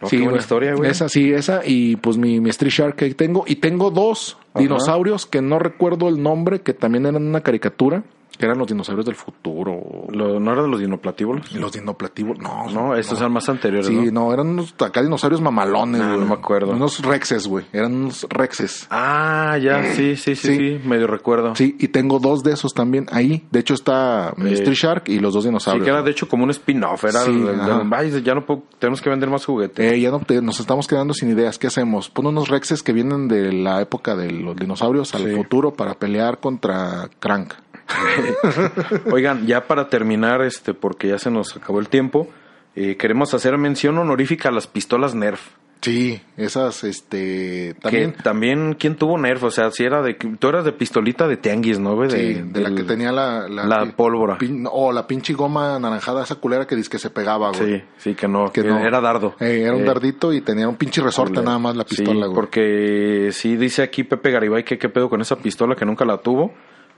Speaker 2: No, qué buena
Speaker 3: güey.
Speaker 2: historia, güey.
Speaker 3: Esa, sí, esa. Y pues mi, mi Street Shark que ahí tengo. Y tengo dos
Speaker 2: Ajá.
Speaker 3: dinosaurios que no recuerdo el nombre, que también eran una caricatura, que eran los dinosaurios del futuro.
Speaker 2: Lo- ¿No eran de los dinoplatíbulos?
Speaker 3: Los dinoplativos, no.
Speaker 2: No, estos son más anteriores,
Speaker 3: Sí,
Speaker 2: ¿no?
Speaker 3: no, eran unos acá dinosaurios mamalones,
Speaker 2: No,
Speaker 3: güey.
Speaker 2: no me acuerdo.
Speaker 3: Unos rexes, güey. Eran unos rexes.
Speaker 2: Ah, ya, sí, sí, sí, sí,
Speaker 3: Sí.
Speaker 2: medio recuerdo.
Speaker 3: Sí, y tengo dos de esos también ahí. De hecho, está mi
Speaker 2: Eh,
Speaker 3: Street Shark y los dos
Speaker 2: Sí,
Speaker 3: dinosaurios.
Speaker 2: que era de hecho como un spin-off, era
Speaker 3: Sí,
Speaker 2: el- el-
Speaker 3: ajá.
Speaker 2: el- ay, ya no puedo- tenemos que vender más juguetes.
Speaker 3: Eh, ya no te- nos estamos quedando sin ideas. ¿Qué hacemos? Pon unos rexes que vienen de la época de los dinosaurios al
Speaker 2: Sí.
Speaker 3: futuro para pelear contra Crank.
Speaker 2: Oigan, ya para terminar, este, porque ya se nos acabó el tiempo, eh, queremos hacer mención honorífica a las pistolas Nerf.
Speaker 3: Sí, esas, este,
Speaker 2: También,
Speaker 3: también.
Speaker 2: que, también ¿quién tuvo Nerf? O sea, si era de, tú eras de pistolita de tianguis, ¿no? güey?
Speaker 3: sí, de, la
Speaker 2: del-
Speaker 3: que tenía la... La,
Speaker 2: la pólvora.
Speaker 3: pin- o la pinche goma anaranjada, esa culera que dice que se pegaba, güey.
Speaker 2: Sí, sí, que no,
Speaker 3: Que
Speaker 2: que
Speaker 3: no.
Speaker 2: era dardo.
Speaker 3: Eh, era un
Speaker 2: Eh,
Speaker 3: dardito y tenía un pinche resorte
Speaker 2: Híjole.
Speaker 3: nada más la pistola,
Speaker 2: Sí,
Speaker 3: güey.
Speaker 2: porque sí dice aquí Pepe Garibay que qué pedo con esa pistola que nunca la tuvo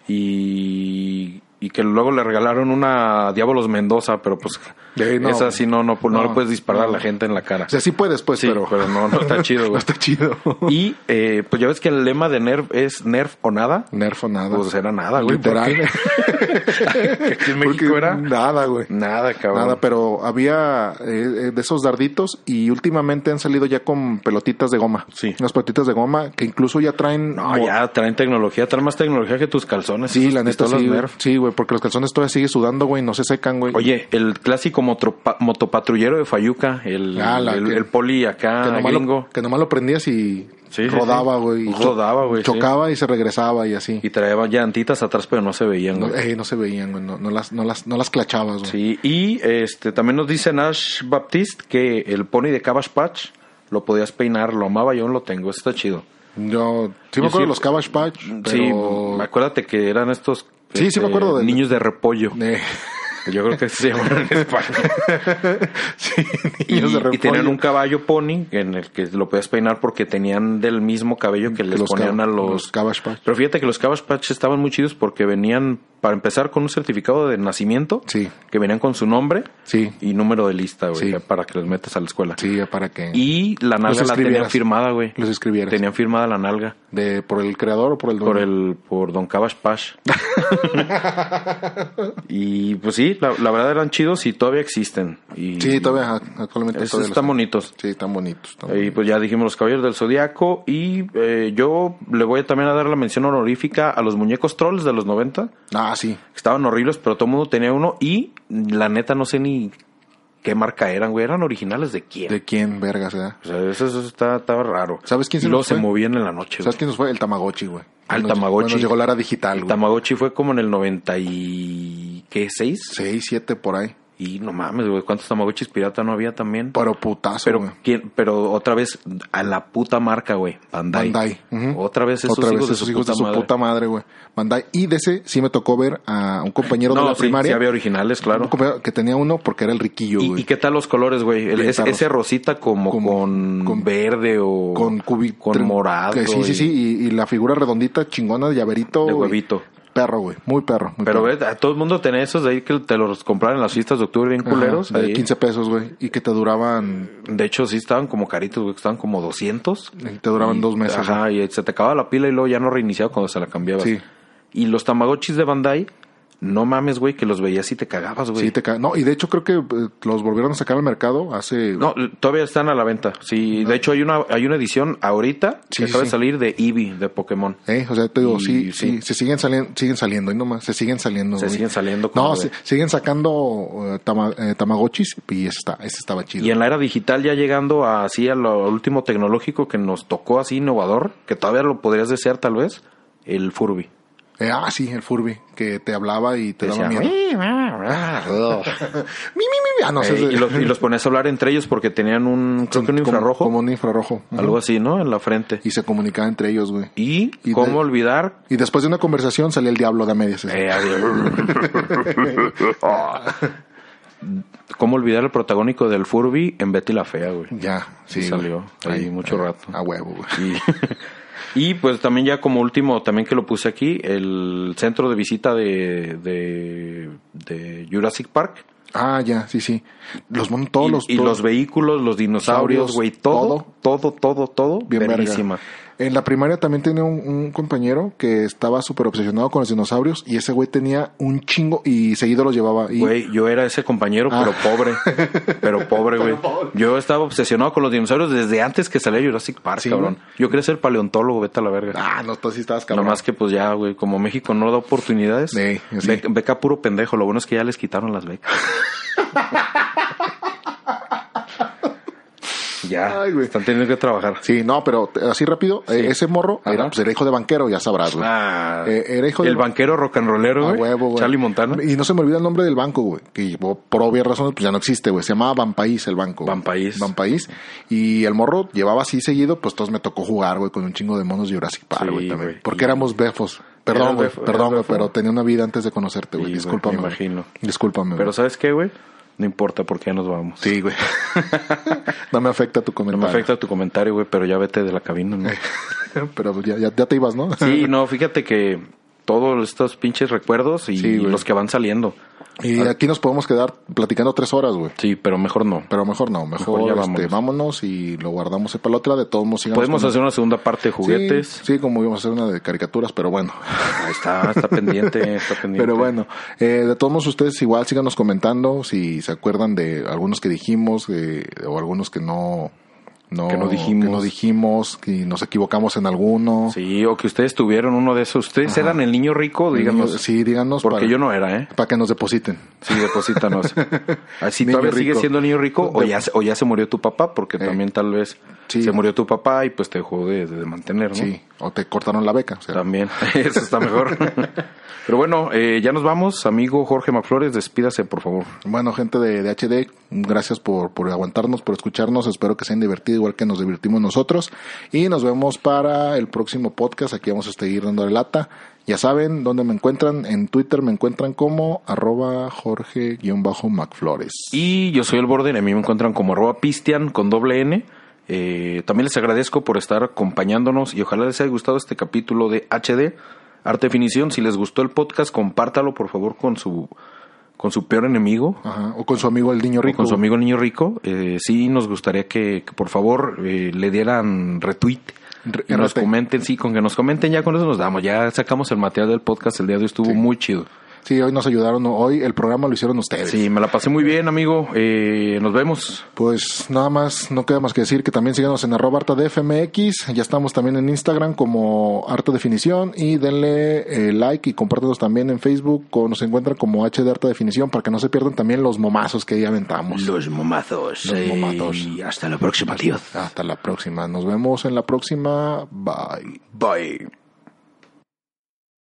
Speaker 2: y, y que luego le regalaron una a Diabolos Mendoza, pero pues
Speaker 3: Eh, no.
Speaker 2: Esa sí no, no, no,
Speaker 3: No.
Speaker 2: le puedes disparar a la gente en la cara.
Speaker 3: O sea, sí puedes, pues,
Speaker 2: Sí,
Speaker 3: pero,
Speaker 2: pero no, no está chido, güey.
Speaker 3: no está chido.
Speaker 2: Y eh, pues ya ves que el lema de Nerf es Nerf o nada.
Speaker 3: Nerf o nada.
Speaker 2: Pues era nada, güey.
Speaker 3: Literal.
Speaker 2: porque aquí en México
Speaker 3: Porque
Speaker 2: era
Speaker 3: Nada, güey.
Speaker 2: nada, cabrón.
Speaker 3: Nada, pero había eh, eh, de esos darditos y últimamente han salido ya con pelotitas de goma.
Speaker 2: Sí.
Speaker 3: Unas pelotitas de goma que incluso ya traen.
Speaker 2: No,
Speaker 3: mo-
Speaker 2: ya traen tecnología, traen más tecnología que tus calzones.
Speaker 3: Sí,
Speaker 2: Esas
Speaker 3: la neta
Speaker 2: pistolas
Speaker 3: sí. güey.
Speaker 2: Nerf.
Speaker 3: Sí, güey, porque los calzones todavía sigue sudando, güey, no se secan, güey.
Speaker 2: Oye, el clásico motropa- motopatrullero de Fayuca, el,
Speaker 3: Ah, la
Speaker 2: el,
Speaker 3: que-
Speaker 2: el poli acá,
Speaker 3: que nomás,
Speaker 2: ah, gringo.
Speaker 3: lo, que nomás lo prendías y
Speaker 2: Sí, sí,
Speaker 3: rodaba,
Speaker 2: sí.
Speaker 3: güey. y cho-
Speaker 2: Rodaba, güey, sí.
Speaker 3: Chocaba y se regresaba y así.
Speaker 2: Y traía llantitas atrás, pero no se veían,
Speaker 3: no,
Speaker 2: güey.
Speaker 3: eh, no se veían, güey. No, no las, no, las, no las clachabas, güey.
Speaker 2: Sí, y este también nos dice Nash Baptiste que el pony de Cabbage Patch lo podías peinar, lo amaba, yo aún lo tengo, está chido.
Speaker 3: Yo sí
Speaker 2: Yo
Speaker 3: me acuerdo
Speaker 2: sí-
Speaker 3: de los Cabbage Patch, pero...
Speaker 2: Sí, acuérdate que eran estos este,
Speaker 3: Sí, sí me acuerdo de-
Speaker 2: niños de repollo.
Speaker 3: Eh,
Speaker 2: Yo creo que así se llamaron en España.
Speaker 3: sí,
Speaker 2: Y,
Speaker 3: niños de
Speaker 2: y tenían
Speaker 3: repollo.
Speaker 2: un caballo pony en el que lo podías peinar porque tenían del mismo cabello que les
Speaker 3: los
Speaker 2: ponían
Speaker 3: cab-
Speaker 2: a los,
Speaker 3: los Cabbage Patch.
Speaker 2: Pero fíjate que los Cabbage Patch estaban muy chidos porque venían, para empezar, con un certificado de nacimiento.
Speaker 3: Sí.
Speaker 2: Que venían con su nombre.
Speaker 3: Sí.
Speaker 2: Y número de lista, güey.
Speaker 3: Sí.
Speaker 2: Para que los metas a la escuela.
Speaker 3: Sí, para que...
Speaker 2: Y la nalga la tenían
Speaker 3: escribieras.
Speaker 2: firmada, güey.
Speaker 3: Los escribieras.
Speaker 2: Tenían firmada la nalga.
Speaker 3: De, ¿Por el creador o por el dueño?
Speaker 2: Por el, por Don Cabbage Patch. y pues sí, la, la verdad eran chidos y todavía existen. Y
Speaker 3: Sí, todavía, ajá, actualmente
Speaker 2: Esos
Speaker 3: todavía los-
Speaker 2: están bonitos.
Speaker 3: Sí, están bonitos. están
Speaker 2: Y pues ya dijimos los caballeros del zodiaco. Y eh, yo le voy a también a dar la mención honorífica a los muñecos trolls de los 90. que
Speaker 3: bonitos. Ah, sí.
Speaker 2: Estaban horribles, pero todo el mundo tenía uno. Y la neta, no sé ni qué marca eran, güey. Eran originales de quién.
Speaker 3: ¿De quién, vergas, eh?
Speaker 2: O sea, eso, eso está, estaba raro.
Speaker 3: ¿Sabes quién se
Speaker 2: Y luego
Speaker 3: nos
Speaker 2: se
Speaker 3: fue?
Speaker 2: movían en la noche.
Speaker 3: ¿Sabes
Speaker 2: güey.
Speaker 3: quién nos fue? El Tamagotchi, güey.
Speaker 2: Al
Speaker 3: Cuando-
Speaker 2: Ah, Tamagotchi.
Speaker 3: cuando llegó la era digital,
Speaker 2: El
Speaker 3: güey.
Speaker 2: Tamagotchi fue como en el 90 y... ¿Qué? ¿6?
Speaker 3: Seis, siete, por ahí.
Speaker 2: Y no mames, güey. ¿Cuántos Tamagotchis pirata no había también?
Speaker 3: Pero putazo,
Speaker 2: Pero,
Speaker 3: güey.
Speaker 2: ¿quién- pero otra vez a la puta marca, güey. Bandai.
Speaker 3: Bandai. ujú.
Speaker 2: Otra vez esos hijos de
Speaker 3: esos
Speaker 2: su
Speaker 3: hijos
Speaker 2: puta madre.
Speaker 3: puta madre, güey. Bandai. Y de ese sí me tocó ver a un compañero de
Speaker 2: No,
Speaker 3: la
Speaker 2: sí,
Speaker 3: primaria.
Speaker 2: sí había originales, claro.
Speaker 3: Un compañero que tenía uno porque era el riquillo,
Speaker 2: ¿Y,
Speaker 3: güey.
Speaker 2: y qué tal los colores, güey? El-
Speaker 3: Bien
Speaker 2: es-
Speaker 3: perros.
Speaker 2: ese rosita como,
Speaker 3: Como-
Speaker 2: con,
Speaker 3: con-
Speaker 2: verde o
Speaker 3: con cubi
Speaker 2: con
Speaker 3: tre-
Speaker 2: morado.
Speaker 3: que Sí,
Speaker 2: y-
Speaker 3: sí, sí. Y, y la figura redondita chingona de llaverito.
Speaker 2: De
Speaker 3: güey.
Speaker 2: huevito.
Speaker 3: Perro, güey. Muy perro. muy
Speaker 2: Pero
Speaker 3: perro.
Speaker 2: ves, a todo el mundo tenía esos de ahí que te los compraron en las fiestas de octubre bien
Speaker 3: Ajá,
Speaker 2: culeros.
Speaker 3: de
Speaker 2: ahí.
Speaker 3: 15 pesos, güey. Y que te duraban.
Speaker 2: De hecho, sí estaban como caritos, güey, que estaban como 200.
Speaker 3: y Te duraban dos meses.
Speaker 2: Ajá, y se te acababa la pila y luego ya no reiniciaba cuando se la cambiabas.
Speaker 3: Sí.
Speaker 2: Y los tamagotchis de Bandai, no mames, güey, que los veías y te cagabas, güey.
Speaker 3: güey. Sí, te ca- No, y de hecho creo que eh, los volvieron a sacar al mercado hace.
Speaker 2: No, l- todavía están a la venta. Sí, de hecho hay una hay una edición ahorita
Speaker 3: Ah. Sí,
Speaker 2: que
Speaker 3: sí,
Speaker 2: acaba de
Speaker 3: sí.
Speaker 2: salir de Eevee de Pokémon.
Speaker 3: Eh, o sea, te digo,
Speaker 2: Y sí.
Speaker 3: sí, sí, se siguen saliendo, siguen saliendo, y nomás, se siguen saliendo.
Speaker 2: Se
Speaker 3: güey.
Speaker 2: siguen saliendo como
Speaker 3: No,
Speaker 2: de-
Speaker 3: se- siguen sacando eh, tama- eh, Tamagotchis y ese, está, ese estaba chido.
Speaker 2: Y en la era digital ya llegando a- así a lo último tecnológico que nos tocó así innovador, que todavía lo podrías desear tal vez, el Furby.
Speaker 3: Eh, ah, sí, el Furby, que te hablaba y te daba
Speaker 2: Decía,
Speaker 3: miedo.
Speaker 2: "Uy, ah, ah, ah".
Speaker 3: Mi, mi, mi, mi. Ah, no,
Speaker 2: Eh,
Speaker 3: ese es-
Speaker 2: y, los, y los ponías a hablar entre ellos porque tenían un, creo que un
Speaker 3: como-
Speaker 2: infrarrojo,
Speaker 3: Como, un infrarrojo. Ujú.
Speaker 2: algo así, ¿no? En la frente.
Speaker 3: Y se comunicaba entre ellos, güey.
Speaker 2: Y,
Speaker 3: Y
Speaker 2: cómo
Speaker 3: de-
Speaker 2: olvidar.
Speaker 3: Y después de una conversación salía el diablo de a medias.
Speaker 2: eh, Ah. ¿Cómo olvidar el protagónico del Furby en Betty la Fea, güey?
Speaker 3: ya, sí.
Speaker 2: Sí, salió.
Speaker 3: güey. eh,
Speaker 2: Ahí, mucho rato.
Speaker 3: A huevo, güey.
Speaker 2: Y, y, pues también ya como último, también que lo puse aquí, el centro de visita de, de, de Jurassic Park.
Speaker 3: Ah, ya, sí, sí. Los mon- todos
Speaker 2: y,
Speaker 3: los.
Speaker 2: y
Speaker 3: todos-
Speaker 2: los vehículos, los dinosaurios,
Speaker 3: Dinosaurios,
Speaker 2: güey, todo, todo, todo, todo,
Speaker 3: Bien verga.
Speaker 2: verguísima.
Speaker 3: En la primaria también tenía un, un compañero que estaba súper obsesionado con los dinosaurios y ese güey tenía un chingo y seguido los llevaba. Y
Speaker 2: Güey, yo era ese compañero, pero
Speaker 3: Ah.
Speaker 2: pobre. Pero pobre, güey. Yo estaba obsesionado con los dinosaurios desde antes que salía Jurassic Park,
Speaker 3: Sí,
Speaker 2: cabrón.
Speaker 3: güey.
Speaker 2: Yo quería ser paleontólogo, vete a la verga.
Speaker 3: Ah, no, tú sí estabas
Speaker 2: Nada
Speaker 3: cabrón.
Speaker 2: más que pues ya, güey, como México no da oportunidades,
Speaker 3: Sí, sí.
Speaker 2: bec- beca puro pendejo. Lo bueno es que ya les quitaron las becas. ya,
Speaker 3: Ay, güey.
Speaker 2: están teniendo que trabajar.
Speaker 3: Sí, no, pero te- así rápido, eh, ese morro
Speaker 2: Ajá.
Speaker 3: era, pues, era hijo de banquero, ya sabrás, güey.
Speaker 2: Ah,
Speaker 3: Eh, era hijo de
Speaker 2: el banquero rock and rollero,
Speaker 3: A
Speaker 2: güey.
Speaker 3: huevo, güey.
Speaker 2: Charlie Montana.
Speaker 3: Y no se me olvida el nombre del banco, güey. Que bo- por obvias razones, pues ya no existe, güey. Se llamaba Banpaís el banco. güey.
Speaker 2: Banpaís.
Speaker 3: Banpaís. Y el morro llevaba así seguido, pues todos me tocó jugar, güey, con un chingo de monos de Jurassic Park,
Speaker 2: Sí,
Speaker 3: güey, también.
Speaker 2: güey.
Speaker 3: Porque
Speaker 2: Y-
Speaker 3: éramos befos. Perdón,
Speaker 2: Eras
Speaker 3: güey,
Speaker 2: befo-
Speaker 3: perdón,
Speaker 2: eras
Speaker 3: güey,
Speaker 2: befo.
Speaker 3: pero tenía una vida antes de conocerte, güey.
Speaker 2: Sí, güey,
Speaker 3: Discúlpame.
Speaker 2: me
Speaker 3: güey.
Speaker 2: imagino.
Speaker 3: Discúlpame,
Speaker 2: Pero
Speaker 3: güey.
Speaker 2: ¿sabes qué, güey? No importa porque ya nos vamos.
Speaker 3: Sí, güey. no me afecta tu
Speaker 2: No
Speaker 3: comentario.
Speaker 2: me afecta tu comentario, güey, pero ya vete de la cabina, ¿no?
Speaker 3: pues, pero ya, ya, ya te ibas, ¿no?
Speaker 2: Sí, no, fíjate que todos estos pinches recuerdos y,
Speaker 3: Sí, güey.
Speaker 2: los que van saliendo.
Speaker 3: Y
Speaker 2: Ah.
Speaker 3: aquí nos podemos quedar platicando tres horas, güey.
Speaker 2: Sí, pero mejor no.
Speaker 3: Pero mejor no, mejor,
Speaker 2: Mejor ya
Speaker 3: este,
Speaker 2: vámonos.
Speaker 3: vámonos. y lo guardamos para la otra. De todos modos, sigamos
Speaker 2: Podemos
Speaker 3: con-
Speaker 2: hacer una segunda parte de juguetes.
Speaker 3: Sí, sí, como íbamos a hacer una de caricaturas, pero bueno.
Speaker 2: Ahí está, está pendiente, está pendiente.
Speaker 3: Pero bueno, eh, de todos modos ustedes igual síganos comentando si se acuerdan de algunos que dijimos eh, o algunos que no no
Speaker 2: Que no dijimos.
Speaker 3: que no dijimos y nos equivocamos en alguno.
Speaker 2: Sí, o que ustedes tuvieron uno de esos. Ustedes eran el niño rico, díganos.
Speaker 3: sí, díganos
Speaker 2: porque
Speaker 3: para,
Speaker 2: yo no era, ¿eh?
Speaker 3: para que nos depositen.
Speaker 2: Sí, deposítanos. Así
Speaker 3: Niño
Speaker 2: todavía sigue
Speaker 3: rico. Eh,
Speaker 2: siendo niño rico o ya, se- o ya se murió tu papá, porque también tal vez
Speaker 3: Sí.
Speaker 2: se murió tu papá y pues te dejó de, de mantener, ¿no?
Speaker 3: Sí, o te cortaron la beca, o sea,
Speaker 2: También, eso está mejor. Pero bueno, eh, ya nos vamos. Amigo Jorge Macflores, despídase, por favor.
Speaker 3: Bueno, gente de, de HD, gracias por, por aguantarnos, por escucharnos. Espero que se hayan divertido igual que nos divertimos nosotros. Y nos vemos para el próximo podcast. Aquí vamos a seguir dándole lata. Ya saben dónde me encuentran. En Twitter me encuentran como arroba Jorge-MacFlores.
Speaker 2: Y yo soy el Border, a mí me encuentran como arroba pistian con doble N. Eh, también les agradezco por estar acompañándonos y ojalá les haya gustado este capítulo de HD, Arte Definición. Si les gustó el podcast, compártalo por favor con su, con su peor enemigo.
Speaker 3: Ajá, O con su amigo el niño
Speaker 2: o
Speaker 3: rico.
Speaker 2: Con su amigo el niño rico, Eh, sí nos gustaría que, que, por favor eh, le dieran retweet,
Speaker 3: Re-
Speaker 2: y nos
Speaker 3: RT.
Speaker 2: comenten, sí, con que nos comenten ya con eso nos damos, ya sacamos el material del podcast, el día de hoy estuvo muy chido.
Speaker 3: Sí, hoy nos ayudaron. Hoy el programa lo hicieron ustedes.
Speaker 2: Sí, me la pasé muy bien amigo, Eh, nos vemos.
Speaker 3: Pues nada más, no queda más que decir que también síganos en arroba harta de FMX, ya estamos también en Instagram como harta definición y denle eh, like y compártanos también en Facebook o nos encuentran como H de harta definición para que no se pierdan también los momazos que ahí aventamos.
Speaker 6: Los momazos.
Speaker 3: Los momazos.
Speaker 6: Y hasta la próxima, tío.
Speaker 3: Hasta la próxima, nos vemos en la próxima, bye.
Speaker 2: Bye.